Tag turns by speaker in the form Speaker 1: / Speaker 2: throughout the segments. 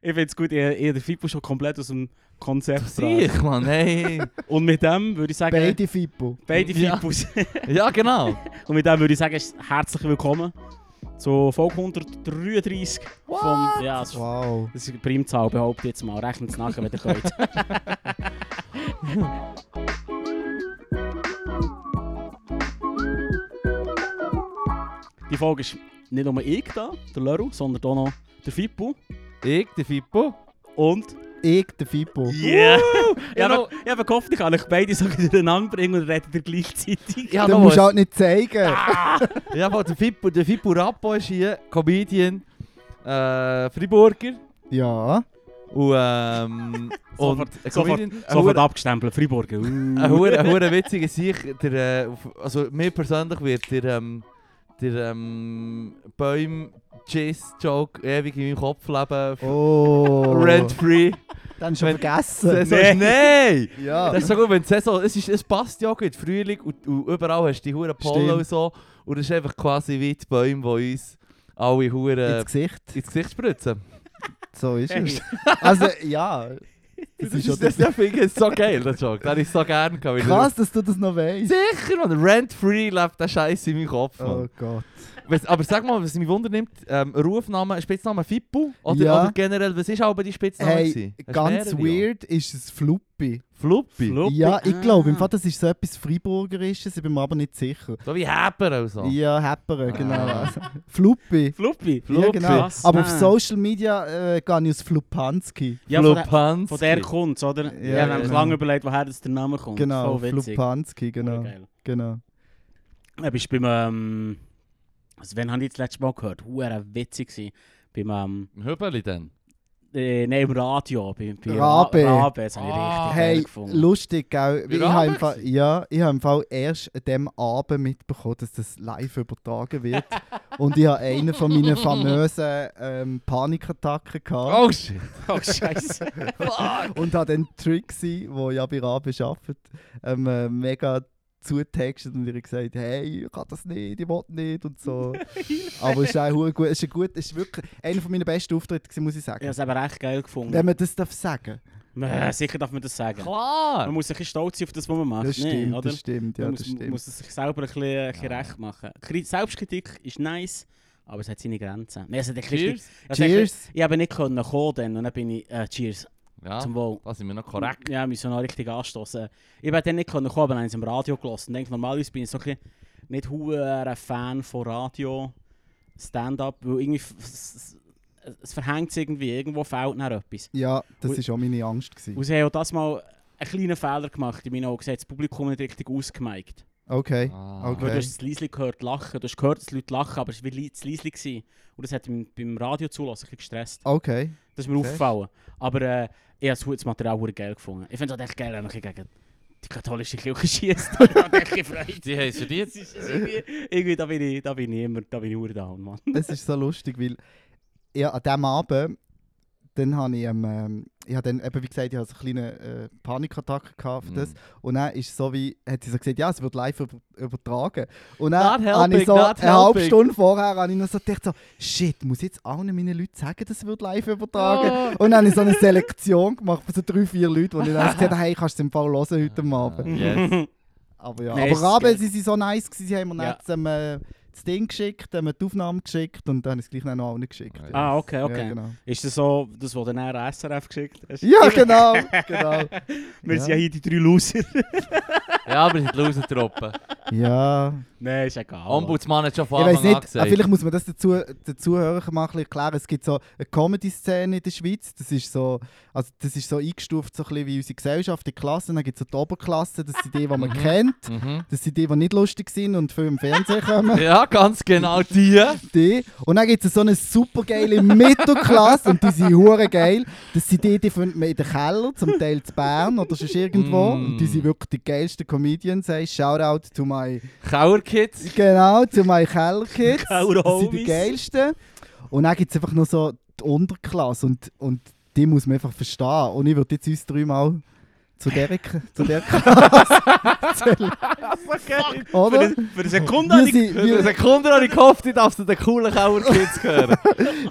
Speaker 1: Ich finde es gut, ich, ich habe den Fippo schon komplett aus dem Konzept gebracht.
Speaker 2: Sicher, Mann, hey.
Speaker 1: Und mit dem würde ich sagen, beide,
Speaker 3: Beide Fippo.
Speaker 2: Ja.
Speaker 1: Fippos.
Speaker 2: Ja, genau.
Speaker 1: Und mit dem würde ich sagen, ist herzlich willkommen zu Folge 133 vom... Ja, das ist,
Speaker 3: Wow.
Speaker 1: das ist eine Primzahl, behaupte ich jetzt mal. Rechnet es nachher, wenn ihr könnt. Die Folge ist nicht nur ich da, der Leru, sondern auch noch der Fippo
Speaker 2: Ich, der Fippo.
Speaker 1: und...
Speaker 3: Ich, der Fippo.
Speaker 1: Yeah! Ich
Speaker 2: Ja,
Speaker 1: habe, ich habe gehofft, ich kann euch beide so durcheinander bringen und redet ihr gleichzeitig.
Speaker 2: Ja,
Speaker 3: Du
Speaker 2: noch
Speaker 3: musst
Speaker 2: was.
Speaker 3: halt nicht zeigen.
Speaker 2: Ja, aber der Fippo, der Fippo Rappo ist hier, Comedian, äh, Friburger
Speaker 3: Ja.
Speaker 2: und ähm,
Speaker 1: Sofort-
Speaker 2: und ein
Speaker 1: sofort-
Speaker 2: Comedian, ein
Speaker 1: Sofort
Speaker 2: hure-
Speaker 1: abgestempelt, Freiburger.
Speaker 2: ein hure- ein hure witziger Sieg, der, äh, auf- also mir persönlich wird der ähm, der ähm, Bäum Jizz Joke ewig in meinem Kopf leben, f-
Speaker 3: Oh.
Speaker 2: rent free.
Speaker 3: Dann schon
Speaker 2: Wenn-
Speaker 3: vergessen.
Speaker 2: Saison ist- Nein!
Speaker 3: Ja.
Speaker 2: Das ist so gut, wenn die Saison, es, ist, es passt ja gut, Frühling und, und überall hast du die Huren Polo
Speaker 3: Stimmt.
Speaker 2: und so und es ist einfach quasi wie die Bäume, die uns alle Huren
Speaker 3: Ins Gesicht.
Speaker 2: ins Gesicht spritzen.
Speaker 3: So ist
Speaker 1: Hey.
Speaker 3: es. Also, ja.
Speaker 2: Das,
Speaker 3: ist
Speaker 2: ist,
Speaker 3: schon
Speaker 2: das, das finde ich so geil, der Joke. Den ich so gerne gehabt. weil
Speaker 3: Krass, dass du das noch
Speaker 2: er-
Speaker 3: weißt.
Speaker 2: Sicher, man, rent-free lebt der Scheiß in meinem Kopf.
Speaker 3: Oh
Speaker 2: Mann.
Speaker 3: Gott.
Speaker 2: Was- Aber sag mal, was mich wundert nimmt, ähm, Rufname, Spitzname Fippo? Oder,
Speaker 3: Ja.
Speaker 2: oder generell, was ist aber die Spitzname?
Speaker 3: Hey,
Speaker 2: gewesen? Hast du
Speaker 3: ganz
Speaker 2: mehrere, ja?
Speaker 3: weird ist es Fluppi.
Speaker 2: Fluppi.
Speaker 1: Fluppi.
Speaker 3: Ja, ich glaube, im
Speaker 1: Ah.
Speaker 3: Fall, das ist so etwas Freiburgerisches, ich bin mir aber nicht sicher.
Speaker 2: So wie Heber oder so.
Speaker 3: Ja, Hepper, genau.
Speaker 2: Ah.
Speaker 3: Also. Fluppi.
Speaker 1: Fluppi.
Speaker 3: Ja,
Speaker 2: Fluppi.
Speaker 3: genau.
Speaker 1: Krass.
Speaker 3: Aber auf
Speaker 1: Ah.
Speaker 3: Social Media äh, gehe ich aus Flupanski.
Speaker 1: Ja, von, der,
Speaker 2: Flupanski.
Speaker 1: von der kommt oder? Ja,
Speaker 3: Ja,
Speaker 1: wir haben uns
Speaker 2: genau.
Speaker 1: lange überlegt, woher das der Name kommt.
Speaker 3: Genau,
Speaker 1: Voll witzig.
Speaker 3: Flupanski,
Speaker 1: Voll
Speaker 3: genau.
Speaker 1: geil.
Speaker 3: genau.
Speaker 1: Ja, bist du beim... Ähm, also wen habe ich das letzte Mal gehört? Hure witzig gewesen. Beim... Ähm,
Speaker 2: Im Höberli dann.
Speaker 1: äh, nein, im Radio. Bei, bei Ra-
Speaker 3: Rabe.
Speaker 1: Rabe, das habe ich
Speaker 2: Ah.
Speaker 1: richtig geil
Speaker 3: Hey,
Speaker 1: gefunden.
Speaker 3: lustig, gell?
Speaker 2: Wie
Speaker 3: Ich
Speaker 2: Rabe
Speaker 3: habe im Fall,
Speaker 2: gewesen?
Speaker 3: ja, ich habe im Fall erst an dem Abend mitbekommen, dass das live übertragen wird. Und ich habe einen von meinen famösen ähm, Panikattacken gehabt.
Speaker 2: Oh shit.
Speaker 1: Oh, scheiße. Oh.
Speaker 3: Und habe dann Trixie, wo ja bei Rabe arbeitet, ähm, äh, mega zutextet und ihr gesagt, hey, ich kann das nicht, ich will nicht und so. Aber es ist auch hure gut, es ist, ein gut, es ist wirklich einer von meinen besten Auftritte, gewesen, muss ich
Speaker 1: Ich habe
Speaker 3: sagen.
Speaker 1: es eben recht geil eh, gefunden.
Speaker 3: Wenn man das darf sagen.
Speaker 1: Mäh, Sicher darf man das sagen. Man
Speaker 2: Klar.
Speaker 1: muss ein bisschen stolz sein auf das, was man macht.
Speaker 3: Das
Speaker 1: nee,
Speaker 3: stimmt,
Speaker 1: oder?
Speaker 3: das stimmt, ja,
Speaker 1: man
Speaker 3: das
Speaker 1: muss,
Speaker 3: stimmt.
Speaker 1: muss es sich selber ein bisschen, ein bisschen recht machen. Kri- Selbstkritik ist nice, aber es hat seine Grenzen. Nee, es hat ein bisschen-
Speaker 2: Cheers.
Speaker 1: es hat ein bisschen-
Speaker 3: Cheers!
Speaker 1: Ich habe nicht können kommen dann und dann bin ich... Äh, cheers.
Speaker 2: Ja,
Speaker 1: Zum Wohl.
Speaker 2: das sind wir noch Ah, korrekt.
Speaker 1: Ja, wir müssen noch richtig anstoßen. Ich bin dann nicht können kommen, aber dann habe ich es im Radio gelassen. Denk, normalerweise bin ich so ein bisschen nicht hure Fan von Radio Stand-up, weil irgendwie f- s- s- es verhängt sich irgendwie irgendwo fehlt nach etwas.
Speaker 3: Ja, das
Speaker 1: Und-
Speaker 3: war auch meine Angst. Gewesen.
Speaker 1: Und sie haben auch das mal einen kleinen Fehler gemacht in meinen Augen. Sie haben das Publikum nicht richtig ausgemerkt.
Speaker 3: Okay.
Speaker 2: Ah.
Speaker 3: Okay.
Speaker 1: Weil du hast das Liesli gehört lachen, du hast gehört, dass die Leute lachen, aber es war wie zu Liesli. gewesen. Und das hat mich beim Radio zulassen ein bisschen gestresst.
Speaker 3: Okay.
Speaker 1: Das ist mir
Speaker 3: Fest.
Speaker 1: aufgefallen. Aber äh, ich habe das Material sehr geil gefunden. Ich finde es echt geil, wenn man gegen die katholische Kirche schießt. Ich habe echt gefreut.
Speaker 2: Die haben
Speaker 1: Das ist das ist irgendwie, irgendwie da, bin ich, da bin ich immer, da bin ich nur down, Mann.
Speaker 3: Es ist so lustig, weil ja, an diesem Abend dann habe ich, ähm, ähm, ich habe dann, eben, wie gesagt, ich hatte so eine kleine äh, Panikattacke gehabt für
Speaker 2: Mhm.
Speaker 3: das. Und dann ist so wie, hat sie so gesagt, ja, es wird live über, übertragen. Und dann
Speaker 2: Not
Speaker 3: habe ich
Speaker 2: helping,
Speaker 3: so
Speaker 2: not
Speaker 3: eine halbe
Speaker 2: helping.
Speaker 3: Stunde vorher habe ich noch so gedacht, so, shit, muss ich jetzt allen meinen Leuten sagen, dass es wird live übertragen
Speaker 2: Oh.
Speaker 3: Und dann habe ich so eine Selektion gemacht von so drei, vier Leuten, die ich dann gesagt habe, hey, kannst du den Fall hören heute Abend.
Speaker 2: Yes.
Speaker 3: Aber ja,
Speaker 1: Nein, es
Speaker 3: aber
Speaker 1: ist
Speaker 3: Rabe,
Speaker 1: geil.
Speaker 3: sie sind so nice gewesen, sie haben mir
Speaker 1: Ja.
Speaker 3: jetzt ähm, äh, das Ding geschickt, haben mir die Aufnahmen geschickt und dann habe ich es gleich noch allen geschickt.
Speaker 2: Okay.
Speaker 1: Ah, okay, okay.
Speaker 3: Ja, genau.
Speaker 1: Ist das so, das, was du dann an SRF geschickt hast?
Speaker 3: Ja, genau, genau.
Speaker 1: Wir sind
Speaker 3: Ja.
Speaker 1: ja hier die drei Loser.
Speaker 2: ja, aber sind die Lausentruppen.
Speaker 3: Ja,
Speaker 1: Nein, ist egal.
Speaker 2: Ombudsmann hat schon von
Speaker 3: ich weiß
Speaker 2: Anfang an
Speaker 3: nicht, ah,
Speaker 2: gesagt.
Speaker 3: vielleicht muss man das dazu, den Zuhörern mal ein bisschen erklären. Es gibt so eine Comedy-Szene in der Schweiz, das ist so, also das ist so eingestuft so ein bisschen wie unsere Gesellschaft, die Klassen, dann gibt es so die Oberklasse, das sind die, die man kennt,
Speaker 2: Mhm.
Speaker 3: das sind die, die nicht lustig sind und viel im Fernsehen kommen.
Speaker 2: Ja, ganz genau die.
Speaker 3: die. Und dann gibt es so eine super geile Mittelklasse und die sind hure geil. Das sind die, die findet man in den Keller, zum Teil zu Bern oder sonst irgendwo.
Speaker 2: Mm.
Speaker 3: Und die sind wirklich die geilsten Comedians. Hey, Shoutout to my,
Speaker 2: Kauerkids.
Speaker 3: genau, to my Kellerkids. Das sind die
Speaker 1: Kauerhomies.
Speaker 3: geilsten. Und dann gibt es einfach noch so die Unterklasse und, und die muss man einfach verstehen. Und ich würde jetzt uns dreimal zu der, zu der Klasse.
Speaker 1: Okay.
Speaker 3: Oder?
Speaker 1: Für, für eine Sekunde habe
Speaker 3: Wir
Speaker 1: ich
Speaker 3: sind-
Speaker 1: für eine
Speaker 3: wir-
Speaker 2: Sekunde habe ich gehofft, ich darf zu den coolen Kauer-Kids gehören.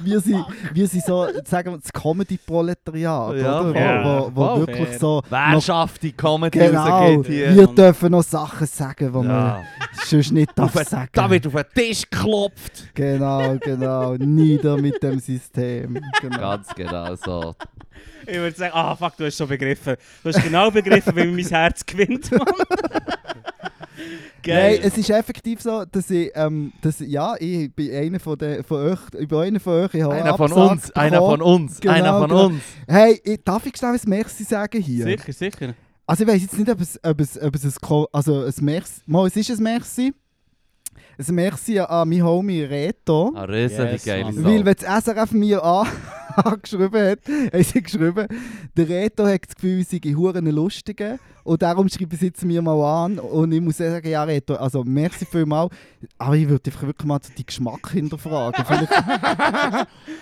Speaker 3: Wir sind, wir sind so, sagen wir, das Comedy-Proletariat,
Speaker 2: Ja,
Speaker 3: oder? Wo,
Speaker 1: fair.
Speaker 3: wo, wo
Speaker 2: Voll
Speaker 3: wirklich
Speaker 1: fair.
Speaker 3: so...
Speaker 2: Wer schafft die Comedy
Speaker 3: Genau,
Speaker 2: rausgeht hier?
Speaker 3: wir dürfen noch Sachen sagen, die man
Speaker 2: Ja.
Speaker 3: sonst nicht darf
Speaker 2: Auf den-
Speaker 3: sagen.
Speaker 2: Da wird auf den Tisch geklopft.
Speaker 3: Genau, genau. Nieder mit dem System. Genau.
Speaker 2: Ganz genau so.
Speaker 1: Ich würde sagen, ah fuck, du hast schon begriffen. Du hast genau begriffen, wie mein Herz gewinnt, Mann.
Speaker 3: Nein,
Speaker 1: Geil.
Speaker 3: es ist effektiv so, dass ich, ähm, dass ich- ja, ich bin einer von den, von euch, ich bin einer von euch, ich habe
Speaker 2: Einer von
Speaker 3: Oh, Absatz
Speaker 2: uns, einer von
Speaker 3: bekommen.
Speaker 2: uns,
Speaker 3: Genau,
Speaker 2: einer von
Speaker 3: genau.
Speaker 2: uns.
Speaker 3: Hey, ich, darf ich schnell ein Merci sagen hier?
Speaker 1: Sicher, sicher.
Speaker 3: Also ich weiß jetzt nicht, ob es, ob es, ob es ein, Ko- also ein Merci, mal, es ist ein Merci. Ein Merci an mein Homie Reto.
Speaker 2: Ah, Riesen,
Speaker 1: Yes,
Speaker 2: die geile
Speaker 1: Mann.
Speaker 2: Sau.
Speaker 3: Weil, wenn das SRF mir an- angeschrieben hat, haben sie geschrieben, der Reto hat das Gefühl, sie seien Huren Lustige. Und darum schreiben sie jetzt mir mal an. Und ich muss sagen, ja, Reto, also merci vielmals. Aber ich würde einfach wirklich mal so den Geschmack hinterfragen. Vielleicht,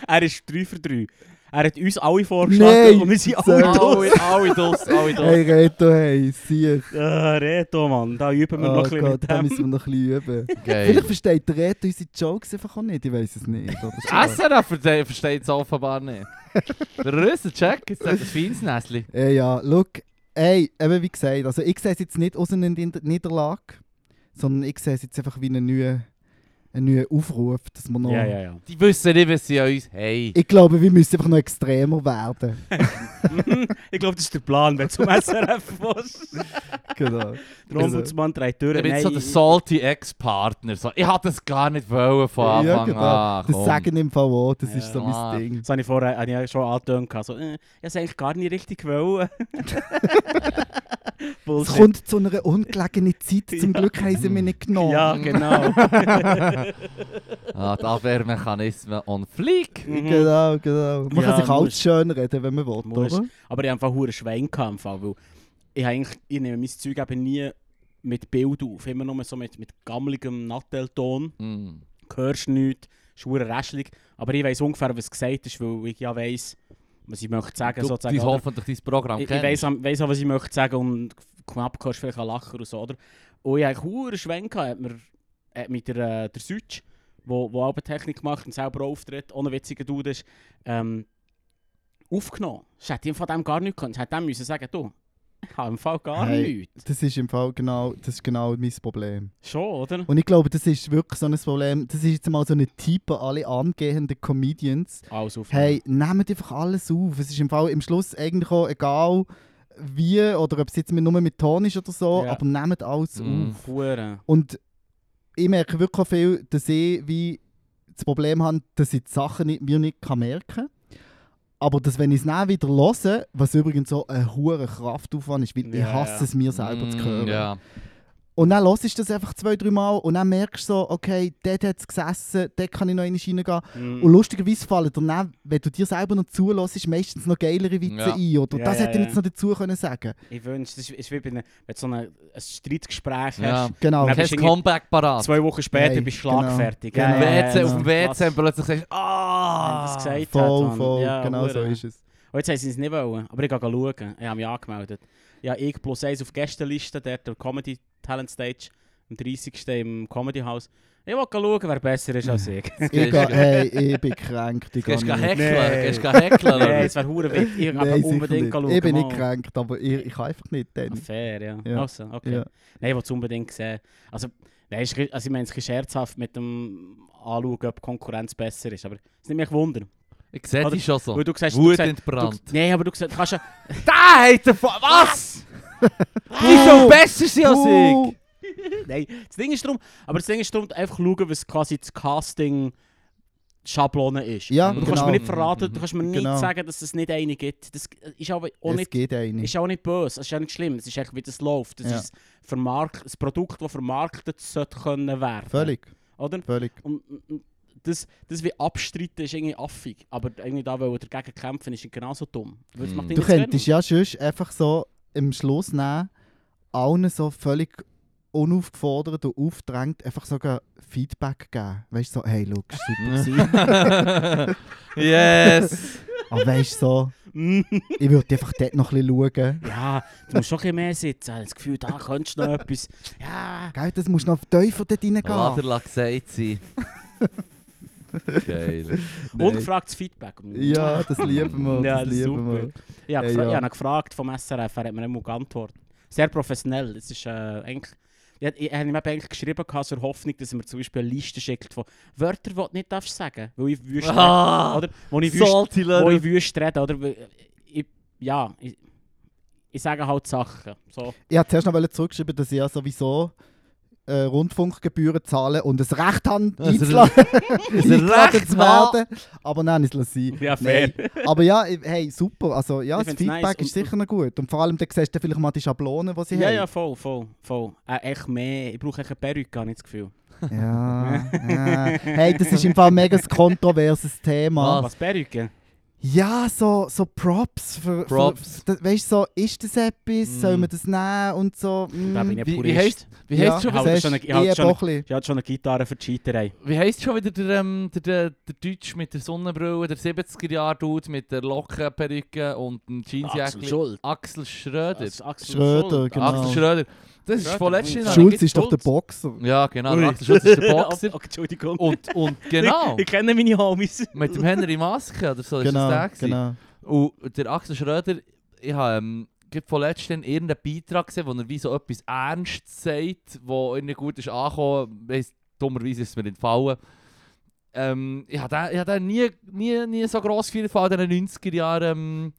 Speaker 1: Er ist 3 für 3. Er hat uns alle vorgeschlagen
Speaker 3: Nein,
Speaker 1: und wir sind alle
Speaker 3: sehr-
Speaker 1: tot.
Speaker 2: Alle, alle draus, alle draus.
Speaker 3: hey Reto, hey, sieh.
Speaker 1: Ah, Reto, Mann, da üben wir noch ein bisschen mit
Speaker 3: Oh da
Speaker 1: dem.
Speaker 3: müssen wir noch ein bisschen üben.
Speaker 2: Geil.
Speaker 3: Vielleicht versteht der Reto unsere Jokes einfach auch nicht, ich weiß es nicht. Oder so.
Speaker 2: SRF verte- versteht es offenbar nicht. Der Riesen checkt, jetzt hat ein feines Näsli.
Speaker 3: Ja, Äh, ja, look, ey, eben wie gesagt, also ich sehe es jetzt nicht aus einer Nieder- Niederlage, sondern ich sehe es jetzt einfach wie einen neuen, einen neuen Aufruf, dass wir noch...
Speaker 1: Ja, ja, ja.
Speaker 2: Die wissen nicht, was sie an uns haben.
Speaker 3: Ich glaube, wir müssen einfach noch extremer werden.
Speaker 1: ich glaube, das ist der Plan, wenn du zum SRF willst.
Speaker 3: genau.
Speaker 1: Der Ombudsmann dreht durch.
Speaker 2: Ich bin
Speaker 1: Nein,
Speaker 2: so der salty Ex-Partner. So, ich hatte das gar nicht wollen von Anfang
Speaker 3: ja, genau.
Speaker 2: an.
Speaker 3: das
Speaker 2: komm.
Speaker 3: sagen im VO, das ist so
Speaker 2: Ah.
Speaker 3: mein Ding.
Speaker 1: das habe ich vorher habe ich ja schon angetönt. gehabt, So, äh, ich habe es eigentlich gar nicht richtig wollen.
Speaker 3: Es
Speaker 1: Bullshit.
Speaker 3: kommt zu einer ungelegenen Zeit, zum
Speaker 1: Ja.
Speaker 3: Glück haben sie mich nicht genommen.
Speaker 1: Ja, genau.
Speaker 2: Ah, die Abwehrmechanismen on fleek.
Speaker 1: Mhm.
Speaker 3: Genau, genau. Man
Speaker 1: Ja,
Speaker 3: kann sich alles
Speaker 1: musst-
Speaker 3: schön reden, wenn man will,
Speaker 1: Musst.
Speaker 3: oder?
Speaker 1: Aber ich habe einfach einen Schwein gehabt, im Fall, weil ich, habe eigentlich, ich nehme mein Zeug eben nie mit Bild auf. Immer nur so mit, mit gammeligem Nattelton.
Speaker 2: Mm.
Speaker 1: Du hörst nichts, es ist verdammt räschelig. Aber ich weiß ungefähr, was gesagt ist, weil ich ja weiss, was ich möchte sagen
Speaker 2: Du,
Speaker 1: sozusagen.
Speaker 2: dein,
Speaker 1: oder?
Speaker 2: hoffentlich dein Programm
Speaker 1: Ich, ich
Speaker 2: kennst.
Speaker 1: weiss, am- weiss auch, was ich möchte sagen und knapp kannst du vielleicht auch lachen oder so, oder? Oh Und ich hatte einen Schwenk, gehabt, hat mir hat mit der, äh, der Sütsch, wo, wo auch Technik macht und selber auch auftritt, ohne witziger Dude ist, ähm, aufgenommen. Ich hätte ihm von dem gar nichts gekannt. Ich hätte dem müssen sagen, du, ich habe im Fall gar
Speaker 3: Hey.
Speaker 1: nichts.
Speaker 3: Das ist im Fall genau, das ist genau mein Problem.
Speaker 1: Schon, oder?
Speaker 3: Und ich glaube, das ist wirklich so ein Problem. Das ist jetzt mal so ein Tipp an alle angehenden Comedians.
Speaker 1: Alles aufgenommen.
Speaker 3: Hey, nehmt einfach alles auf. Es ist im Fall im Schluss eigentlich auch egal, wie oder ob es jetzt mit- nur mit Ton ist oder so,
Speaker 1: Ja. Mm.
Speaker 3: aber nehmt alles
Speaker 2: Mhm.
Speaker 3: auf.
Speaker 1: Hure.
Speaker 3: Und ich merke wirklich auch viel, dass ich wie das Problem habe, dass ich die Sachen nicht, mir nicht kann merken kann. Aber dass, wenn ich es dann wieder höre, was übrigens so ein hoher Kraftaufwand ist, weil ich
Speaker 1: Ja,
Speaker 3: hasse
Speaker 1: ja.
Speaker 3: es, mir selber zu
Speaker 2: Mm,
Speaker 3: hören.
Speaker 2: Ja.
Speaker 3: Und dann hörst du das einfach zwei, drei Mal und dann merkst du so, okay, dort hat es gesessen, dort kann ich noch einmal reingehen.
Speaker 1: Mm.
Speaker 3: Und lustigerweise fallen dann, auch, wenn du dir selber noch zulässt, meistens noch geilere Witze
Speaker 2: Ja.
Speaker 3: ein. Oder
Speaker 1: Ja,
Speaker 3: das
Speaker 1: ja,
Speaker 3: hätte ich
Speaker 1: ja.
Speaker 3: jetzt noch dazu können sagen
Speaker 1: Ich wünsche, das ist, ist wie bei einem, wenn du so eine- ein Streitgespräch
Speaker 2: Ja.
Speaker 1: hast.
Speaker 3: Genau.
Speaker 1: Nein,
Speaker 2: Kein
Speaker 1: bist du
Speaker 2: Comeback parat.
Speaker 1: Zwei Wochen später
Speaker 3: Hey,
Speaker 1: bist du
Speaker 3: genau.
Speaker 1: schlagfertig.
Speaker 3: Genau.
Speaker 1: Ja, ja,
Speaker 2: WC
Speaker 1: ja,
Speaker 2: auf dem
Speaker 1: ja.
Speaker 2: WC und plötzlich sagst du,
Speaker 1: Wenn
Speaker 2: ah!
Speaker 1: das gesagt hat,
Speaker 3: Voll,
Speaker 1: Mann.
Speaker 3: voll,
Speaker 1: Ja,
Speaker 3: genau so
Speaker 1: hure.
Speaker 3: ist es.
Speaker 1: Und jetzt haben sie es nicht wollen, aber ich gehe schauen. Ich habe mich angemeldet. Ja, ich plus eins auf Gästeliste, der der Comedy Talent Stage, am 30. im Comedy House. Ich will schauen, wer besser ist als ich.
Speaker 3: Ich,
Speaker 2: gehst
Speaker 3: gehe-
Speaker 2: du-
Speaker 3: hey, ich bin kränkt. Ich
Speaker 2: Gehst du
Speaker 3: gehe nicht.
Speaker 2: heckeln?
Speaker 1: Nein.
Speaker 2: Gehst du heckeln?
Speaker 1: Nein,
Speaker 2: oder?
Speaker 1: es wäre hure witzig. Ich
Speaker 3: Nein,
Speaker 1: habe
Speaker 3: sicher
Speaker 1: unbedingt
Speaker 3: nicht.
Speaker 1: schauen.
Speaker 3: Ich bin nicht
Speaker 1: mal.
Speaker 3: kränkt, aber ich, ich kann einfach nicht
Speaker 1: Ah,
Speaker 3: dann.
Speaker 1: Fair, ja.
Speaker 3: Ja.
Speaker 1: Also, okay.
Speaker 3: Ja.
Speaker 1: Nein, ich will es unbedingt sehen. Also, nein, es ist- also ich meine, es ist scherzhaft mit dem Anschauen, ob die Konkurrenz besser ist. Aber es nimmt mich Wunder.
Speaker 2: Ich sehe
Speaker 1: Oder-
Speaker 2: dich schon so.
Speaker 1: Weil du sagst, du
Speaker 2: Wut
Speaker 1: sagst, du,
Speaker 2: entbrannt.
Speaker 1: nein, aber du sagst, kannst ja...
Speaker 2: Da hat er von... Was? Die soll besser sein als
Speaker 3: Uh.
Speaker 2: ich!
Speaker 1: Nein, das Ding ist darum, aber das Ding ist darum, einfach schauen, was quasi das Casting Schablone ist.
Speaker 3: Ja,
Speaker 1: Und du
Speaker 3: genau.
Speaker 1: kannst mir nicht verraten, du kannst mir nicht
Speaker 3: Genau.
Speaker 1: sagen, dass es nicht eine gibt. Das ist aber auch
Speaker 3: es
Speaker 1: nicht,
Speaker 3: geht eine.
Speaker 1: ist auch nicht böse, es ist auch nicht schlimm, es ist einfach, wie das läuft. Das
Speaker 3: Ja.
Speaker 1: ist vermarkt, ein Produkt, das vermarktet sollte können werden.
Speaker 3: Völlig,
Speaker 1: Oder?
Speaker 3: völlig.
Speaker 1: Und, und das, das wie abstreiten ist irgendwie affig, aber irgendwie da wollen dagegen kämpfen ist genauso dumm. Weil das
Speaker 2: Mhm.
Speaker 1: macht
Speaker 3: Mm. Du
Speaker 1: irgendwie
Speaker 3: könntest
Speaker 1: keinen-
Speaker 3: ja sonst einfach so im Schluss nehmen, allen so völlig unaufgefordert und aufgedrängt einfach sogar Feedback geben. Weißt du, so, hey, schau, super gewesen.
Speaker 2: yes!
Speaker 3: Aber weißt du, so, Ich würde einfach dort noch ein bisschen schauen.
Speaker 1: ja, du musst schon ein bisschen mehr sitzen. Ich habe das Gefühl, da könntest du noch etwas. Ja,
Speaker 3: Gell, das musst du noch tiefer dort reingehen.
Speaker 2: Laderlack gesagt sein. Geil.
Speaker 1: ungefragtes Feedback.
Speaker 3: Ja, das lieben wir.
Speaker 1: Ja,
Speaker 3: das
Speaker 1: das ist
Speaker 3: lieben wir.
Speaker 1: super. Ich habe
Speaker 3: Ey,
Speaker 1: gefra-
Speaker 3: ja.
Speaker 1: ich habe ihn gefragt vom SRF, er hat mir nicht mal geantwortet. Sehr professionell. Das ist äh, eigentlich... Ich, ich, ich habe ihm eben eigentlich geschrieben, gehabt, zur Hoffnung, dass er mir zum Beispiel eine Liste schickt von Wörtern, die du nicht darfst sagen darfst. Weil ich wüsste...
Speaker 2: Ah,
Speaker 1: oder? Wo ich wüsste
Speaker 2: Salty
Speaker 1: wo
Speaker 2: Leather.
Speaker 1: ich wüsste reden, oder? Weil Ich, ja, ich, ich sage halt Sachen. So.
Speaker 3: Ich wollte zuerst noch zurückschreiben, dass ich ja sowieso äh, Rundfunkgebühren zahle und das Recht habe,
Speaker 2: Also,
Speaker 3: einzuladen,
Speaker 2: Ist er
Speaker 3: eingeladen
Speaker 2: recht
Speaker 3: zu
Speaker 2: hart?
Speaker 3: werden. Aber nein, es lasse ich.
Speaker 1: Ja,
Speaker 3: fair. Aber ja, ich- hey, super. Also ja,
Speaker 1: Ich
Speaker 3: das
Speaker 1: find's nice
Speaker 3: Feedback
Speaker 1: und-
Speaker 3: ist sicher noch gut. Und vor allem, dann siehst du vielleicht mal die Schablonen, die sie
Speaker 1: Ja, ja,
Speaker 3: haben.
Speaker 1: voll, voll, voll. Äh, echt mehr. Ich brauche echt eine Perücke, habe ich das Gefühl.
Speaker 3: Ja, ja. Hey, das ist im Fall mega ein kontroverses Thema.
Speaker 1: Was, Perücke?
Speaker 3: Ja, so, so Props. Für,
Speaker 2: Props.
Speaker 3: Für, weißt du, so, ist das etwas?
Speaker 2: Mm.
Speaker 3: Sollen wir das nehmen? Und so. mm.
Speaker 1: Da bin ich ein
Speaker 2: Wie- wie
Speaker 1: Purist.
Speaker 2: Wie heisst
Speaker 1: schon
Speaker 3: ja,
Speaker 1: gesagt?
Speaker 3: siehst
Speaker 1: Ich habe schon-
Speaker 3: du,
Speaker 1: ich habe schon-
Speaker 3: ich doch ein bisschen.
Speaker 1: Ich hatte schon eine Gitarre für die Scheiterei.
Speaker 2: Wie heisst schon wieder der, ähm, der, der, der Deutsch mit der Sonnenbrille, der 70er-Jahr-Dude mit der Lockenperücke und dem Jeansjacke?
Speaker 1: Schuld.
Speaker 2: Axel Schröder.
Speaker 1: Das ist Axel
Speaker 3: Schröder,
Speaker 1: Schuld.
Speaker 3: genau.
Speaker 2: Axel Schröder. Das ist
Speaker 1: Schröder.
Speaker 2: von letztem
Speaker 3: Schulz ist doch der Boxer.
Speaker 2: Ja, genau.
Speaker 1: Ui.
Speaker 2: Der Axel Schulz ist der Boxer.
Speaker 1: Oh, Entschuldigung.
Speaker 2: und, und genau,
Speaker 1: Ich, ich kenne meine Homies.
Speaker 2: mit dem Henry Maske oder so ist das
Speaker 3: Genau,
Speaker 2: der gewesen.
Speaker 3: genau.
Speaker 2: Und der Axel Schröder, ich habe ähm, gerade vorletzten irgendeinen Beitrag gesehen, wo er wie so etwas ernst sagt, wo irgendwie gut ist angekommen. Weiss, dummerweise ist es mir entfallen. Ähm, ich habe den, ich hab den nie, nie, nie so gross gefeiert von all diesen 90er Jahren ähm,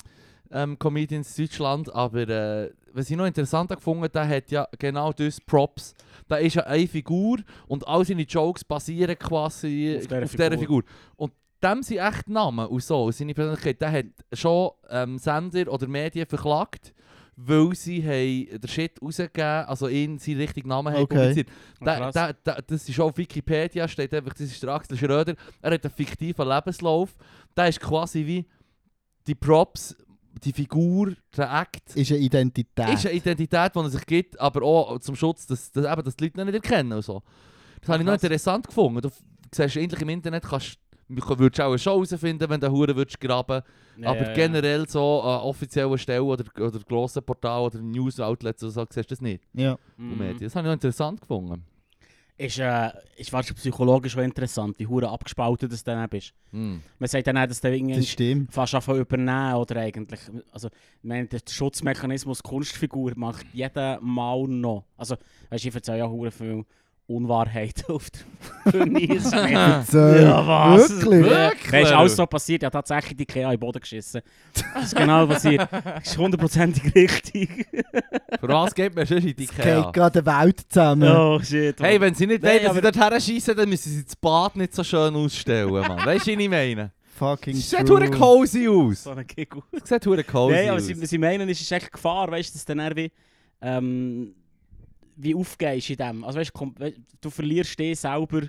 Speaker 2: ähm, Comedians in Deutschland, aber äh, was ich noch interessant habe gefunden der hat ja genau das Props. Da ist ja eine Figur und all seine Jokes basieren quasi
Speaker 1: Auf
Speaker 2: auf
Speaker 1: dieser
Speaker 2: dieser
Speaker 1: Figur.
Speaker 2: Figur. Und dem sind echt Namen und so. Und seine Persönlichkeit, der hat schon ähm, Sender oder Medien verklagt, weil sie haben den Shit rausgegeben also ihn seinen richtigen Namen haben
Speaker 3: Okay.
Speaker 2: publiziert. Da,
Speaker 1: Ah, krass.
Speaker 2: da, da, das ist auch auf Wikipedia, steht einfach, das ist der Axel Schröder. Er hat einen fiktiven Lebenslauf. Der ist quasi wie die Props, die Figur, der Act.
Speaker 3: Ist eine Identität.
Speaker 2: Ist eine Identität, die er sich gibt, aber auch zum Schutz, dass, dass, eben, dass die Leute ihn nicht erkennen. und so. Das habe ich noch
Speaker 1: Krass.
Speaker 2: interessant gefunden. Du f- siehst endlich im Internet, kannst, du würdest auch eine Show herausfinden, wenn du Huren würdest graben
Speaker 1: Ja,
Speaker 2: Aber
Speaker 1: ja,
Speaker 2: generell so an offiziellen Stellen oder, oder grossen Portalen oder News-Outlets oder so, siehst du das nicht.
Speaker 3: ja.
Speaker 1: ja.
Speaker 2: Und
Speaker 1: Mhm.
Speaker 2: Medien. Das habe ich noch interessant gefunden.
Speaker 1: Ist, äh, ist wahrscheinlich psychologisch schon interessant, wie hure abgespalten das dann bist.
Speaker 2: Hm.
Speaker 1: Man sagt dann auch, dass du
Speaker 3: Das
Speaker 1: irgendwie
Speaker 3: stimmt.
Speaker 1: fast anfangen übernehmen oder eigentlich. Also, ich meine, der Schutzmechanismus Kunstfigur macht jeden Mal noch. Also, weißt du, ich erzähle ja hure viel Unwahrheit auf der Bühne.
Speaker 3: Zöll. Wirklich?
Speaker 2: Wirklich?
Speaker 1: Ja, ist alles so passiert. Ja, tatsächlich die Ikea in den Boden geschissen. Das ist genau passiert. Das ist hundertprozentig richtig.
Speaker 2: Für was geht man sonst in die
Speaker 3: Es
Speaker 2: Ikea?
Speaker 3: geht gerade die Welt zusammen.
Speaker 1: Oh shit.
Speaker 2: Hey,
Speaker 1: Mann.
Speaker 2: wenn sie nicht
Speaker 1: Nein,
Speaker 2: wollen, dass sie
Speaker 1: aber-
Speaker 2: dort herschiessen, dann müssen sie das Bad nicht so schön ausstellen, Mann. Weißt du, was ich meine?
Speaker 3: Fucking
Speaker 2: Es sieht
Speaker 3: true.
Speaker 2: hure cozy aus.
Speaker 1: so ein Giggle.
Speaker 2: Es sieht hure cozy
Speaker 1: Nein, aber
Speaker 2: aus.
Speaker 1: sie, sie meinen, es ist echt Gefahr, weißt du, dass du dann eher wie, ähm, wie aufgehst in dem. Also weißt, du, kom- we- du verlierst dich selber,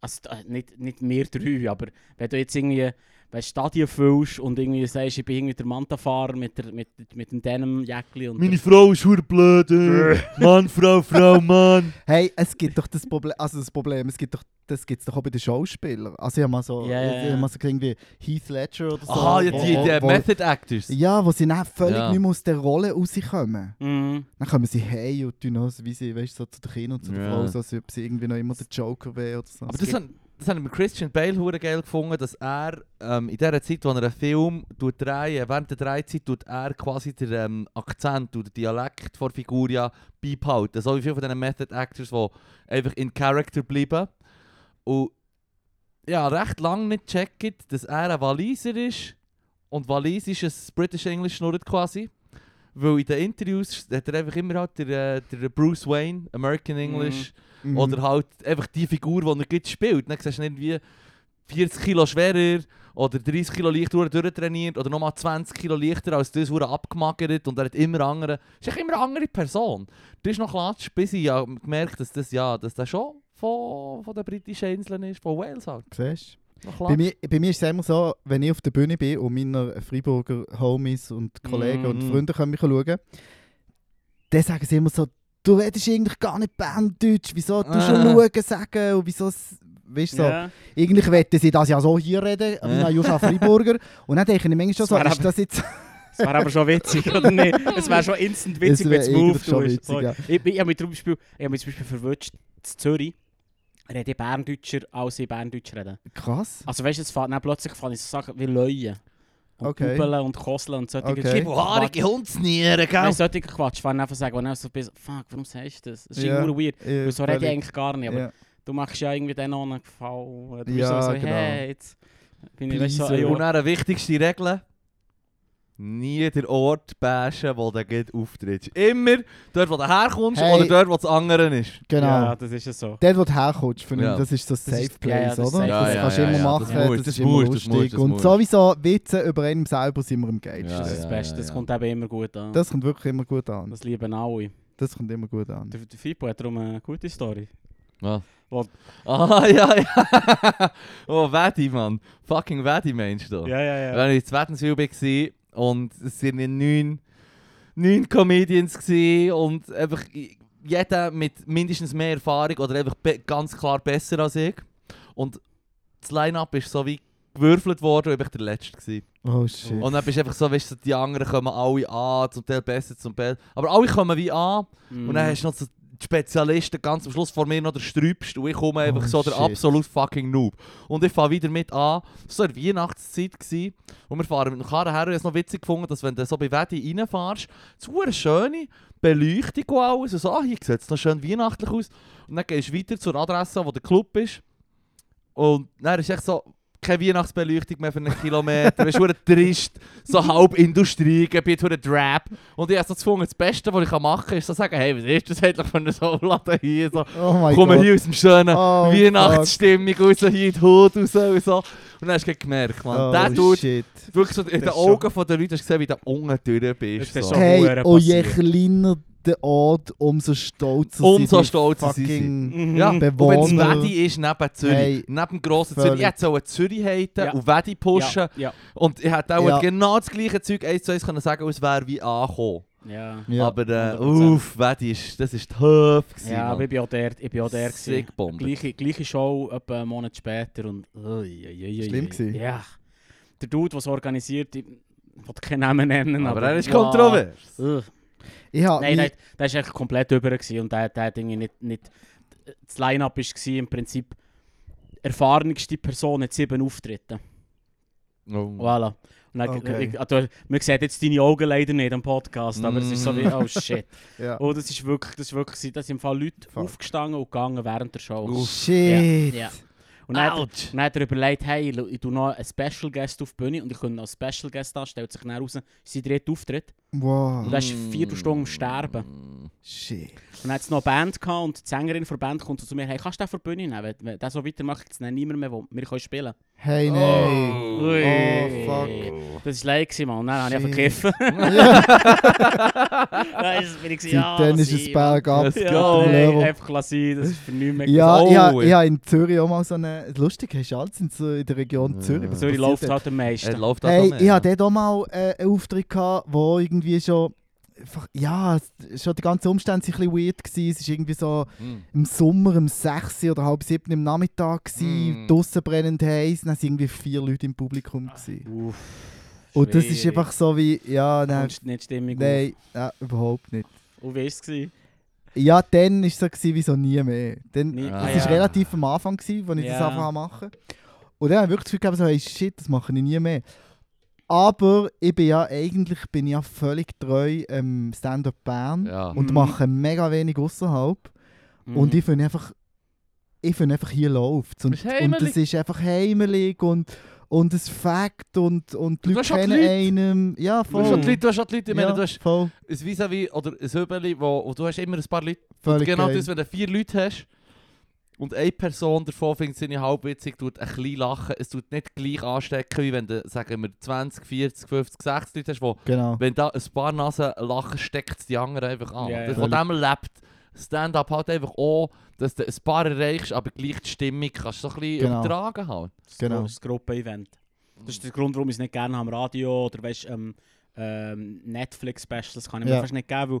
Speaker 1: also äh, nicht, nicht wir drei, aber wenn du jetzt irgendwie weißt, Stadien füllst und irgendwie sagst, ich bin irgendwie der Mantafahrer mit, der, mit, mit dem Denim-Jäckli und
Speaker 2: Meine Frau ist hure blöd. ey. Mann, Frau, Frau, Mann.
Speaker 3: Hey, es gibt doch das Problem, also das Problem, es gibt doch, das gibt es doch auch bei den Schauspielern. Also ich habe mal so,
Speaker 1: Ja, ja,
Speaker 3: ich
Speaker 1: ja.
Speaker 3: habe mal so irgendwie Heath Ledger oder so.
Speaker 2: Aha, ja,
Speaker 3: wo-
Speaker 2: Ah, die,
Speaker 3: wo-
Speaker 2: die
Speaker 3: wo-
Speaker 2: Method Actors.
Speaker 3: Ja, wo sie dann völlig
Speaker 2: Ja.
Speaker 3: nicht mehr aus der Rolle rauskommen.
Speaker 1: Mhm.
Speaker 3: Dann kommen sie hey und tun noch so, wie sie, weißt du, so zu der Kind und zu der
Speaker 2: Ja.
Speaker 3: Frau, so, als ob sie irgendwie noch immer der Joker wäre oder so.
Speaker 2: Aber
Speaker 1: Es
Speaker 2: das habe das hab ich mit Christian Bale hure geil gefunden, dass er ähm, in dieser Zeit, wo er einen Film tut drehen, während der Drehzeit tut er quasi den ähm, Akzent oder Dialekt von der Figur ja beibehalten. So wie viele von diesen Method Actors, die einfach in Character bleiben. Und ja, recht lange nicht checkt, dass er ein Waliser ist und walisisches British English schnurrt quasi. Weil in den Interviews hat er einfach immer halt der, der Bruce Wayne, American English,
Speaker 3: Mhm.
Speaker 2: oder halt einfach die Figur, die er gerade spielt. Dann siehst du ihn irgendwie 40 Kilo schwerer oder 30 Kilo leichter durchtrainiert oder nochmal 20 Kilo leichter als das, was er abgemagert und er hat immer andere. ist echt immer eine andere Person. Das ist noch klatsch, bis ich ja gemerkt dass das ja, dass das schon von, von den britischen Inseln ist, von Wales halt.
Speaker 3: Siehst
Speaker 2: Noch
Speaker 3: du? Bei
Speaker 2: klatsch.
Speaker 3: mir, bei mir ist es immer so, wenn ich auf der Bühne bin und meine Freiburger Homies und Kollegen und
Speaker 2: Mhm.
Speaker 3: Freunde können mich schauen, dann sagen sie immer so, du redest eigentlich gar nicht Berndeutsch, wieso du
Speaker 2: Ah.
Speaker 3: schon schauen sagen und wieso, s- weißt du, so,
Speaker 1: Ja.
Speaker 3: eigentlich wollten sie das ja so hier reden, wie
Speaker 2: Ja.
Speaker 3: ein Joscha Freiburger. Und dann denke ich mir manchmal schon so,
Speaker 1: Das wär
Speaker 3: ist das jetzt...
Speaker 1: Es wäre aber schon witzig, oder nicht? Es wäre schon instant witzig,
Speaker 3: Es
Speaker 1: wenn
Speaker 3: wär
Speaker 1: es Move
Speaker 3: eigentlich schon
Speaker 1: tust.
Speaker 3: witzig,
Speaker 1: Sorry.
Speaker 3: ja.
Speaker 1: Ich, ich habe mich zum Beispiel, ich hab mich zum Beispiel verwünscht, in Zürich rede ich Berndeutscher, als ich Berndeutsch rede.
Speaker 3: Mhm. Krass.
Speaker 1: Also weißt du, es fällt- dann plötzlich fallen so Sachen wie Leuen. Und
Speaker 3: Okay.
Speaker 1: Pupeln und Kosseln und solche
Speaker 3: Okay.
Speaker 1: Schlimm-
Speaker 2: Haarige Hundsnieren,
Speaker 1: Nein,
Speaker 2: gell?
Speaker 1: solche Quatsch, wenn ich einfach sagen, wenn ich so bin, fuck, warum sagst du das? Das ist
Speaker 3: Ja.
Speaker 1: irgendwie weird.
Speaker 3: Äh,
Speaker 1: Weil so rede ich
Speaker 3: völlig-
Speaker 1: eigentlich gar nicht, aber
Speaker 3: ja.
Speaker 1: du machst ja irgendwie den noch einen Gefallen. Du bist
Speaker 3: Ja,
Speaker 1: so,
Speaker 3: genau.
Speaker 1: hey, jetzt bin ich weißt, du, so,
Speaker 3: Please,
Speaker 1: ey,
Speaker 2: Und dann die wichtigste Regel. Nie den Ort bashen, wo du geht auftrittst. Immer dort, wo du herkommst
Speaker 3: Hey.
Speaker 2: oder dort, wo das andere ist.
Speaker 3: Genau.
Speaker 1: Ja, das ist ja so.
Speaker 3: Dort, wo du herkommst, finde
Speaker 2: Ja.
Speaker 3: ich, das ist so ein
Speaker 1: ist-
Speaker 3: Safe
Speaker 1: ja, ja,
Speaker 3: Place,
Speaker 1: das ist
Speaker 3: oder?
Speaker 1: safe.
Speaker 3: das
Speaker 1: Ja,
Speaker 3: kannst du
Speaker 1: ja,
Speaker 3: immer
Speaker 1: ja,
Speaker 3: machen,
Speaker 1: das
Speaker 2: musst,
Speaker 3: das,
Speaker 2: das
Speaker 3: ist immer
Speaker 2: musst, das
Speaker 3: lustig.
Speaker 2: musst, das
Speaker 3: Und
Speaker 2: musst.
Speaker 3: sowieso Witze über einen selber sind wir am geilsten.
Speaker 2: Ja,
Speaker 1: Das ist
Speaker 2: ja,
Speaker 1: das Beste,
Speaker 2: ja,
Speaker 1: das
Speaker 2: ja.
Speaker 1: kommt eben immer gut an.
Speaker 3: Das kommt wirklich immer gut an.
Speaker 1: Das lieben alle.
Speaker 3: Das kommt immer gut an.
Speaker 1: Der, der Fippo hat darum eine gute Story.
Speaker 2: Was?
Speaker 1: Wo-
Speaker 2: Ah, ja, ja. oh, Wedi, Mann. Fucking Wedi, meinst du?
Speaker 1: ja,
Speaker 2: Wenn ich in Zwettenswil war und es waren ja neun, neun Comedians gewesen und einfach i- jeder mit mindestens mehr Erfahrung oder einfach be- ganz klar besser als ich. Und das Line-Up ist so wie gewürfelt worden und ich war der Letzte. Gewesen.
Speaker 3: Oh shit.
Speaker 2: Und dann bist du einfach so, weißt du, die anderen kommen alle an, zum Teil besser, zum Teil. Aber alle kommen wie an
Speaker 1: Mhm. Mm.
Speaker 2: und dann hast du noch so die Spezialisten ganz am Schluss vor mir noch der Strübst und ich komme einfach so der
Speaker 3: shit.
Speaker 2: absolut fucking Noob. Und ich fange wieder mit an. Das war so eine Weihnachtszeit gewesen, und wir fahren mit dem Karren her. Ich habe es noch witzig gefunden, dass wenn du so bei Wedi reinfährst, es ist eine schöne Beleuchtung und alles. Und so, ah, hier sieht es noch schön weihnachtlich aus. Und dann gehst du weiter zur Adresse, wo der Club ist. Und dann ist echt so keine Weihnachtsbeleuchtung mehr für einen Kilometer. Es ist verdammt trist, so halb Industrie, Gebiet, verdammt Drap. Und ich habe so gefunden, das Beste, was ich machen kann, ist so sagen, hey, was ist das eigentlich für ein Souladen hier? So,
Speaker 3: Oh mein
Speaker 2: kommen
Speaker 3: Gott.
Speaker 2: hier aus dem schönen
Speaker 3: Oh,
Speaker 2: Weihnachtsstimmung raus, hier in die Haut raus und so. Und dann hast du gemerkt, man,
Speaker 3: Oh,
Speaker 2: der tut
Speaker 3: shit.
Speaker 2: wirklich so in den
Speaker 1: Das ist schon-
Speaker 2: Augen der Leute hast du gesehen, wie du unten durch bist.
Speaker 1: Das ist
Speaker 2: So.
Speaker 1: schon-
Speaker 3: Hey,
Speaker 1: Huren
Speaker 3: oh je
Speaker 1: passiert.
Speaker 3: kleiner der Ort, umso stolzer
Speaker 2: Umso
Speaker 3: sind die
Speaker 2: stolzer sind sie.
Speaker 3: fucking
Speaker 1: Mhm.
Speaker 2: Ja,
Speaker 1: Mhm.
Speaker 2: Und wenn
Speaker 3: Bewohner.
Speaker 2: es Wedi ist, neben Zürich,
Speaker 3: Hey,
Speaker 2: neben dem grossen
Speaker 3: völlig.
Speaker 2: Zürich, ich hätte so eine Zürich heiten
Speaker 1: Ja.
Speaker 2: und Wedi pushen.
Speaker 1: Ja,
Speaker 2: Und ich hätte auch
Speaker 3: Ja.
Speaker 2: genau das gleiche Zeug eins zu eins können sagen, als wäre wie angekommen.
Speaker 1: ja.
Speaker 3: Ja.
Speaker 2: Aber äh,
Speaker 1: 100%.
Speaker 2: uff, Wedi ist, das ist die Höfe
Speaker 1: Ja, ja aber ich bin auch der, ich bin auch der gewesen.
Speaker 2: Sickbombe.
Speaker 1: Gleiche, gleiche Show, etwa einen Monat später und... Ui, ui, ui, ui.
Speaker 3: Schlimm gewesen.
Speaker 1: Ja. Der Dude, der es organisiert, ich will keinen Namen nennen, aber...
Speaker 2: Aber er ist Ah,
Speaker 1: Wow.
Speaker 2: kontrovers.
Speaker 1: Ugh.
Speaker 3: Ich hab
Speaker 1: Nein, nein,
Speaker 3: mich-
Speaker 1: der war echt komplett über gewesen und der, der hat irgendwie nicht, nicht... Das Line-Up war im Prinzip... Erfahrenste Person hat sieben Auftritte.
Speaker 2: Oh. Hm.
Speaker 1: Voilà. Und dann,
Speaker 3: Okay.
Speaker 1: ich, also, man sieht jetzt deine Augen leider nicht am Podcast, aber es ist so wie,
Speaker 2: Mm.
Speaker 1: oh shit.
Speaker 3: Hm. Ja.
Speaker 1: Oh, das ist wirklich, das ist wirklich, so, da sind im Fall Leute
Speaker 3: Fuck. Oh,
Speaker 1: aufgestanden und gegangen während der Show.
Speaker 2: Uff.
Speaker 3: Shit.
Speaker 1: Ja, ja. Und dann, hat er-
Speaker 2: Ouch!
Speaker 1: dann hat er überlegt, hey, lo- ich tue noch einen Special Guest auf die Bühne und ich könnte noch einen Special Guest da, stellt sich dann raus, sein dritter Auftritt.
Speaker 3: Wow.
Speaker 1: Und dann ist er vier Stunden am Sterben.
Speaker 3: Shit.
Speaker 1: Und dann hat es noch eine Band gehabt und die Sängerin von der Band kommt zu mir, hey, kannst du den von der Bühne nehmen? Wenn- Wenn der so weitermacht, gibt es dann niemand mehr, wo wir können spielen
Speaker 3: Hey,
Speaker 1: Oh,
Speaker 3: nein.
Speaker 2: Oh.
Speaker 3: Oh,
Speaker 1: Ui. Das war leid, gewesen, Mann. Und dann habe ich
Speaker 3: Shit.
Speaker 1: vergriffen.
Speaker 3: Ja.
Speaker 1: Dann bin ich gewesen, ja,
Speaker 3: Seitdem ist
Speaker 1: Simon.
Speaker 3: es bergab.
Speaker 2: Yes.
Speaker 1: Ja,
Speaker 2: Go,
Speaker 1: nee,
Speaker 3: Lero.
Speaker 1: einfach lassen, sein, das ist für nichts mehr.
Speaker 3: Ja, ich
Speaker 2: Oh,
Speaker 3: habe
Speaker 2: ey.
Speaker 3: ich hab in Zürich auch mal so eine... Lustig, hast du alles in, so in der Region Zürich. Was
Speaker 1: Zürich
Speaker 3: passiert
Speaker 1: läuft
Speaker 3: dort?
Speaker 1: halt am
Speaker 2: Er
Speaker 1: meisten.
Speaker 2: läuft
Speaker 3: Hey,
Speaker 2: auch
Speaker 3: ich hatte dort auch mal äh, einen Auftritt, gehabt, wo irgendwie schon... einfach- Ja, es- schon die ganzen Umstände waren ein bisschen weird. Gewesen. Es war irgendwie so
Speaker 2: Hm.
Speaker 3: im Sommer um 6 oder halb 7 im Nachmittag. Gewesen,
Speaker 1: Hm.
Speaker 2: Mm.
Speaker 3: Draussen brennend heiß. Dann waren irgendwie vier Leute im Publikum. Gewesen.
Speaker 1: Uff,
Speaker 3: Und das ist
Speaker 1: schwierig.
Speaker 3: einfach so wie... Ja, nein,
Speaker 1: Kommst nicht stimmig auf.
Speaker 3: nein, nein überhaupt nicht.
Speaker 1: Und wie war es? gewesen?
Speaker 3: Ja, dann war es so gewesen, wie so nie mehr. Dann,
Speaker 1: Nie-
Speaker 3: Es
Speaker 2: Ah,
Speaker 3: war
Speaker 2: ja.
Speaker 3: relativ am Anfang, gewesen, als ich das
Speaker 1: Ja.
Speaker 3: angefangen habe zu machen. Und dann habe ich wirklich das Gefühl gehabt, so, hey, shit, das mache ich nie mehr. Aber ich bin ja eigentlich bin ich ja völlig treu ähm, Stand-Up Bern
Speaker 2: Ja.
Speaker 3: und
Speaker 1: Mhm.
Speaker 3: mache mega wenig außerhalb.
Speaker 1: Mhm.
Speaker 3: Und ich finde einfach, ich finde einfach, hier läuft und,
Speaker 2: Ist
Speaker 3: und
Speaker 2: heimelig.
Speaker 3: es ist einfach heimelig und, und es fängt und, und die
Speaker 2: Du
Speaker 3: Leute
Speaker 2: hast auch die
Speaker 3: kennen
Speaker 2: Leute.
Speaker 3: einem. Ja,
Speaker 2: Du hast schon
Speaker 3: voll.
Speaker 2: die Leute, du hast schon die Leute, ich meine,
Speaker 3: ja,
Speaker 2: du hast
Speaker 3: voll.
Speaker 2: ein Vis-à-vis oder ein Höbeli, wo, und du hast immer ein paar Leute.
Speaker 3: Völlig
Speaker 2: Genau
Speaker 3: geil.
Speaker 2: das, wenn du vier Leute hast und eine Person davon findet seine halbwitzig, tut ein bisschen lachen, es tut nicht gleich anstecken, wie wenn du, sagen wir, 20, 40, 50, 60 Leute hast, wo
Speaker 3: Genau.
Speaker 2: wenn da ein paar Nasen lachen, steckt es die anderen einfach an.
Speaker 1: Ja, ja.
Speaker 2: Das- Von dem lebt Stand-up halt einfach auch, dass du ein paar erreichst, aber gleich die Stimmung kannst du so ein bisschen
Speaker 3: Genau.
Speaker 2: übertragen halt.
Speaker 1: Das ist
Speaker 3: genau.
Speaker 1: Das Gruppe-Event. Das ist der Grund, warum ich es nicht gerne am Radio oder weißt, ähm, ähm, Netflix-Specials kann ich mir
Speaker 3: Ja.
Speaker 1: fast nicht geben, weil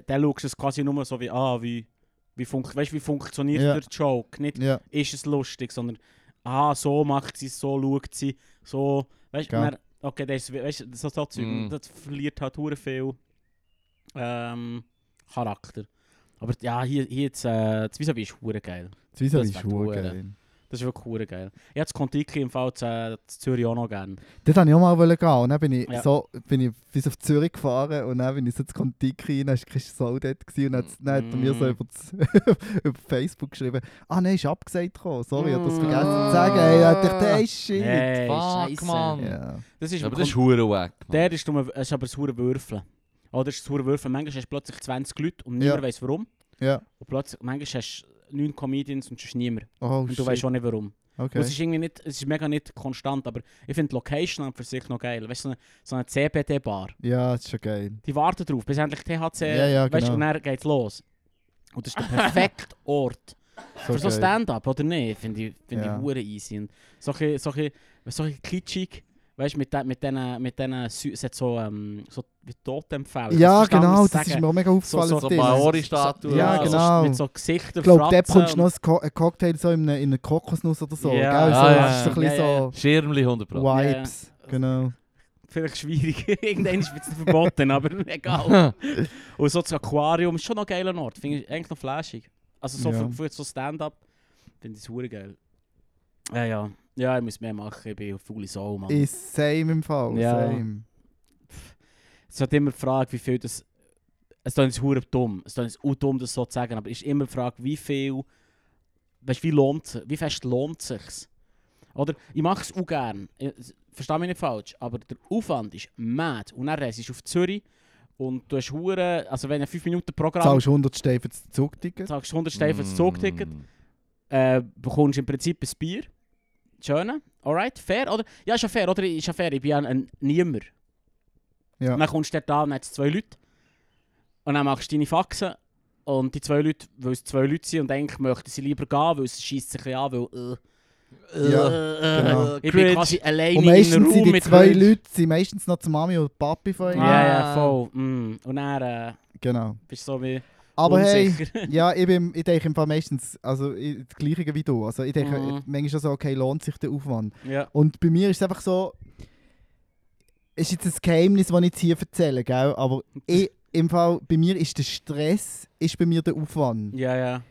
Speaker 1: d- dann schaust du es quasi nur so wie, ah, wie Wie, funk weißt, wie funktioniert
Speaker 3: Ja.
Speaker 1: der Joke? Nicht,
Speaker 3: Ja,
Speaker 1: ist es lustig, sondern aha, so macht sie es, so schaut sie, so. Weißt
Speaker 3: Gell.
Speaker 1: du, okay, das, weißt, so, so Zeug,
Speaker 2: Mm.
Speaker 1: das verliert halt hure viel ähm, Charakter. Aber ja, hier, hier jetzt, äh, das Visavi ist hure geil.
Speaker 3: das Visa
Speaker 1: Das
Speaker 3: ist
Speaker 1: wär
Speaker 3: schwul
Speaker 1: cool,
Speaker 3: geil.
Speaker 1: Das ist wirklich hure geil. Ich hätte das Kontiki im Fall zu, äh, zu Zürich auch noch gerne.
Speaker 3: Dort wollte ich auch mal wollen gehen. Und dann bin ich,
Speaker 1: Ja.
Speaker 3: so, bin ich bis auf Zürich gefahren und dann bin ich so zu Kontiki rein, dann war keine Sau dort gewesen, und dann, hat's- dann hat er mir so
Speaker 1: Mm.
Speaker 3: über, das, über Facebook geschrieben, «Ah nein, ist abgesagt gekommen, sorry, ich habe das
Speaker 1: Mm.
Speaker 3: vergessen zu sagen, hey, hat dich der ist shit.»
Speaker 1: Hey,
Speaker 2: fuck,
Speaker 1: scheisse.
Speaker 2: Mann.
Speaker 3: Ja.
Speaker 1: Das ist,
Speaker 2: Aber das ist hure weg.
Speaker 1: der ist, nur, es ist aber ein hure Würfeln. Oder es ist ein hure Würfeln. Manchmal hast du plötzlich 20 Leute und niemand
Speaker 3: Ja.
Speaker 1: weiss warum.
Speaker 3: ja.
Speaker 1: Und plötzlich, manchmal hast du 9 Comedians und sonst niemand.
Speaker 3: Oh,
Speaker 1: Und du
Speaker 3: shit.
Speaker 1: weißt auch nicht warum.
Speaker 3: okay.
Speaker 1: Und Es ist irgendwie nicht, es ist mega nicht konstant, aber ich finde die Location an und für sich noch geil. Weißt du, so eine, so eine CBD-Bar.
Speaker 3: Ja, das ist schon geil.
Speaker 1: Die warten drauf, bis endlich THC,
Speaker 3: Ja, ja,
Speaker 1: weißt
Speaker 3: genau.
Speaker 1: du, und dann geht's los. Und das ist der perfekte Ort.
Speaker 3: So
Speaker 1: Für so
Speaker 3: geil.
Speaker 1: Stand-up, oder nicht? Finde ich, find
Speaker 3: Ja.
Speaker 1: ich hure easy. Und so ein bisschen- so ein bisschen- so ein bisschen kitschig, weißt du, mit, den- mit diesen, mit diesen, Sü- es hat so, ähm, so wie Totempfälle.
Speaker 3: ja,
Speaker 1: ist gar nicht
Speaker 3: genau,
Speaker 1: anders
Speaker 3: das ist
Speaker 1: sagen.
Speaker 3: mir auch mega aufgefallen.
Speaker 1: so
Speaker 2: so
Speaker 3: dort.
Speaker 2: Maori-Statue.
Speaker 3: Ja,
Speaker 1: so-
Speaker 3: genau.
Speaker 1: Mit so Gesichtern,
Speaker 3: Ich glaube, dort
Speaker 1: Fratzen
Speaker 3: kommst du
Speaker 1: und-
Speaker 3: noch einen, Co einen Cocktail so in einer in eine Kokosnuss oder so.
Speaker 1: Ja.
Speaker 3: Gell? So,
Speaker 2: Ah,
Speaker 3: das ist so ein
Speaker 1: ja.
Speaker 3: bisschen
Speaker 1: Ja, ja,
Speaker 3: so
Speaker 2: Schirmli 100 Pro.
Speaker 3: Vibes. Genau.
Speaker 1: Vielleicht schwierig. Irgendwann ist es verboten, aber egal. Und so das Aquarium ist schon noch ein geiler Ort. Finde ich eigentlich noch flashig. Also so
Speaker 3: Ja.
Speaker 1: für, für so Stand-up finde ich es hure geil. Ja, ja. Ja, ich muss mehr machen. Ich bin eine faule Sau, Mann.
Speaker 3: Ist same im Fall.
Speaker 1: Ja.
Speaker 3: Same.
Speaker 1: Es hat immer die Frage, wie viel das... Es ist jetzt hure dumm. Es ist auch dumm, das so zu sagen. Aber es ist immer die Frage, wie viel... Weißt du, wie lohnt es? Wie fest lohnt es sich? Oder, ich mache es auch gern. Ich- Versteh mich nicht falsch, aber der Aufwand ist mad. Und dann reist du auf Zürich und du hast hure... Also wenn ein 5-Minuten-Programm...
Speaker 3: Zahlst 100 Steine für das Zugticket.
Speaker 1: zahlst 100 Steine für das
Speaker 2: Mm.
Speaker 1: Zugticket, äh, bekommst im Prinzip ein Bier. Schön, alright, fair, oder? Ja, ist ja fair, oder? Ist ja fair, ich bin ja ein, ein Niemer.
Speaker 3: Ja.
Speaker 1: Dann kommst du dort an und dann hat's zwei Leute. Und dann machst du deine Faxen. Und die zwei Leute, weil es zwei Leute sind und eigentlich möchten sie lieber gehen, weil es schießt sich ein bisschen an, weil... Äh,
Speaker 3: Ja,
Speaker 1: äh,
Speaker 3: genau.
Speaker 1: Ich bin
Speaker 2: Cringe.
Speaker 1: quasi alleine
Speaker 3: Und
Speaker 1: in einem
Speaker 3: meistens
Speaker 1: Raum
Speaker 3: sind die
Speaker 1: mit
Speaker 3: zwei
Speaker 1: Leuten.
Speaker 3: Leute sind meistens noch zu Mami und Papi von ihnen.
Speaker 1: Ja, ja,
Speaker 2: Ah.
Speaker 1: voll. Mm. Und dann äh,
Speaker 3: Genau.
Speaker 1: bist du so wie
Speaker 3: Aber hey,
Speaker 1: unsicher.
Speaker 3: ja, ich, bin, ich denke im Fall meistens also, ich, das Gleiche wie du. Also ich denke
Speaker 1: Mhm.
Speaker 3: manchmal so, okay, lohnt sich der Aufwand.
Speaker 1: ja.
Speaker 3: Und bei mir ist es einfach so, ist jetzt ein Geheimnis, das ich jetzt hier erzähle, gell? aber ich, im Fall, bei mir ist der Stress ist bei mir der Aufwand.
Speaker 1: ja, ja.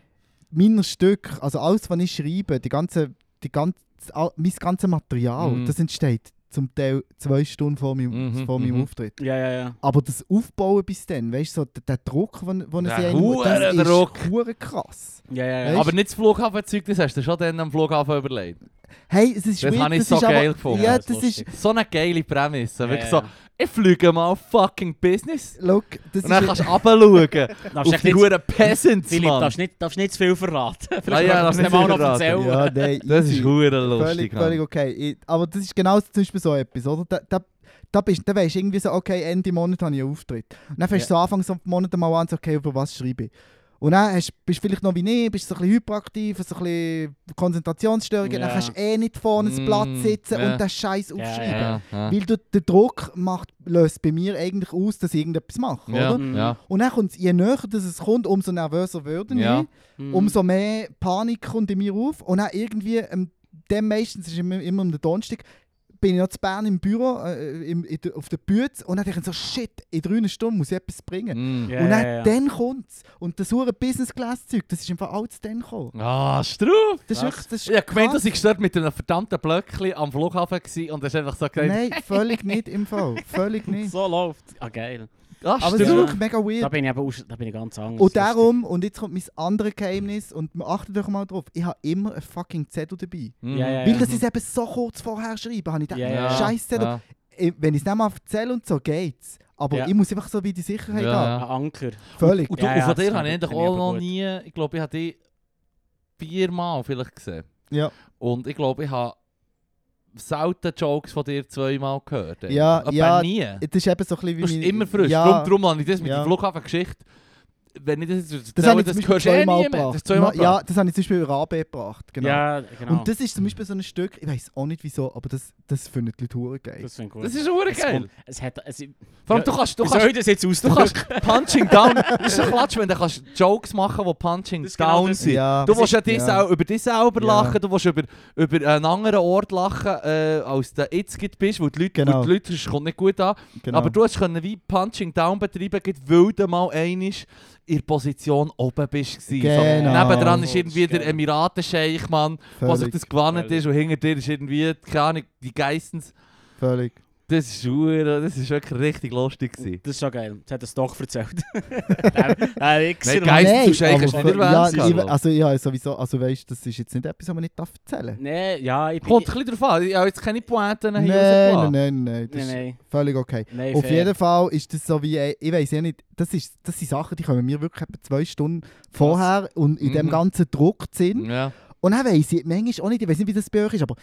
Speaker 3: Meiner Stück, also alles, was ich schreibe, die ganze, die ganze, all, mein ganzes Material,
Speaker 2: Mhm.
Speaker 3: das entsteht zum Teil zwei Stunden vor meinem,
Speaker 2: Mhm,
Speaker 3: vor meinem
Speaker 2: mhm.
Speaker 3: Auftritt.
Speaker 1: Ja, ja, ja.
Speaker 3: Aber das Aufbauen bis dann, weißt du, so, der, der Druck, den den ich
Speaker 2: Der
Speaker 3: sehe, das
Speaker 2: hure
Speaker 3: ist
Speaker 2: Druck.
Speaker 3: hure krass.
Speaker 1: Ja, ja, ja.
Speaker 3: Weißt-
Speaker 2: Aber nicht das Flughafenzeug, das hast du schon dann am Flughafen überlegt.
Speaker 3: Hey, es ist
Speaker 2: Das
Speaker 3: weird,
Speaker 2: habe ich
Speaker 3: das
Speaker 2: so
Speaker 3: ist
Speaker 2: geil
Speaker 3: aber,
Speaker 2: gefunden.
Speaker 3: Ja,
Speaker 1: Ja,
Speaker 3: das,
Speaker 1: das ist
Speaker 3: ist...
Speaker 2: So eine geile Prämisse. Wirklich
Speaker 1: Ja, ja.
Speaker 2: so, ich fliege mal fucking Business.
Speaker 3: Look, das
Speaker 2: Und dann
Speaker 3: ist...
Speaker 2: kannst du runterschauen
Speaker 1: Darfst
Speaker 2: auf
Speaker 1: echt
Speaker 2: die
Speaker 1: nicht-
Speaker 2: huren Peasants,
Speaker 1: Philipp,
Speaker 2: Mann.
Speaker 1: darfst nicht, darfst nicht zu viel verraten. Vielleicht
Speaker 2: Ah ja, darfst
Speaker 1: kannst du es mal
Speaker 2: nicht
Speaker 1: noch
Speaker 2: verraten.
Speaker 1: erzählen.
Speaker 3: ja, nein,
Speaker 2: Das
Speaker 3: easy.
Speaker 2: ist hure
Speaker 3: Völlig,
Speaker 2: lustig. Mann.
Speaker 3: völlig okay. Ich, aber das ist genau zum Beispiel so etwas, oder? Da, da, da, bist, da weisst du irgendwie so, okay, Ende Monat habe ich einen Auftritt. Und dann fängst du so Anfang so Monat mal an, so, okay, über was schreibe ich? Und dann hast, bist du vielleicht noch wie ich, bist so ein bisschen hyperaktiv, hast so ein bisschen Konzentrationsstörungen, dann
Speaker 1: Ja.
Speaker 3: kannst du eh nicht vorne ans
Speaker 2: Mm,
Speaker 3: Blatt sitzen
Speaker 2: ja.
Speaker 3: und den Scheiß
Speaker 1: Ja,
Speaker 3: aufschreiben.
Speaker 2: Ja, ja.
Speaker 3: Weil du, der Druck macht, löst bei mir eigentlich aus, dass ich irgendetwas mache,
Speaker 2: Ja,
Speaker 3: oder?
Speaker 2: ja.
Speaker 3: Und dann kommt je näher dass es kommt, umso nervöser würde ich.
Speaker 2: Ja.
Speaker 1: Mhm.
Speaker 3: Umso mehr Panik kommt in mir auf. Und dann irgendwie, ähm, dann meistens ist immer, immer am Donnerstag, bin ich noch zu Bern im Büro, äh, im, in, der- auf der Bühne und dann denke ich so, shit, in drei Stunden muss ich etwas bringen.
Speaker 2: Mm.
Speaker 1: Mhm. Ja,
Speaker 3: und dann,
Speaker 1: ja, ja.
Speaker 3: dann kommt es. Und das hure business class zeug das ist einfach alles dann gekommen.
Speaker 2: Ah, Struf!
Speaker 3: Das
Speaker 1: Was?
Speaker 3: ist wirklich, das ist
Speaker 2: Ich hab gemeint,
Speaker 3: krass.
Speaker 2: dass ich gestört mit einem verdammten Blöckchen am Flughafen war und hast einfach so gesagt,
Speaker 3: Nein, völlig nicht im Fall. Völlig nicht.
Speaker 1: So läuft Ah, geil.
Speaker 2: ah,
Speaker 3: Aber es ist
Speaker 1: Ja.
Speaker 2: Struf!
Speaker 3: wirklich mega weird.
Speaker 1: Da bin ich aber aus, da bin ich ganz anders.
Speaker 3: Und darum, und jetzt kommt mein anderes Geheimnis, und achtet doch mal drauf, ich habe immer einen fucking Zettel dabei.
Speaker 2: Mm.
Speaker 1: Ja, ja,
Speaker 3: Weil das ist eben so kurz vorher schreiben, habe ich gedacht,
Speaker 1: Ja, ja, ja.
Speaker 3: scheiß Zettel.
Speaker 2: Ja.
Speaker 3: Ich- Wenn ich es nicht mal erzähle und so, geht's. Aber
Speaker 1: Ja.
Speaker 3: ich muss einfach so wie die Sicherheit
Speaker 2: Ja,
Speaker 3: haben.
Speaker 1: Ein Anker.
Speaker 3: Völlig.
Speaker 2: Und, du,
Speaker 1: Ja, ja,
Speaker 2: und von
Speaker 1: das
Speaker 2: dir
Speaker 1: kann
Speaker 2: habe
Speaker 1: ich-
Speaker 2: ich eigentlich
Speaker 1: kann ich
Speaker 2: auch
Speaker 1: aber
Speaker 2: noch
Speaker 1: gut.
Speaker 2: nie, ich glaube, ich habe dich viermal vielleicht gesehen.
Speaker 3: Ja.
Speaker 2: Und ich glaube, ich habe selten Jokes von dir zweimal gehört. ey.
Speaker 3: Ja,
Speaker 2: Aber
Speaker 3: ja,
Speaker 2: nie.
Speaker 3: Das ist eben so ein bisschen wie
Speaker 2: Du bist
Speaker 3: meine-
Speaker 2: immer frisch.
Speaker 3: Ja,
Speaker 2: Darum, darum habe ich das mit
Speaker 3: Ja.
Speaker 2: der Flughafengeschichte wenn ich das jetzt
Speaker 3: Das
Speaker 2: erzähle,
Speaker 3: habe ich zum Beispiel
Speaker 2: hörst du eh
Speaker 3: zweimal
Speaker 2: niemand. Das
Speaker 3: gebracht.
Speaker 2: hast du zweimal
Speaker 3: Ja,
Speaker 2: gebracht.
Speaker 3: das habe ich zum Beispiel bei Rabe gebracht. Genau.
Speaker 1: Ja, genau.
Speaker 3: Und das ist zum Beispiel so ein Stück, ich weiß auch nicht wieso, aber das, das finden die Leute hure geil.
Speaker 1: das finde ich gut.
Speaker 2: Das ist hure
Speaker 1: Es kommt-
Speaker 2: geil.
Speaker 1: Es hat, es, wie
Speaker 2: Vor allem,
Speaker 1: Ja,
Speaker 2: du kannst, du
Speaker 1: soll
Speaker 2: kannst,
Speaker 1: ich das jetzt
Speaker 2: du
Speaker 1: ausdrücken?
Speaker 2: kannst Punching Down. Das ist ein Klatsch, wenn du kannst Jokes machen, die Punching
Speaker 1: Das ist genau
Speaker 2: Down
Speaker 1: das.
Speaker 2: sind.
Speaker 3: Ja.
Speaker 2: Du willst ja, dich
Speaker 3: ja.
Speaker 2: Auch über dich selber
Speaker 3: Ja.
Speaker 2: lachen, du willst über, über einen anderen Ort lachen, äh, als du jetzt gerade bist, wo die Leute,
Speaker 3: Genau.
Speaker 2: wo die Leute das kommt nicht gut an.
Speaker 3: genau.
Speaker 2: Aber du hast können wie Punching Down betreiben, gerade weil du mal einmal in der Position oben bist. gewesen.
Speaker 3: Genau.
Speaker 2: So, nebendran ist
Speaker 1: Oh,
Speaker 2: irgendwie
Speaker 1: das ist
Speaker 2: der
Speaker 1: geil.
Speaker 2: Emiratenscheich, Mann, was sich
Speaker 3: völlig,
Speaker 2: also das gewannet
Speaker 1: Völlig.
Speaker 2: ist und hinter dir ist irgendwie, keine Ahnung, die Geissens.
Speaker 3: völlig.
Speaker 2: Das ist, hure- das ist wirklich richtig lustig gewesen.
Speaker 1: Das ist schon geil. Das hat es doch erzählt. der, der Wichser.
Speaker 2: Nein, Geist
Speaker 3: Nein,
Speaker 2: zu shaken
Speaker 3: aber
Speaker 2: ist nicht
Speaker 3: für- ja,
Speaker 2: erwähnt,
Speaker 3: ich,
Speaker 2: Carlo.
Speaker 3: also ja, sowieso, also weißt, das ist jetzt nicht etwas, was man nicht darf erzählen.
Speaker 1: Nein, ja, ich bin...
Speaker 2: Kommt ein bisschen drauf an, ich habe jetzt keine Poeten
Speaker 3: Nein,
Speaker 2: hier
Speaker 3: nein,
Speaker 2: rausgelassen.
Speaker 3: nein, nein, das
Speaker 1: Nein,
Speaker 3: ist
Speaker 1: nein.
Speaker 3: völlig okay.
Speaker 1: nein
Speaker 3: Auf
Speaker 1: fair.
Speaker 3: jeden Fall ist das so wie, ich weiß ja nicht, das, ist, das sind Sachen, die kommen mir wirklich etwa zwei Stunden vorher und in dem
Speaker 2: Mhm.
Speaker 3: ganzen Druck sind.
Speaker 2: Ja.
Speaker 3: Und dann weiss ich manchmal auch nicht, ich weiss nicht, wie das bei euch ist, aber